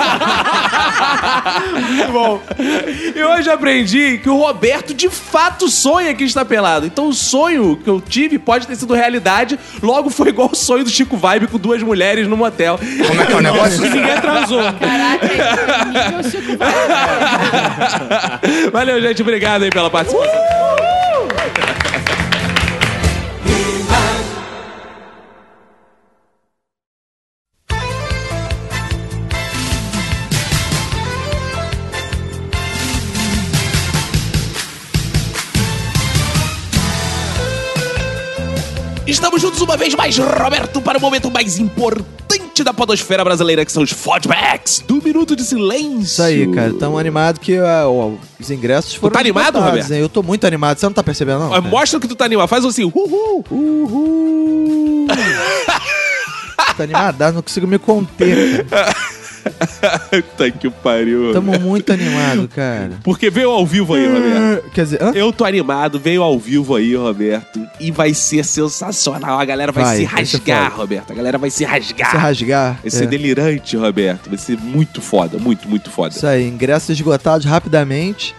Speaker 1: Bom. E hoje eu aprendi que o Roberto de fato sonha que está pelado. Então o sonho que eu tive pode ter sido realidade, logo foi igual o sonho do Chico Vibe com duas mulheres num motel. Como é que é o negócio? Ninguém transou.
Speaker 3: é
Speaker 1: Valeu, gente. Obrigado aí pela participação. Estamos juntos uma vez mais, Roberto, para o momento mais importante da podosfera brasileira, que são os fodbacks do Minuto de Silêncio. Isso
Speaker 13: aí, cara. Tamo animado que ah, ó, os ingressos foram.
Speaker 1: tá animado,
Speaker 13: esgotados,
Speaker 1: Roberto?
Speaker 13: hein? Eu tô muito animado. Você não tá percebendo, não?
Speaker 1: Ó, Mostra que tu tá animado. Faz assim, uhul, uhul.
Speaker 13: Tô animado, não consigo me conter. cara.
Speaker 1: tá que pariu.
Speaker 2: Tamo muito animado, cara. Hum,
Speaker 1: Porque veio ao vivo aí, Roberto.
Speaker 2: Quer dizer, hã?
Speaker 1: Eu tô animado, veio ao vivo aí, Roberto. E vai ser sensacional. A galera vai,
Speaker 2: Vai,
Speaker 1: se
Speaker 2: vai ser
Speaker 1: rasgar,
Speaker 2: foda.
Speaker 1: Roberto. A galera vai se rasgar.
Speaker 2: Se rasgar.
Speaker 1: Vai ser
Speaker 2: é.
Speaker 1: delirante, Roberto. Vai ser muito foda, muito, muito foda.
Speaker 2: Isso aí, ingressos esgotados rapidamente.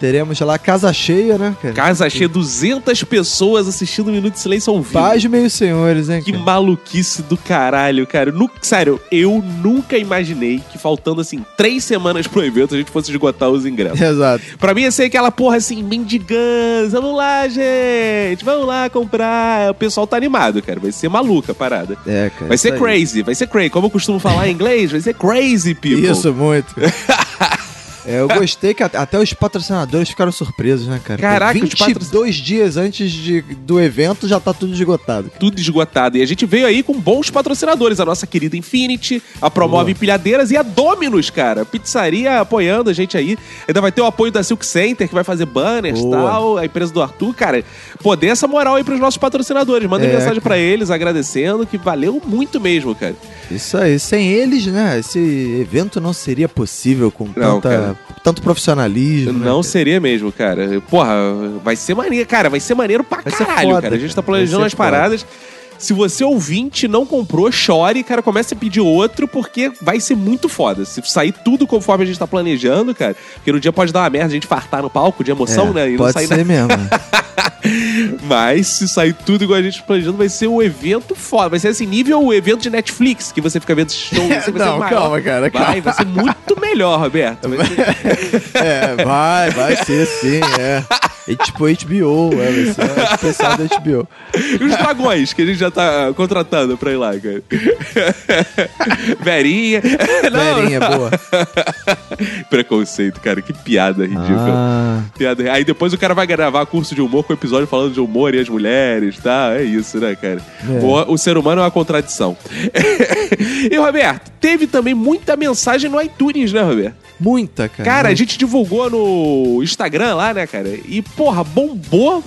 Speaker 2: Teremos lá casa cheia, né, cara?
Speaker 1: Casa cheia, 200 pessoas assistindo Minuto de Silêncio ao vivo.
Speaker 2: Paz meio senhores, hein?
Speaker 1: Que maluquice do caralho, cara. Nu- sério, eu nunca imaginei que faltando, assim, três semanas pro evento a gente fosse esgotar os ingressos.
Speaker 2: Exato.
Speaker 1: Pra mim ia ser aquela porra assim, mendigância, vamos lá, gente, vamos lá comprar. O pessoal tá animado, cara, vai ser maluca a parada.
Speaker 2: É, cara.
Speaker 1: Vai ser
Speaker 2: isso aí.
Speaker 1: crazy, vai ser crazy. Como eu costumo falar em inglês, vai ser crazy, people.
Speaker 2: Isso, muito. cara. É, eu gostei que at- até os patrocinadores ficaram surpresos, né, cara?
Speaker 1: Caraca, tipo- os
Speaker 2: 22 dias antes de, do evento já tá tudo esgotado.
Speaker 1: Tudo esgotado. E a gente veio aí com bons patrocinadores. A nossa querida Infinity, a Promove Empilhadeiras e a Dominus, cara. Pizzaria apoiando a gente aí. Ainda vai ter o apoio da Silk Center, que vai fazer banners e
Speaker 2: Boa.
Speaker 1: tal. A empresa do Arthur, cara. Pô, dê essa moral aí pros nossos patrocinadores. Manda
Speaker 2: É,
Speaker 1: mensagem
Speaker 2: cara.
Speaker 1: pra eles agradecendo, que valeu muito mesmo, cara.
Speaker 2: Isso aí, sem eles, né, esse evento não seria possível com
Speaker 1: Não,
Speaker 2: tanta-
Speaker 1: cara.
Speaker 2: tanto profissionalismo. né,
Speaker 1: Não seria mesmo, cara. Porra, vai ser maneiro, cara. Vai ser maneiro pra caralho,
Speaker 2: foda,
Speaker 1: cara. A gente tá
Speaker 2: cara.
Speaker 1: planejando
Speaker 2: Vai
Speaker 1: as
Speaker 2: ser foda.
Speaker 1: paradas. Se você ouvinte não comprou, chore, cara, comece a pedir outro, porque vai ser muito foda. Se sair tudo conforme a gente tá planejando, cara, porque no dia pode dar uma merda, a gente fartar no palco de emoção,
Speaker 2: É,
Speaker 1: né? E não
Speaker 2: pode
Speaker 1: sair
Speaker 2: ser
Speaker 1: nada.
Speaker 2: mesmo.
Speaker 1: Mas se sair tudo igual a gente planejando, vai ser um evento foda. Vai ser assim, nível o evento de Netflix, que você fica vendo show. Você vai ser
Speaker 2: Não,
Speaker 1: maior.
Speaker 2: calma, cara,
Speaker 1: Vai,
Speaker 2: calma.
Speaker 1: vai ser muito melhor, Roberto. Vai ser
Speaker 2: É, vai, vai ser sim, é. E tipo HBO, é, vai ser um especial da HBO.
Speaker 1: E os dragões que a gente já tá contratando pra ir lá, cara? Verinha. Não,
Speaker 2: Verinha,
Speaker 1: não.
Speaker 2: boa.
Speaker 1: Preconceito, cara. Que piada ridícula.
Speaker 2: Ah,
Speaker 1: Piada. Aí depois o cara vai gravar curso de humor com episódio falando de humor e as mulheres, tá? É isso, né, cara?
Speaker 2: É.
Speaker 1: O, o ser humano é uma contradição. e, Roberto, teve também muita mensagem no iTunes, né, Roberto?
Speaker 2: muita, cara.
Speaker 1: Cara, a
Speaker 2: muita.
Speaker 1: gente divulgou no Instagram lá, né, cara? E, porra, bombou.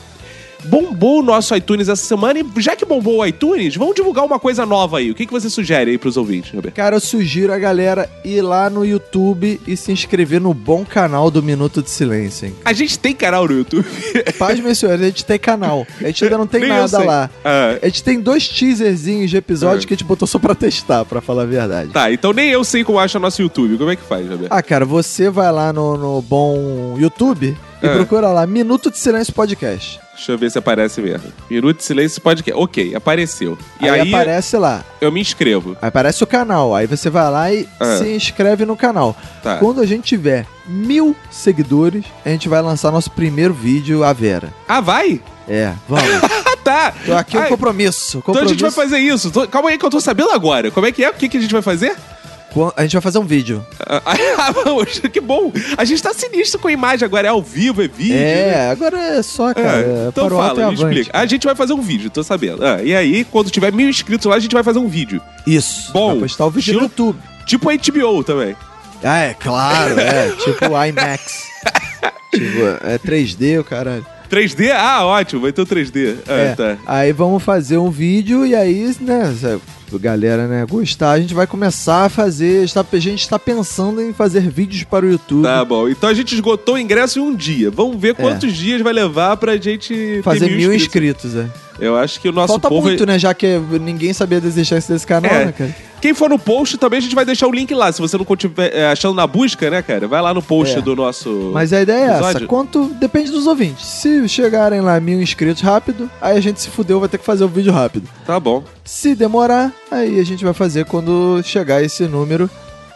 Speaker 1: Bombou o nosso iTunes essa semana. E já que bombou o iTunes, vamos divulgar uma coisa nova aí. O que, que você sugere aí pros ouvintes, Roberto?
Speaker 2: Cara, eu sugiro a galera ir lá no YouTube e se inscrever no bom canal do Minuto de Silêncio, hein?
Speaker 1: A gente tem canal no YouTube.
Speaker 2: Paz, meus senhores, a gente tem canal. A gente ainda não tem
Speaker 1: Nem eu
Speaker 2: nada
Speaker 1: sei.
Speaker 2: lá.
Speaker 1: Ah.
Speaker 2: A gente tem dois teaserzinhos de episódio que a gente botou só pra testar, pra falar a verdade.
Speaker 1: Tá, então nem eu sei como acha nosso YouTube. Como é que faz, Roberto?
Speaker 2: Ah, cara, você vai lá no, no bom YouTube e
Speaker 1: Ah.
Speaker 2: procura lá Minuto de Silêncio Podcast.
Speaker 1: Deixa eu ver se aparece mesmo. Minuto de Silêncio Podcast. Ok, apareceu. E aí,
Speaker 2: aí aparece lá.
Speaker 1: eu me inscrevo.
Speaker 2: Aí Aparece o canal. Aí você vai lá e
Speaker 1: Ah.
Speaker 2: se inscreve no canal.
Speaker 1: Tá.
Speaker 2: Quando a gente tiver mil seguidores, a gente vai lançar nosso primeiro vídeo, a Vera.
Speaker 1: Ah, vai?
Speaker 2: É, vamos.
Speaker 1: Ah, tá.
Speaker 2: Tô aqui um
Speaker 1: Ai,
Speaker 2: compromisso.
Speaker 1: Então a gente vai
Speaker 2: compromisso.
Speaker 1: fazer isso. Tô- Calma aí que eu tô sabendo agora. Como é que é? O que, que a gente vai fazer?
Speaker 2: Quan- A gente vai fazer um vídeo.
Speaker 1: Ah, ah, vamos, que bom. A gente tá sinistro com a imagem agora, é ao vivo, é vídeo. né?
Speaker 2: É, agora é só, cara.
Speaker 1: É,
Speaker 2: É,
Speaker 1: então
Speaker 2: para o alto
Speaker 1: fala,
Speaker 2: e
Speaker 1: me
Speaker 2: avante.
Speaker 1: explica. A gente vai fazer um vídeo, tô sabendo. Ah, e aí, quando tiver mil inscritos lá, a gente vai fazer um vídeo.
Speaker 2: Isso.
Speaker 1: Bom,
Speaker 2: Vai postar o vídeo
Speaker 1: estilo-
Speaker 2: no YouTube.
Speaker 1: Tipo HBO também.
Speaker 2: Ah, é claro, é. tipo IMAX. tipo, é 3D, o caralho.
Speaker 1: 3D? Ah, ótimo, vai ter o 3D. Ah,
Speaker 2: É,
Speaker 1: tá.
Speaker 2: Aí vamos fazer um vídeo e aí, né, se a galera, né, gostar, a gente vai começar a fazer. está- A gente está pensando em fazer vídeos para o YouTube.
Speaker 1: Tá bom. Então a gente esgotou o ingresso em um dia. Vamos ver quantos dias vai levar pra gente
Speaker 2: É. fazer
Speaker 1: ter
Speaker 2: mil inscritos, é.
Speaker 1: Eu acho que o nosso
Speaker 2: Falta
Speaker 1: povo.
Speaker 2: muito, né? Já que ninguém sabia da existência desse canal,
Speaker 1: É.
Speaker 2: né, cara?
Speaker 1: Quem for no post também a gente vai deixar o link lá. Se você não estiver achando na busca, né, cara? Vai lá no post
Speaker 2: É.
Speaker 1: do nosso.
Speaker 2: Mas a ideia é essa.
Speaker 1: episódio.
Speaker 2: Quanto depende dos ouvintes. Se chegarem lá mil inscritos rápido, aí a gente se fudeu, vai ter que fazer o vídeo rápido.
Speaker 1: Tá bom.
Speaker 2: Se demorar, aí a gente vai fazer quando chegar esse número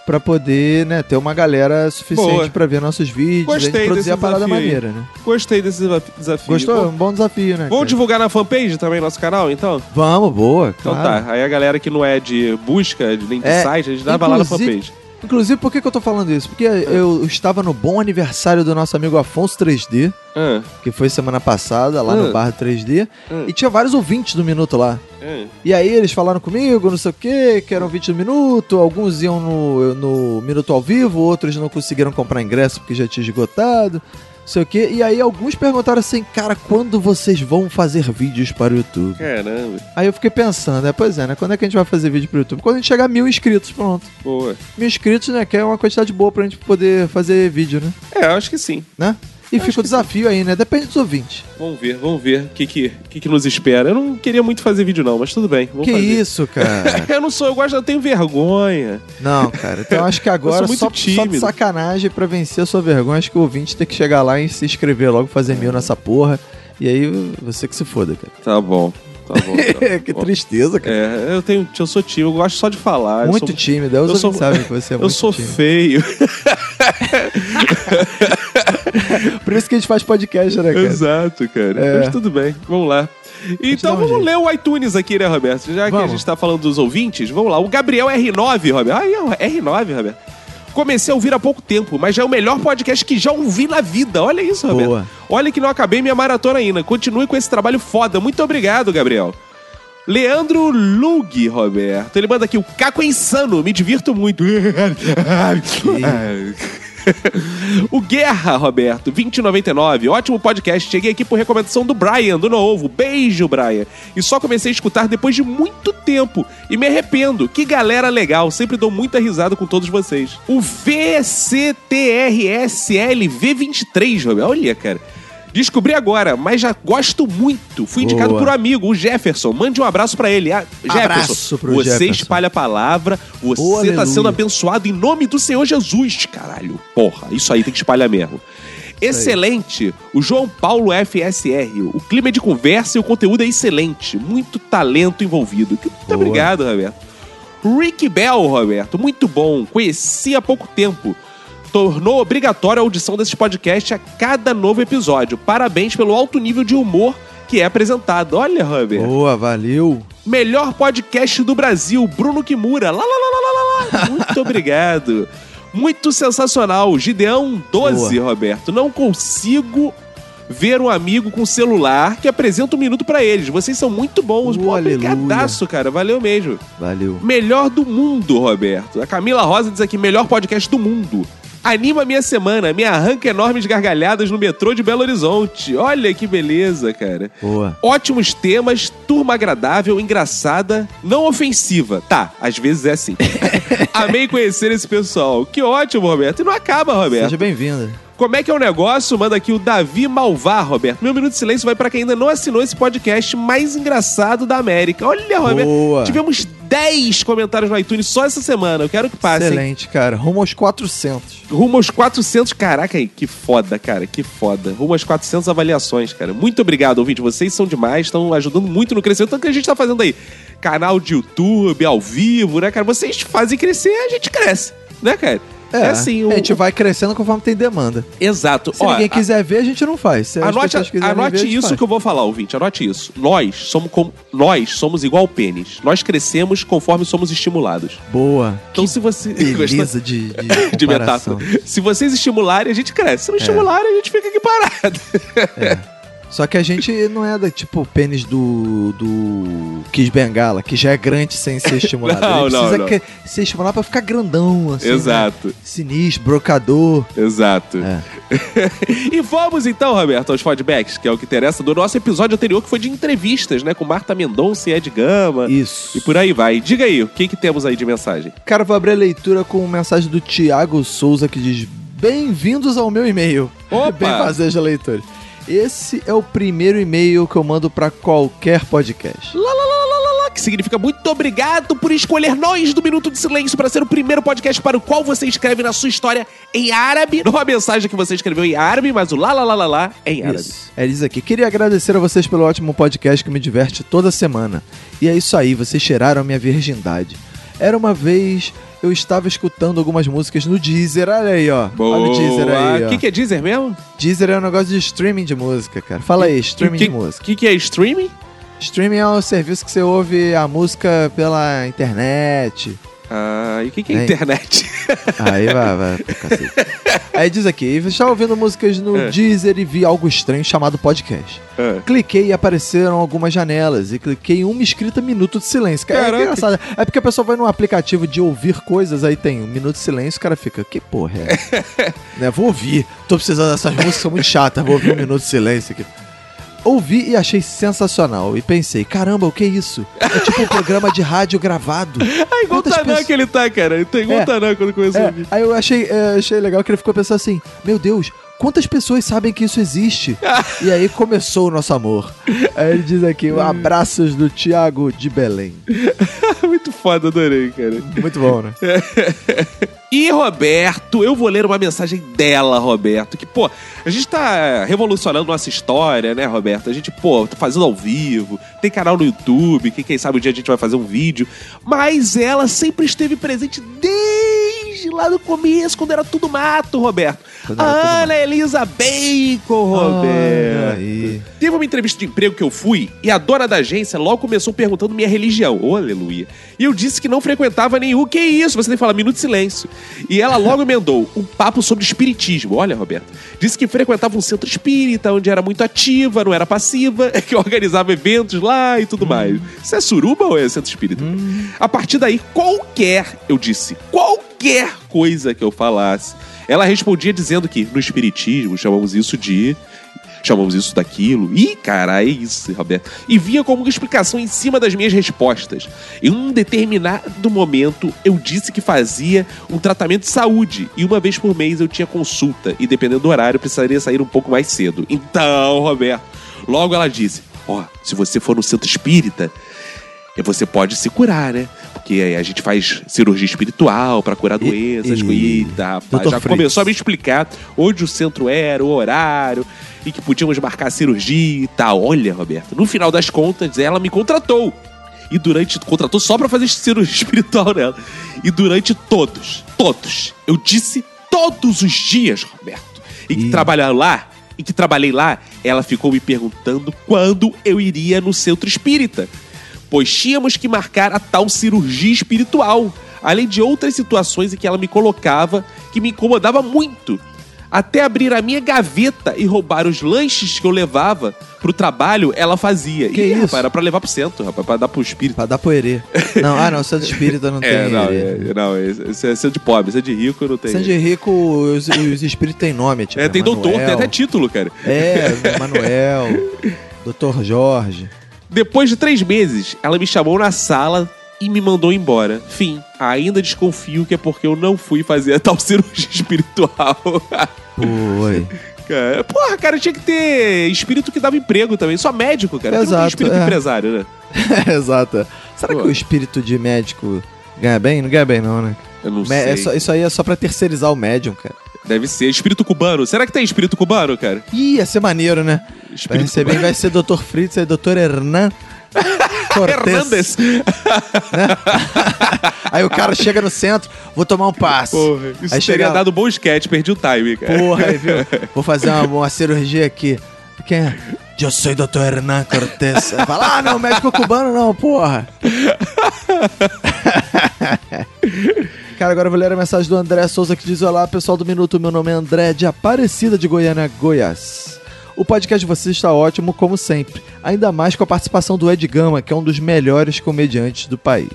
Speaker 2: pra poder, né, ter uma galera
Speaker 1: Boa.
Speaker 2: suficiente pra ver nossos vídeos, a
Speaker 1: Gostei
Speaker 2: gente
Speaker 1: desse
Speaker 2: produzir a parada
Speaker 1: desafio aí.
Speaker 2: maneira, né?
Speaker 1: Gostei desse desa- desafio.
Speaker 2: Gostou? É
Speaker 1: Vamos,
Speaker 2: um bom desafio, né?
Speaker 1: vamos
Speaker 2: cara?
Speaker 1: divulgar na fanpage também nosso canal, então?
Speaker 2: Vamos, boa.
Speaker 1: Então
Speaker 2: claro.
Speaker 1: tá. Aí a galera que não é de busca, de- nem de
Speaker 2: É,
Speaker 1: site, a gente dá vai lá na
Speaker 2: inclusive-
Speaker 1: fanpage.
Speaker 2: Inclusive, por que, que eu tô falando isso? Porque eu estava no bom aniversário do nosso amigo Afonso 3D,
Speaker 1: Ah,
Speaker 2: que foi semana passada, lá
Speaker 1: Ah.
Speaker 2: no Bar 3D,
Speaker 1: Ah.
Speaker 2: e tinha vários ouvintes do Minuto lá.
Speaker 1: ah.
Speaker 2: E aí eles falaram comigo, não sei o que, que eram 20 minutos, alguns iam no, no Minuto ao Vivo, outros não conseguiram comprar ingresso porque já tinha esgotado. sei o quê. E aí alguns perguntaram assim, cara, quando vocês vão fazer vídeos para o YouTube?
Speaker 1: Caramba.
Speaker 2: Aí eu fiquei pensando, né? Pois é, né? Quando é que a gente vai fazer vídeo pro YouTube? Quando a gente chegar a mil inscritos, pronto.
Speaker 1: Boa.
Speaker 2: Mil inscritos, né? Que é uma quantidade boa pra gente poder fazer vídeo, né?
Speaker 1: É, eu acho que sim.
Speaker 2: Né? E fica o desafio aí, né? Depende dos ouvintes.
Speaker 1: Vamos ver, vamos ver o que, que, que, que nos espera. Eu não queria muito fazer vídeo, não, mas tudo bem. Vou
Speaker 2: que
Speaker 1: fazer.
Speaker 2: isso, cara?
Speaker 1: eu não sou, eu gosto, eu tenho vergonha.
Speaker 2: Não, cara. Então eu acho que
Speaker 1: Eu
Speaker 2: agora
Speaker 1: sou muito
Speaker 2: só, só de
Speaker 1: tímido.
Speaker 2: sacanagem pra vencer a sua vergonha, acho que o ouvinte tem que chegar lá e se inscrever logo, fazer mil nessa porra. E aí você que se foda, cara.
Speaker 1: Tá bom. Tá bom. tá
Speaker 2: que
Speaker 1: bom.
Speaker 2: tristeza, cara.
Speaker 1: É, eu tenho, eu sou tímido, eu gosto só de falar.
Speaker 2: Muito
Speaker 1: eu sou,
Speaker 2: tímido, é, os
Speaker 1: eu sou-
Speaker 2: ouvintes sabem que você é
Speaker 1: Eu
Speaker 2: muito
Speaker 1: sou
Speaker 2: tímido.
Speaker 1: feio.
Speaker 2: Por isso que a gente faz podcast, né, cara?
Speaker 1: Exato, cara.
Speaker 2: É.
Speaker 1: Mas tudo bem, vamos lá. Então vamos ler o iTunes aqui, né, Roberto? Já que a gente tá falando dos ouvintes, vamos lá. O Gabriel R9, Roberto. Aí, ó, R9, Roberto. Comecei a ouvir há pouco tempo, mas já é o melhor podcast que já ouvi na vida. Olha isso, Roberto.
Speaker 2: Boa.
Speaker 1: Olha que não acabei minha maratona ainda. Continue com esse trabalho foda. Muito obrigado, Gabriel. Leandro Lug, Roberto. Ele manda aqui o Caco é insano, me divirto muito. o Guerra, Roberto, 2099. Ótimo podcast. Cheguei aqui por recomendação do Brian, do Novo. Beijo, Brian. E só comecei a escutar depois de muito tempo. E me arrependo. Que galera legal. Sempre dou muita risada com todos vocês. O VCTRSLV23, Roberto. Olha, cara. Descobri agora, mas já gosto muito. Fui indicado
Speaker 2: Boa.
Speaker 1: por um amigo, o Jefferson. Mande um abraço pra ele. Ah, Jefferson,
Speaker 2: Abraço pro
Speaker 1: você
Speaker 2: Jefferson.
Speaker 1: espalha a palavra, você
Speaker 2: Oh,
Speaker 1: tá
Speaker 2: aleluia.
Speaker 1: sendo abençoado em nome do Senhor Jesus, caralho. Porra, isso aí tem que espalhar mesmo. Excelente! O João Paulo FSR. O clima é de conversa e o conteúdo é excelente. Muito talento envolvido. Que- Muito obrigado, Roberto. Rick Bell, Roberto. Muito bom. Conheci há pouco tempo. Tornou obrigatória a audição desses podcasts a cada novo episódio. Parabéns pelo alto nível de humor que é apresentado. Olha, Roberto.
Speaker 2: Boa, valeu.
Speaker 1: Melhor podcast do Brasil, Bruno Kimura. Lá, lá, lá, lá, lá, lá, lá. Muito obrigado. Muito sensacional. Gideão 12, Roberto. Não consigo ver um amigo com celular que apresenta um minuto pra eles. Vocês são muito bons. Pô, Obrigadaço, cara. Valeu mesmo.
Speaker 2: Valeu.
Speaker 1: Melhor do mundo, Roberto. A Camila Rosa diz aqui, melhor podcast do mundo. Anima minha semana, me arranca enormes gargalhadas no metrô de Belo Horizonte. Olha que beleza, cara.
Speaker 2: Boa.
Speaker 1: Ótimos temas, turma agradável, engraçada, não ofensiva. Tá, às vezes é assim. Amei conhecer esse pessoal. Que ótimo, Roberto. E não acaba, Roberto.
Speaker 2: Seja bem-vinda.
Speaker 1: Como é que é o negócio? Manda aqui o Davi Malvar, Roberto. Meu minuto de silêncio vai pra quem ainda não assinou esse podcast mais engraçado da América. Olha,
Speaker 2: é
Speaker 1: Roberto.
Speaker 2: Boa.
Speaker 1: Tivemos 10 comentários no iTunes só essa semana. Eu quero
Speaker 2: um
Speaker 1: que passe. hein?
Speaker 2: Excelente, cara. Rumo aos 400.
Speaker 1: Rumo aos 400. Caraca, aí, que foda, cara. Que foda. Rumo às 400 avaliações, cara. Muito obrigado, ouvinte. Vocês são demais. Estão ajudando muito no crescimento. Tanto que a gente tá fazendo aí canal de YouTube, ao vivo, né, cara? Vocês fazem crescer, a gente cresce, né, cara?
Speaker 2: É,
Speaker 1: assim, o-
Speaker 2: a gente vai crescendo conforme tem demanda.
Speaker 1: Exato.
Speaker 2: Se
Speaker 1: Ó,
Speaker 2: ninguém
Speaker 1: a-
Speaker 2: quiser ver, a gente não faz. Se as
Speaker 1: Anote,
Speaker 2: pessoas quiserem
Speaker 1: anote
Speaker 2: ver, a gente
Speaker 1: isso
Speaker 2: faz.
Speaker 1: que eu vou falar, ouvinte. Anote isso. Nós somos, como, nós somos igual pênis. Nós crescemos conforme somos estimulados.
Speaker 2: Boa.
Speaker 1: Então, se você.
Speaker 2: Beleza de, de,
Speaker 1: de
Speaker 2: comparação.
Speaker 1: metáfora. Se vocês estimularem, a gente cresce. Se não
Speaker 2: É.
Speaker 1: estimularem, a gente fica aqui parado.
Speaker 2: Só que a gente não é da, tipo o pênis do, do Kiss Bengala, que já é grande sem ser estimulado.
Speaker 1: Não,
Speaker 2: a gente
Speaker 1: não,
Speaker 2: precisa
Speaker 1: não.
Speaker 2: que- se estimular pra ficar grandão, assim.
Speaker 1: Exato.
Speaker 2: né? Sinistro, brocador.
Speaker 1: Exato. É. e vamos então, Roberto, aos feedbacks, que é o que interessa do nosso episódio anterior, que foi de entrevistas, né? Com Marta Mendonça e Ed Gama.
Speaker 2: Isso.
Speaker 1: E por aí vai. Diga aí, o que, que temos aí de mensagem?
Speaker 2: Cara, vou abrir a leitura com mensagem do Thiago Souza que diz: Bem-vindos ao meu e-mail.
Speaker 1: Opa!
Speaker 2: Bem fazeja leitor. Esse é o primeiro e-mail que eu mando pra qualquer podcast.
Speaker 1: Lá, lá, lá, lá, lá, lá, que significa muito obrigado por escolher nós do Minuto de Silêncio para ser o primeiro podcast para o qual você escreve na sua história em árabe. Não a mensagem que você escreveu em árabe, mas o lá, lá, lá, lá, lá é em árabe.
Speaker 2: Isso. É, diz aqui. Queria agradecer a vocês pelo ótimo podcast que me diverte toda semana. E é isso aí, vocês cheiraram a minha virgindade. Era uma vez eu estava escutando algumas músicas no Deezer, olha aí, ó. Olha o Deezer aí,
Speaker 1: O
Speaker 2: ó.
Speaker 1: que, que é Deezer mesmo?
Speaker 2: Deezer é um negócio de streaming de música, cara. Fala aí, streaming
Speaker 1: que,
Speaker 2: de música.
Speaker 1: O que, que é streaming?
Speaker 2: Streaming é um serviço que você ouve a música pela internet.
Speaker 1: Ah, E o que, que é
Speaker 2: Hein?
Speaker 1: internet?
Speaker 2: Aí vai, vai, pro cacete. Aí diz aqui, você está ouvindo músicas no
Speaker 1: É.
Speaker 2: Deezer e vi algo estranho chamado podcast.
Speaker 1: Ah.
Speaker 2: Cliquei e apareceram algumas janelas e cliquei em uma escrita Minuto de Silêncio. Cara,
Speaker 1: Caraca.
Speaker 2: é engraçado. É porque a pessoa vai num aplicativo de ouvir coisas, aí tem um Minuto de Silêncio, o cara fica, que porra é? essa?" né, vou ouvir. Tô precisando dessas músicas, são muito chatas, vou ouvir um Minuto de Silêncio aqui. Ouvi e achei sensacional. E pensei, caramba, o que é isso? É tipo um programa de rádio gravado.
Speaker 1: Ah, igual o
Speaker 2: Quantas
Speaker 1: Tanã
Speaker 2: pessoas-
Speaker 1: que ele tá, cara. Ele tá igual o
Speaker 2: É.
Speaker 1: Tanã quando começou
Speaker 2: É,
Speaker 1: a ouvir.
Speaker 2: Aí eu achei, é, achei legal que ele ficou pensando assim: Meu Deus, quantas pessoas sabem que isso existe? e aí começou o nosso amor. Aí ele diz aqui: "Um Abraços do Tiago de Belém.
Speaker 1: Ah, Muito foda, adorei, cara.
Speaker 2: Muito bom, né?
Speaker 1: E Roberto, eu vou ler uma mensagem dela, Roberto. Que, pô, a gente tá revolucionando nossa história, né, Roberto? A gente, pô, tá fazendo ao vivo, tem canal no YouTube, que quem sabe um dia a gente vai fazer um vídeo. Mas ela sempre esteve presente desde lá do começo, quando era tudo mato, Roberto. A Ana Elisa Bacon, Roberto. Teve uma entrevista de emprego que eu fui e a dona da agência logo começou perguntando minha religião. Oh, aleluia. E eu disse que não frequentava nenhum. Que é isso? Você tem que falar minuto de silêncio. E ela logo emendou um papo sobre espiritismo. Olha, Roberto. Disse que frequentava um centro espírita, onde era muito ativa, não era passiva, que organizava eventos lá e tudo mais. Isso é suruba ou é centro espírita? A partir daí, qualquer, eu disse, qualquer coisa que eu falasse, ela respondia dizendo que no espiritismo chamamos isso de chamamos isso daquilo. Ih, cara, é isso, Roberto. E vinha como uma explicação em cima das minhas respostas. Em um determinado momento, eu disse que fazia um tratamento de saúde e uma vez por mês eu tinha consulta e dependendo do horário eu precisaria sair um pouco mais cedo. Então, Roberto, logo ela disse: "Ó, se você for no centro espírita, e você pode se curar, né? Porque aí a gente faz cirurgia espiritual pra curar doenças.
Speaker 2: e-
Speaker 1: E, Eita, rapaz.
Speaker 2: Dr.
Speaker 1: Já
Speaker 2: Freitas.
Speaker 1: começou a me explicar onde o centro era, o horário, e que podíamos marcar cirurgia e tal. Olha, Roberto, no final das contas, ela me contratou. E durante. Contratou só pra fazer cirurgia espiritual nela. E durante todos, todos, eu disse todos os dias, Roberto, e que trabalhar lá, e que trabalhei lá, ela ficou me perguntando quando eu iria no centro espírita pois tínhamos que marcar a tal cirurgia espiritual, além de outras situações em que ela me colocava que me incomodava muito. Até abrir a minha gaveta e roubar os lanches que eu levava pro trabalho, ela fazia.
Speaker 2: Que
Speaker 1: Ih,
Speaker 2: isso?
Speaker 1: rapaz, era pra levar pro centro, rapaz, pra dar pro espírito.
Speaker 2: Pra dar pro herê. Não, ah, não, Santo Espírita não
Speaker 1: É,
Speaker 2: tem
Speaker 1: não,
Speaker 2: herê.
Speaker 1: é, não, esse é sendo de pobre, esse é de rico, não tem.
Speaker 2: Santo de Rico, os, os espíritos têm nome, tipo.
Speaker 1: É, tem doutor, tem
Speaker 2: Manuel.
Speaker 1: até título, cara.
Speaker 2: É, Manuel, Doutor Jorge.
Speaker 1: Depois de três meses, ela me chamou na sala e me mandou embora. Fim. Ainda desconfio que é porque eu não fui fazer a tal cirurgia espiritual.
Speaker 2: Foi.
Speaker 1: Cara, porra, cara, tinha que ter espírito que dava emprego também. Só médico, cara. Tem
Speaker 2: Exato,
Speaker 1: um espírito
Speaker 2: é.
Speaker 1: empresário, né?
Speaker 2: Exato. Será que o espírito de médico ganha bem? Não ganha bem, não, né?
Speaker 1: Eu não
Speaker 2: Me- é
Speaker 1: sei.
Speaker 2: só- isso aí é só pra terceirizar o médium, cara.
Speaker 1: Deve ser. Espírito cubano. Será que tem espírito cubano, cara?
Speaker 2: Ih, ia ser maneiro, né? vai
Speaker 1: Espírito
Speaker 2: receber,
Speaker 1: cubano.
Speaker 2: vai ser Dr. Fritz e Dr. Hernan Cortez.
Speaker 1: Hernandes.
Speaker 2: Aí o cara chega no centro, vou tomar um passo.
Speaker 1: Porra, isso
Speaker 2: aí
Speaker 1: teria dado bom sketch, perdi o time, cara.
Speaker 2: Porra, é aí, viu? Vou fazer uma, uma cirurgia aqui. Quem é? Eu sou Dr. Hernan Cortez. Aí Fala, ah, não, médico cubano não, porra. Cara, agora eu vou ler a mensagem do André Souza que diz: Olá, pessoal do Minuto. Meu nome é André, de Aparecida de Goiânia, Goiás. O podcast de vocês está ótimo, como sempre. Ainda mais com a participação do Ed Gama, que é um dos melhores comediantes do país.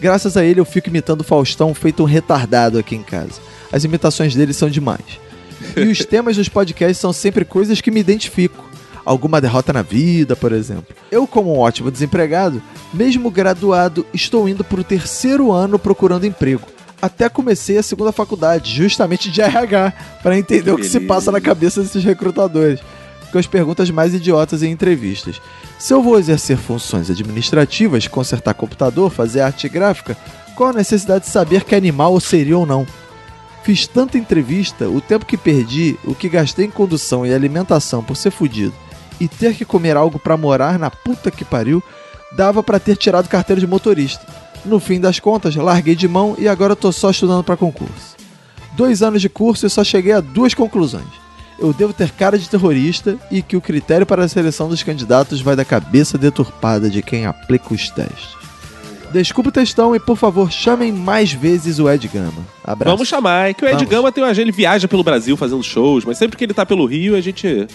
Speaker 2: Graças a ele, eu fico imitando o Faustão feito um retardado aqui em casa. As imitações dele são demais. E os temas dos podcasts são sempre coisas que me identifico. Alguma derrota na vida, por exemplo. Eu, como um ótimo desempregado, mesmo graduado, estou indo para o terceiro ano procurando emprego. Até comecei a segunda faculdade, justamente de RH, para entender o que se
Speaker 13: Beleza.
Speaker 2: passa na cabeça desses recrutadores. Com as perguntas mais idiotas em entrevistas. Se eu vou exercer funções administrativas, consertar computador, fazer arte gráfica, qual a necessidade de saber que animal eu seria ou não? Fiz tanta entrevista, o tempo que perdi, o que gastei em condução e alimentação por ser fudido e ter que comer algo pra morar na puta que pariu, dava pra ter tirado carteira de motorista. No fim das contas, larguei de mão e agora tô só estudando pra concurso. Dois anos de curso e só cheguei a duas conclusões. Eu devo ter cara de terrorista e que o critério para a seleção dos candidatos vai da cabeça deturpada de quem aplica os testes. Desculpa o textão e, por favor, chamem mais vezes o Ed Gama. Abraço.
Speaker 1: Vamos chamar. É que o Ed
Speaker 2: Vamos.
Speaker 1: Gama tem uma agenda, ele viaja pelo Brasil fazendo shows, mas sempre que ele tá pelo Rio, a gente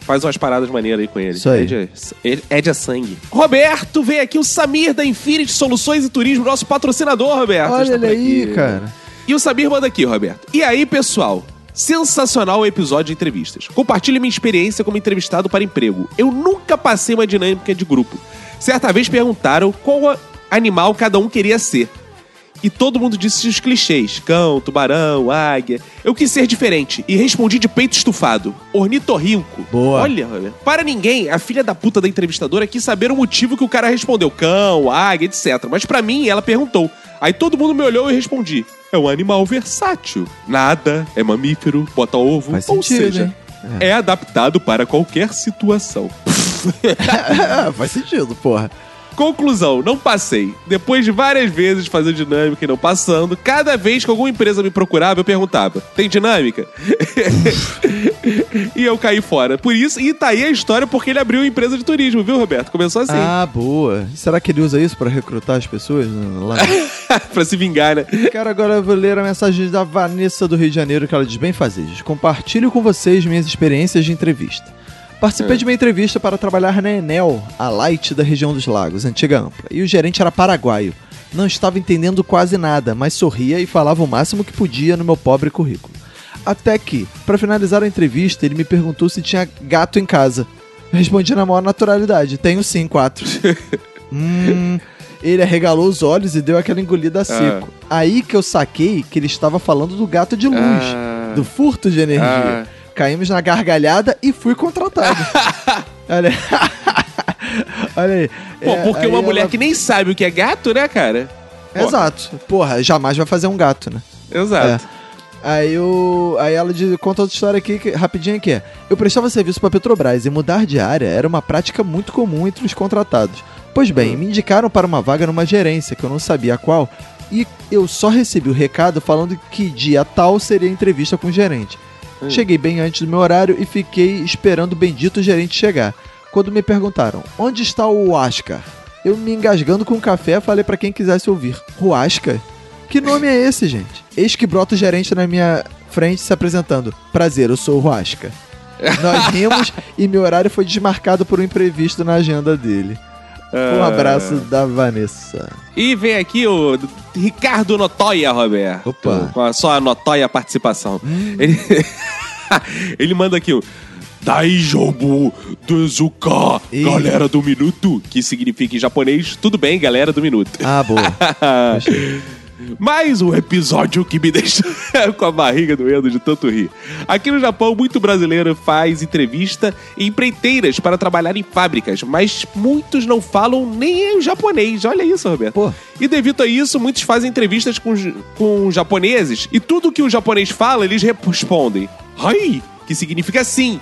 Speaker 1: faz umas paradas maneiras aí com ele.
Speaker 2: Isso aí.
Speaker 1: Ed, é- Ed é sangue. Roberto, vem aqui o Samir da Infinity Soluções e Turismo, nosso patrocinador, Roberto.
Speaker 2: Olha
Speaker 1: Está
Speaker 2: ele
Speaker 1: por
Speaker 2: aí,
Speaker 1: aqui.
Speaker 2: cara.
Speaker 1: E o Sabir manda aqui, Roberto. E aí, pessoal? Sensacional o episódio de entrevistas. Compartilhe minha experiência como entrevistado para emprego. Eu nunca passei uma dinâmica de grupo. Certa vez perguntaram qual a- animal cada um queria ser. E todo mundo disse os clichês: cão, tubarão, águia. Eu quis ser diferente e respondi de peito estufado: ornitorrinco.
Speaker 2: Boa.
Speaker 1: Olha, Roberto. Para ninguém, a filha da puta da entrevistadora quis saber o motivo que o cara respondeu: cão, águia, etc. Mas pra mim, ela perguntou. Aí todo mundo me olhou e eu respondi: é um animal versátil. Nada, é mamífero, bota ovo,
Speaker 2: Faz
Speaker 1: ou
Speaker 2: sentido,
Speaker 1: seja,
Speaker 2: hein?
Speaker 1: é. adaptado para qualquer situação.
Speaker 2: Faz sentido, porra.
Speaker 1: Conclusão, não passei. Depois de várias vezes fazer dinâmica e não passando, cada vez que alguma empresa me procurava, eu perguntava: tem dinâmica? e eu caí fora. Por isso, e tá aí a história porque ele abriu uma empresa de turismo, viu, Roberto? Começou assim.
Speaker 2: Ah, boa. Será que ele usa isso pra recrutar as pessoas? né, Lá?
Speaker 1: pra se vingar, né?
Speaker 2: Cara, agora eu vou ler a mensagem da Vanessa do Rio de Janeiro que ela diz: Bem fazeres, compartilho com vocês minhas experiências de entrevista. Participei
Speaker 13: É.
Speaker 2: de uma entrevista para trabalhar na Enel, a Light da região dos Lagos, antiga Ampla, e o gerente era paraguaio. Não estava entendendo quase nada, mas sorria e falava o máximo que podia no meu pobre currículo. Até que, para finalizar a entrevista, ele me perguntou se tinha gato em casa. Respondi na maior naturalidade: Tenho sim, quatro. hum. Ele arregalou os olhos e deu aquela
Speaker 13: Ah.
Speaker 2: engolida a seco. Aí que eu saquei que ele estava falando do gato de luz,
Speaker 13: Ah.
Speaker 2: do furto de energia.
Speaker 13: Ah.
Speaker 2: Caímos na gargalhada e fui contratado. Olha aí. Olha aí.
Speaker 1: Pô,
Speaker 2: É,
Speaker 1: porque
Speaker 2: aí
Speaker 1: uma mulher
Speaker 2: ela-
Speaker 1: que nem sabe o que é gato, né, cara? Pô,
Speaker 2: Exato. Porra, jamais vai fazer um gato, né?
Speaker 1: Exato.
Speaker 2: Aí, o... aí ela diz- conta outra história aqui, que- rapidinho aqui. é. Eu prestava serviço para Petrobras e mudar de área era uma prática muito comum entre os contratados. Pois bem, me indicaram para uma vaga numa gerência, que eu não sabia qual, e eu só recebi o recado falando que dia tal seria a entrevista com o gerente.
Speaker 13: Hum.
Speaker 2: Cheguei bem antes do meu horário e fiquei esperando o bendito gerente chegar. Quando me perguntaram, onde está o Oscar? Eu me engasgando com o café, falei para quem quisesse ouvir. O Oscar? Que nome é esse, gente? Eis que brota o gerente na minha frente se apresentando. Prazer, eu sou o Huasca. Nós rimos e meu horário foi desmarcado por um imprevisto na agenda dele. Um
Speaker 1: Ah.
Speaker 2: abraço da Vanessa.
Speaker 1: E vem aqui o Ricardo Notoya, Roberto. Opa. Com a sua notóia participação. Ele... Ele manda aqui o. Daijobu Dezuka, galera do minuto, que significa em japonês, tudo bem, galera do minuto.
Speaker 2: Ah, boa.
Speaker 1: Mais um episódio que me deixa com a barriga doendo de tanto rir. Aqui no Japão, muito brasileiro faz entrevista em empreiteiras para trabalhar em fábricas, mas muitos não falam nem o japonês. Olha isso, Roberto. E devido a isso, muitos fazem entrevistas com, os- com os japoneses e tudo que o japonês fala, eles respondem. Ai, que significa sim.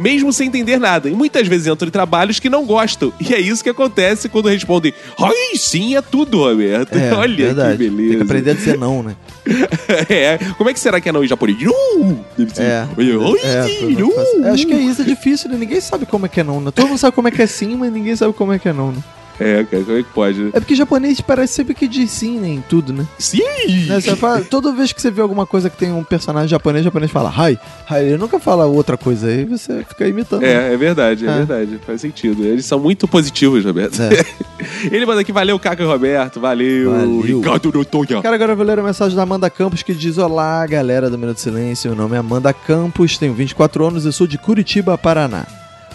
Speaker 1: Mesmo sem entender nada, e muitas vezes entram em trabalhos que não gostam. E é isso que acontece quando respondem: Ai, sim, é tudo, Roberto.
Speaker 2: É,
Speaker 1: Olha
Speaker 2: verdade.
Speaker 1: que beleza.
Speaker 2: Tem que aprender a dizer não, né?
Speaker 1: É. Como é que será que é não em japonês? Nu! Deve ser.
Speaker 2: É.
Speaker 1: Oi, oi,
Speaker 2: É,
Speaker 1: sim,
Speaker 2: todo mundo
Speaker 1: nu!
Speaker 2: faz- É, acho que é isso, é difícil, né? Ninguém sabe como é que é não, né? Todo mundo sabe como é que é sim, mas ninguém sabe como é que é não, né?
Speaker 1: É, cara, como é que pode?
Speaker 2: É porque japonês parece sempre que diz sim, né? Em tudo, né?
Speaker 1: Sim!
Speaker 2: toda vez que você vê alguma coisa que tem um personagem japonês, o japonês fala hi, hi. Ele nunca fala outra coisa, aí você fica imitando.
Speaker 1: É, é verdade, é,
Speaker 2: É.
Speaker 1: verdade. Faz sentido. Eles são muito positivos, Roberto.
Speaker 2: É.
Speaker 1: Ele manda aqui, valeu, Caco e Roberto. Valeu, Ricardo Notonha.
Speaker 2: Cara, agora eu vou ler a mensagem da Amanda Campos que diz: Olá, galera do Minuto de Silêncio. Meu nome é Amanda Campos, tenho 24 anos e sou de Curitiba, Paraná.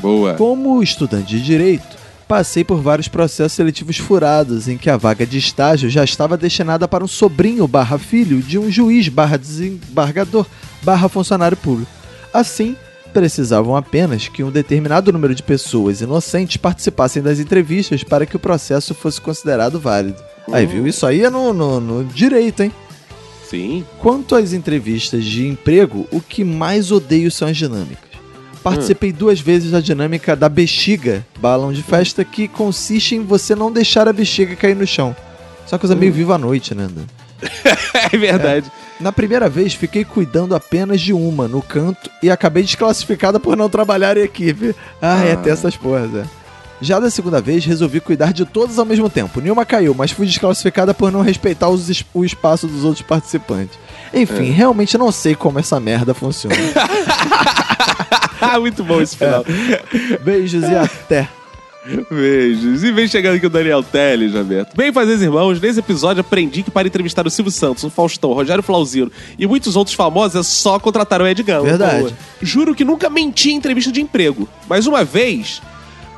Speaker 1: Boa.
Speaker 2: Como estudante de direito, passei por vários processos seletivos furados em que a vaga de estágio já estava destinada para um sobrinho barra filho de um juiz barra desembargador barra funcionário público. Assim, precisavam apenas que um determinado número de pessoas inocentes participassem das entrevistas para que o processo fosse considerado válido. Aí, viu? Isso aí é no- no- no direito, hein?
Speaker 1: Sim.
Speaker 2: Quanto às entrevistas de emprego, o que mais odeio são as dinâmicas. Participei duas vezes da dinâmica da bexiga, balão de festa, que consiste em você não deixar a bexiga cair no chão. Só coisa meio viva à noite, né? André?
Speaker 1: É verdade.
Speaker 2: Na primeira vez, fiquei cuidando apenas de uma no canto e acabei desclassificada por não trabalhar em equipe. Ai,
Speaker 1: Ah.
Speaker 2: até essas porras, é. Já da segunda vez, resolvi cuidar de todas ao mesmo tempo. Nenhuma caiu, mas fui desclassificada por não respeitar os es- o espaço dos outros participantes. Enfim, realmente não sei como essa merda funciona.
Speaker 1: Ah, Muito bom esse final.
Speaker 2: É. Beijos e até.
Speaker 1: Beijos. E vem chegando aqui o Daniel Teles, Roberto. Bem fazer, irmãos. Nesse episódio aprendi que para entrevistar o Silvio Santos, o Faustão, o Rogério Flauzino e muitos outros famosos é só contratar o Ed Gama.
Speaker 2: Verdade.
Speaker 1: Boa. Juro que nunca menti em entrevista de emprego. Mas uma vez,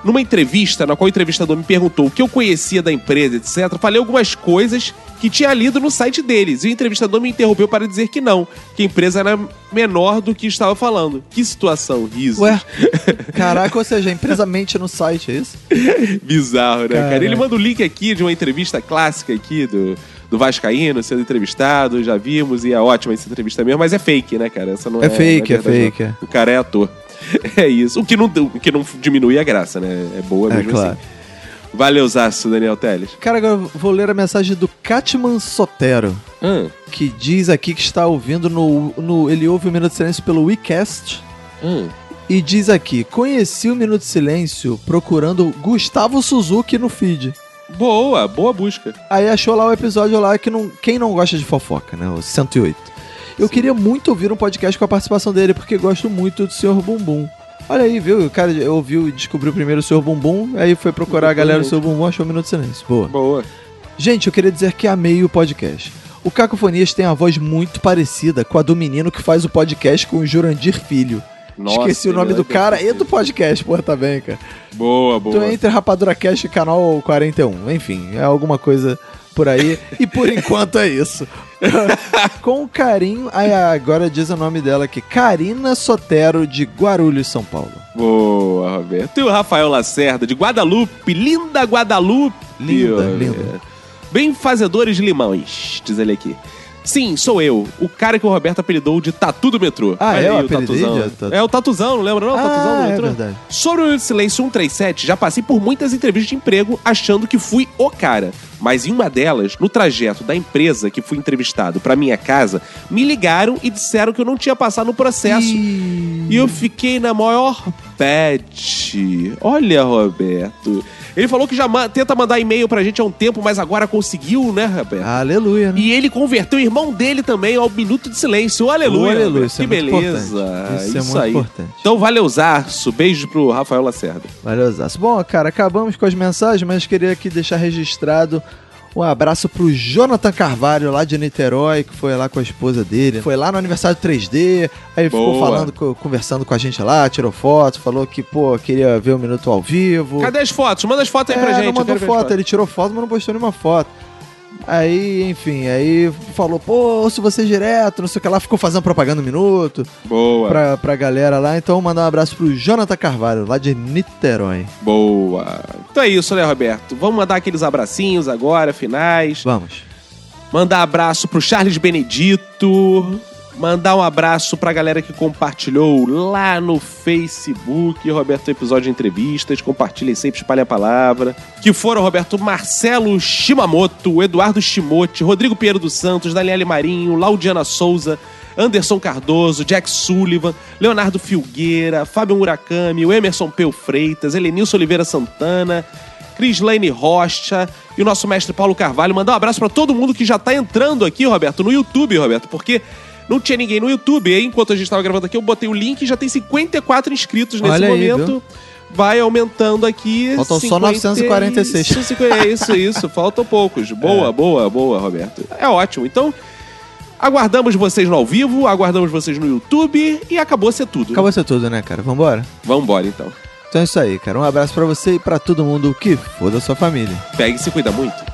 Speaker 1: numa entrevista na qual o entrevistador me perguntou o que eu conhecia da empresa, etc., falei algumas coisas que tinha lido no site deles. E o entrevistador me interrompeu para dizer que não, que a empresa era menor do que estava falando. Que situação, riso.
Speaker 2: Ué, caraca, ou seja, a empresa mente no site, é isso?
Speaker 1: Bizarro, né, cara?
Speaker 2: Caraca.
Speaker 1: Ele manda o link aqui de uma entrevista clássica aqui do, do Vascaíno sendo entrevistado, já vimos, e é ótima essa entrevista mesmo, mas é fake, né, cara? Essa não é,
Speaker 2: É fake,
Speaker 1: não
Speaker 2: é
Speaker 1: verdade,
Speaker 2: fake,
Speaker 1: não.
Speaker 2: é.
Speaker 1: O cara é ator. É isso. O que não, o que não diminui a graça, né? É boa
Speaker 2: É,
Speaker 1: mesmo
Speaker 2: claro.
Speaker 1: assim. Valeu, Zaço, Daniel Teles.
Speaker 2: Cara, agora eu vou ler a mensagem do Catman Sotero,
Speaker 1: Hum,
Speaker 2: que diz aqui que está ouvindo no. no ele ouve o Minuto de Silêncio pelo WeCast.
Speaker 1: hum.
Speaker 2: E diz aqui: conheci o Minuto de Silêncio procurando Gustavo Suzuki no feed.
Speaker 1: Boa, boa busca.
Speaker 2: Aí achou lá o episódio lá que não, quem não gosta de fofoca, né? O 108. Eu queria muito ouvir um podcast com a participação dele, porque gosto muito do Sr. Bumbum. Olha aí, viu? O cara ouviu e descobriu primeiro o Sr. Bumbum, aí foi procurar a galera do Sr. Bumbum, achou o Minuto de Silêncio. Boa.
Speaker 1: Boa.
Speaker 2: Gente, eu queria dizer que amei o podcast. O Cacofonias tem a voz muito parecida com a do menino que faz o podcast com o Jurandir Filho.
Speaker 1: Nossa,
Speaker 2: Esqueci o
Speaker 1: ele
Speaker 2: nome
Speaker 1: é
Speaker 2: do
Speaker 1: bem
Speaker 2: cara e do podcast, porra, tá bem, cara.
Speaker 1: Boa, boa.
Speaker 2: Então entre Rapadura Cash e canal 41. Enfim, é alguma coisa por aí. E por enquanto é isso. Com carinho, aí agora diz o nome dela aqui: Karina Sotero, de Guarulhos, São Paulo.
Speaker 1: Boa, Roberto. E o Rafael Lacerda, de Guadalupe. Linda Guadalupe.
Speaker 2: Linda,
Speaker 1: Ó,
Speaker 2: linda.
Speaker 1: Bem fazedores de limões, diz ele aqui. Sim, sou eu, o cara que o Roberto apelidou de Tatu do Metrô.
Speaker 2: Ah,
Speaker 1: Olha
Speaker 2: é? Eu
Speaker 1: aí, o
Speaker 2: apelidei de
Speaker 1: Tatuzão.
Speaker 2: Tatu-
Speaker 1: É o Tatuzão, não lembra não? O Tatuzão do
Speaker 2: Ah, é
Speaker 1: Metrô.
Speaker 2: verdade.
Speaker 1: Sobre o Silêncio 137, já passei por muitas entrevistas de emprego achando que fui o cara. Mas em uma delas, no trajeto da empresa que fui entrevistado pra minha casa, me ligaram e disseram que eu não tinha passado no processo. E eu fiquei na maior pet. Olha, Roberto. Ele falou que já ma- tenta mandar e-mail pra gente há um tempo, mas agora conseguiu, né, Roberto?
Speaker 2: Aleluia, né?
Speaker 1: E ele converteu o irmão dele também ao Minuto de Silêncio. O aleluia.
Speaker 2: Ô, aleluia,
Speaker 1: Roberto.
Speaker 2: isso
Speaker 1: que
Speaker 2: é muito
Speaker 1: beleza.
Speaker 2: importante.
Speaker 1: Isso,
Speaker 2: Isso é muito
Speaker 1: aí.
Speaker 2: importante.
Speaker 1: Então, valeu, Zarço. Beijo pro Rafael Lacerda.
Speaker 2: Valeu, Zaço. Bom, cara, acabamos com as mensagens, mas queria aqui deixar registrado um abraço pro Jonathan Carvalho, lá de Niterói, que foi lá com a esposa dele. Foi lá no aniversário 3D, aí ficou
Speaker 1: Boa.
Speaker 2: falando, co- conversando com a gente lá, tirou foto, falou que, pô, queria ver o minuto ao vivo.
Speaker 1: Cadê as fotos? Manda as fotos aí pra
Speaker 2: É,
Speaker 1: gente.
Speaker 2: Não
Speaker 1: eu
Speaker 2: mandou
Speaker 1: quero ver as
Speaker 2: foto,
Speaker 1: fotos.
Speaker 2: ele tirou foto, mas não postou nenhuma foto. Aí, enfim, aí falou, pô, ouço você direto, não sei o que lá, ficou fazendo propaganda no minuto
Speaker 1: Boa.
Speaker 2: pra, pra galera lá. Então, mandar um abraço pro Jonathan Carvalho, lá de Niterói.
Speaker 1: Boa. Então é isso, né, Roberto? Vamos mandar aqueles abracinhos agora, finais.
Speaker 2: Vamos.
Speaker 1: Mandar abraço pro Charles Benedito. Mandar um abraço pra galera que compartilhou lá no Facebook, Roberto Episódio de Entrevistas. Compartilhem sempre, espalhe a palavra. Que foram Roberto Marcelo Shimamoto, Eduardo Shimote, Rodrigo Pinheiro dos Santos, Daniele Marinho, Laudiana Souza, Anderson Cardoso, Jack Sullivan, Leonardo Filgueira, Fábio Murakami, o Emerson Peu Freitas, Helenilson Oliveira Santana. Cris Lane Rocha e o nosso mestre Paulo Carvalho. Mandar um abraço pra todo mundo que já tá entrando aqui, Roberto, no YouTube, Roberto, porque não tinha ninguém no YouTube. E aí, enquanto a gente tava gravando aqui, eu botei o link e já tem 54 inscritos nesse
Speaker 2: Olha aí,
Speaker 1: momento.
Speaker 2: viu?
Speaker 1: Vai aumentando aqui.
Speaker 2: Faltam só 946.
Speaker 1: 55, É isso, é isso. Faltam poucos.
Speaker 2: É.
Speaker 1: Boa, boa, boa, Roberto. É ótimo. Então, aguardamos vocês no ao vivo, aguardamos vocês no YouTube e acabou ser tudo.
Speaker 2: Acabou ser tudo, né, cara? Vambora?
Speaker 1: Vambora, então.
Speaker 2: Então é isso aí, cara. Um abraço pra você e pra todo mundo que foda a sua família.
Speaker 1: Pegue e se cuida muito.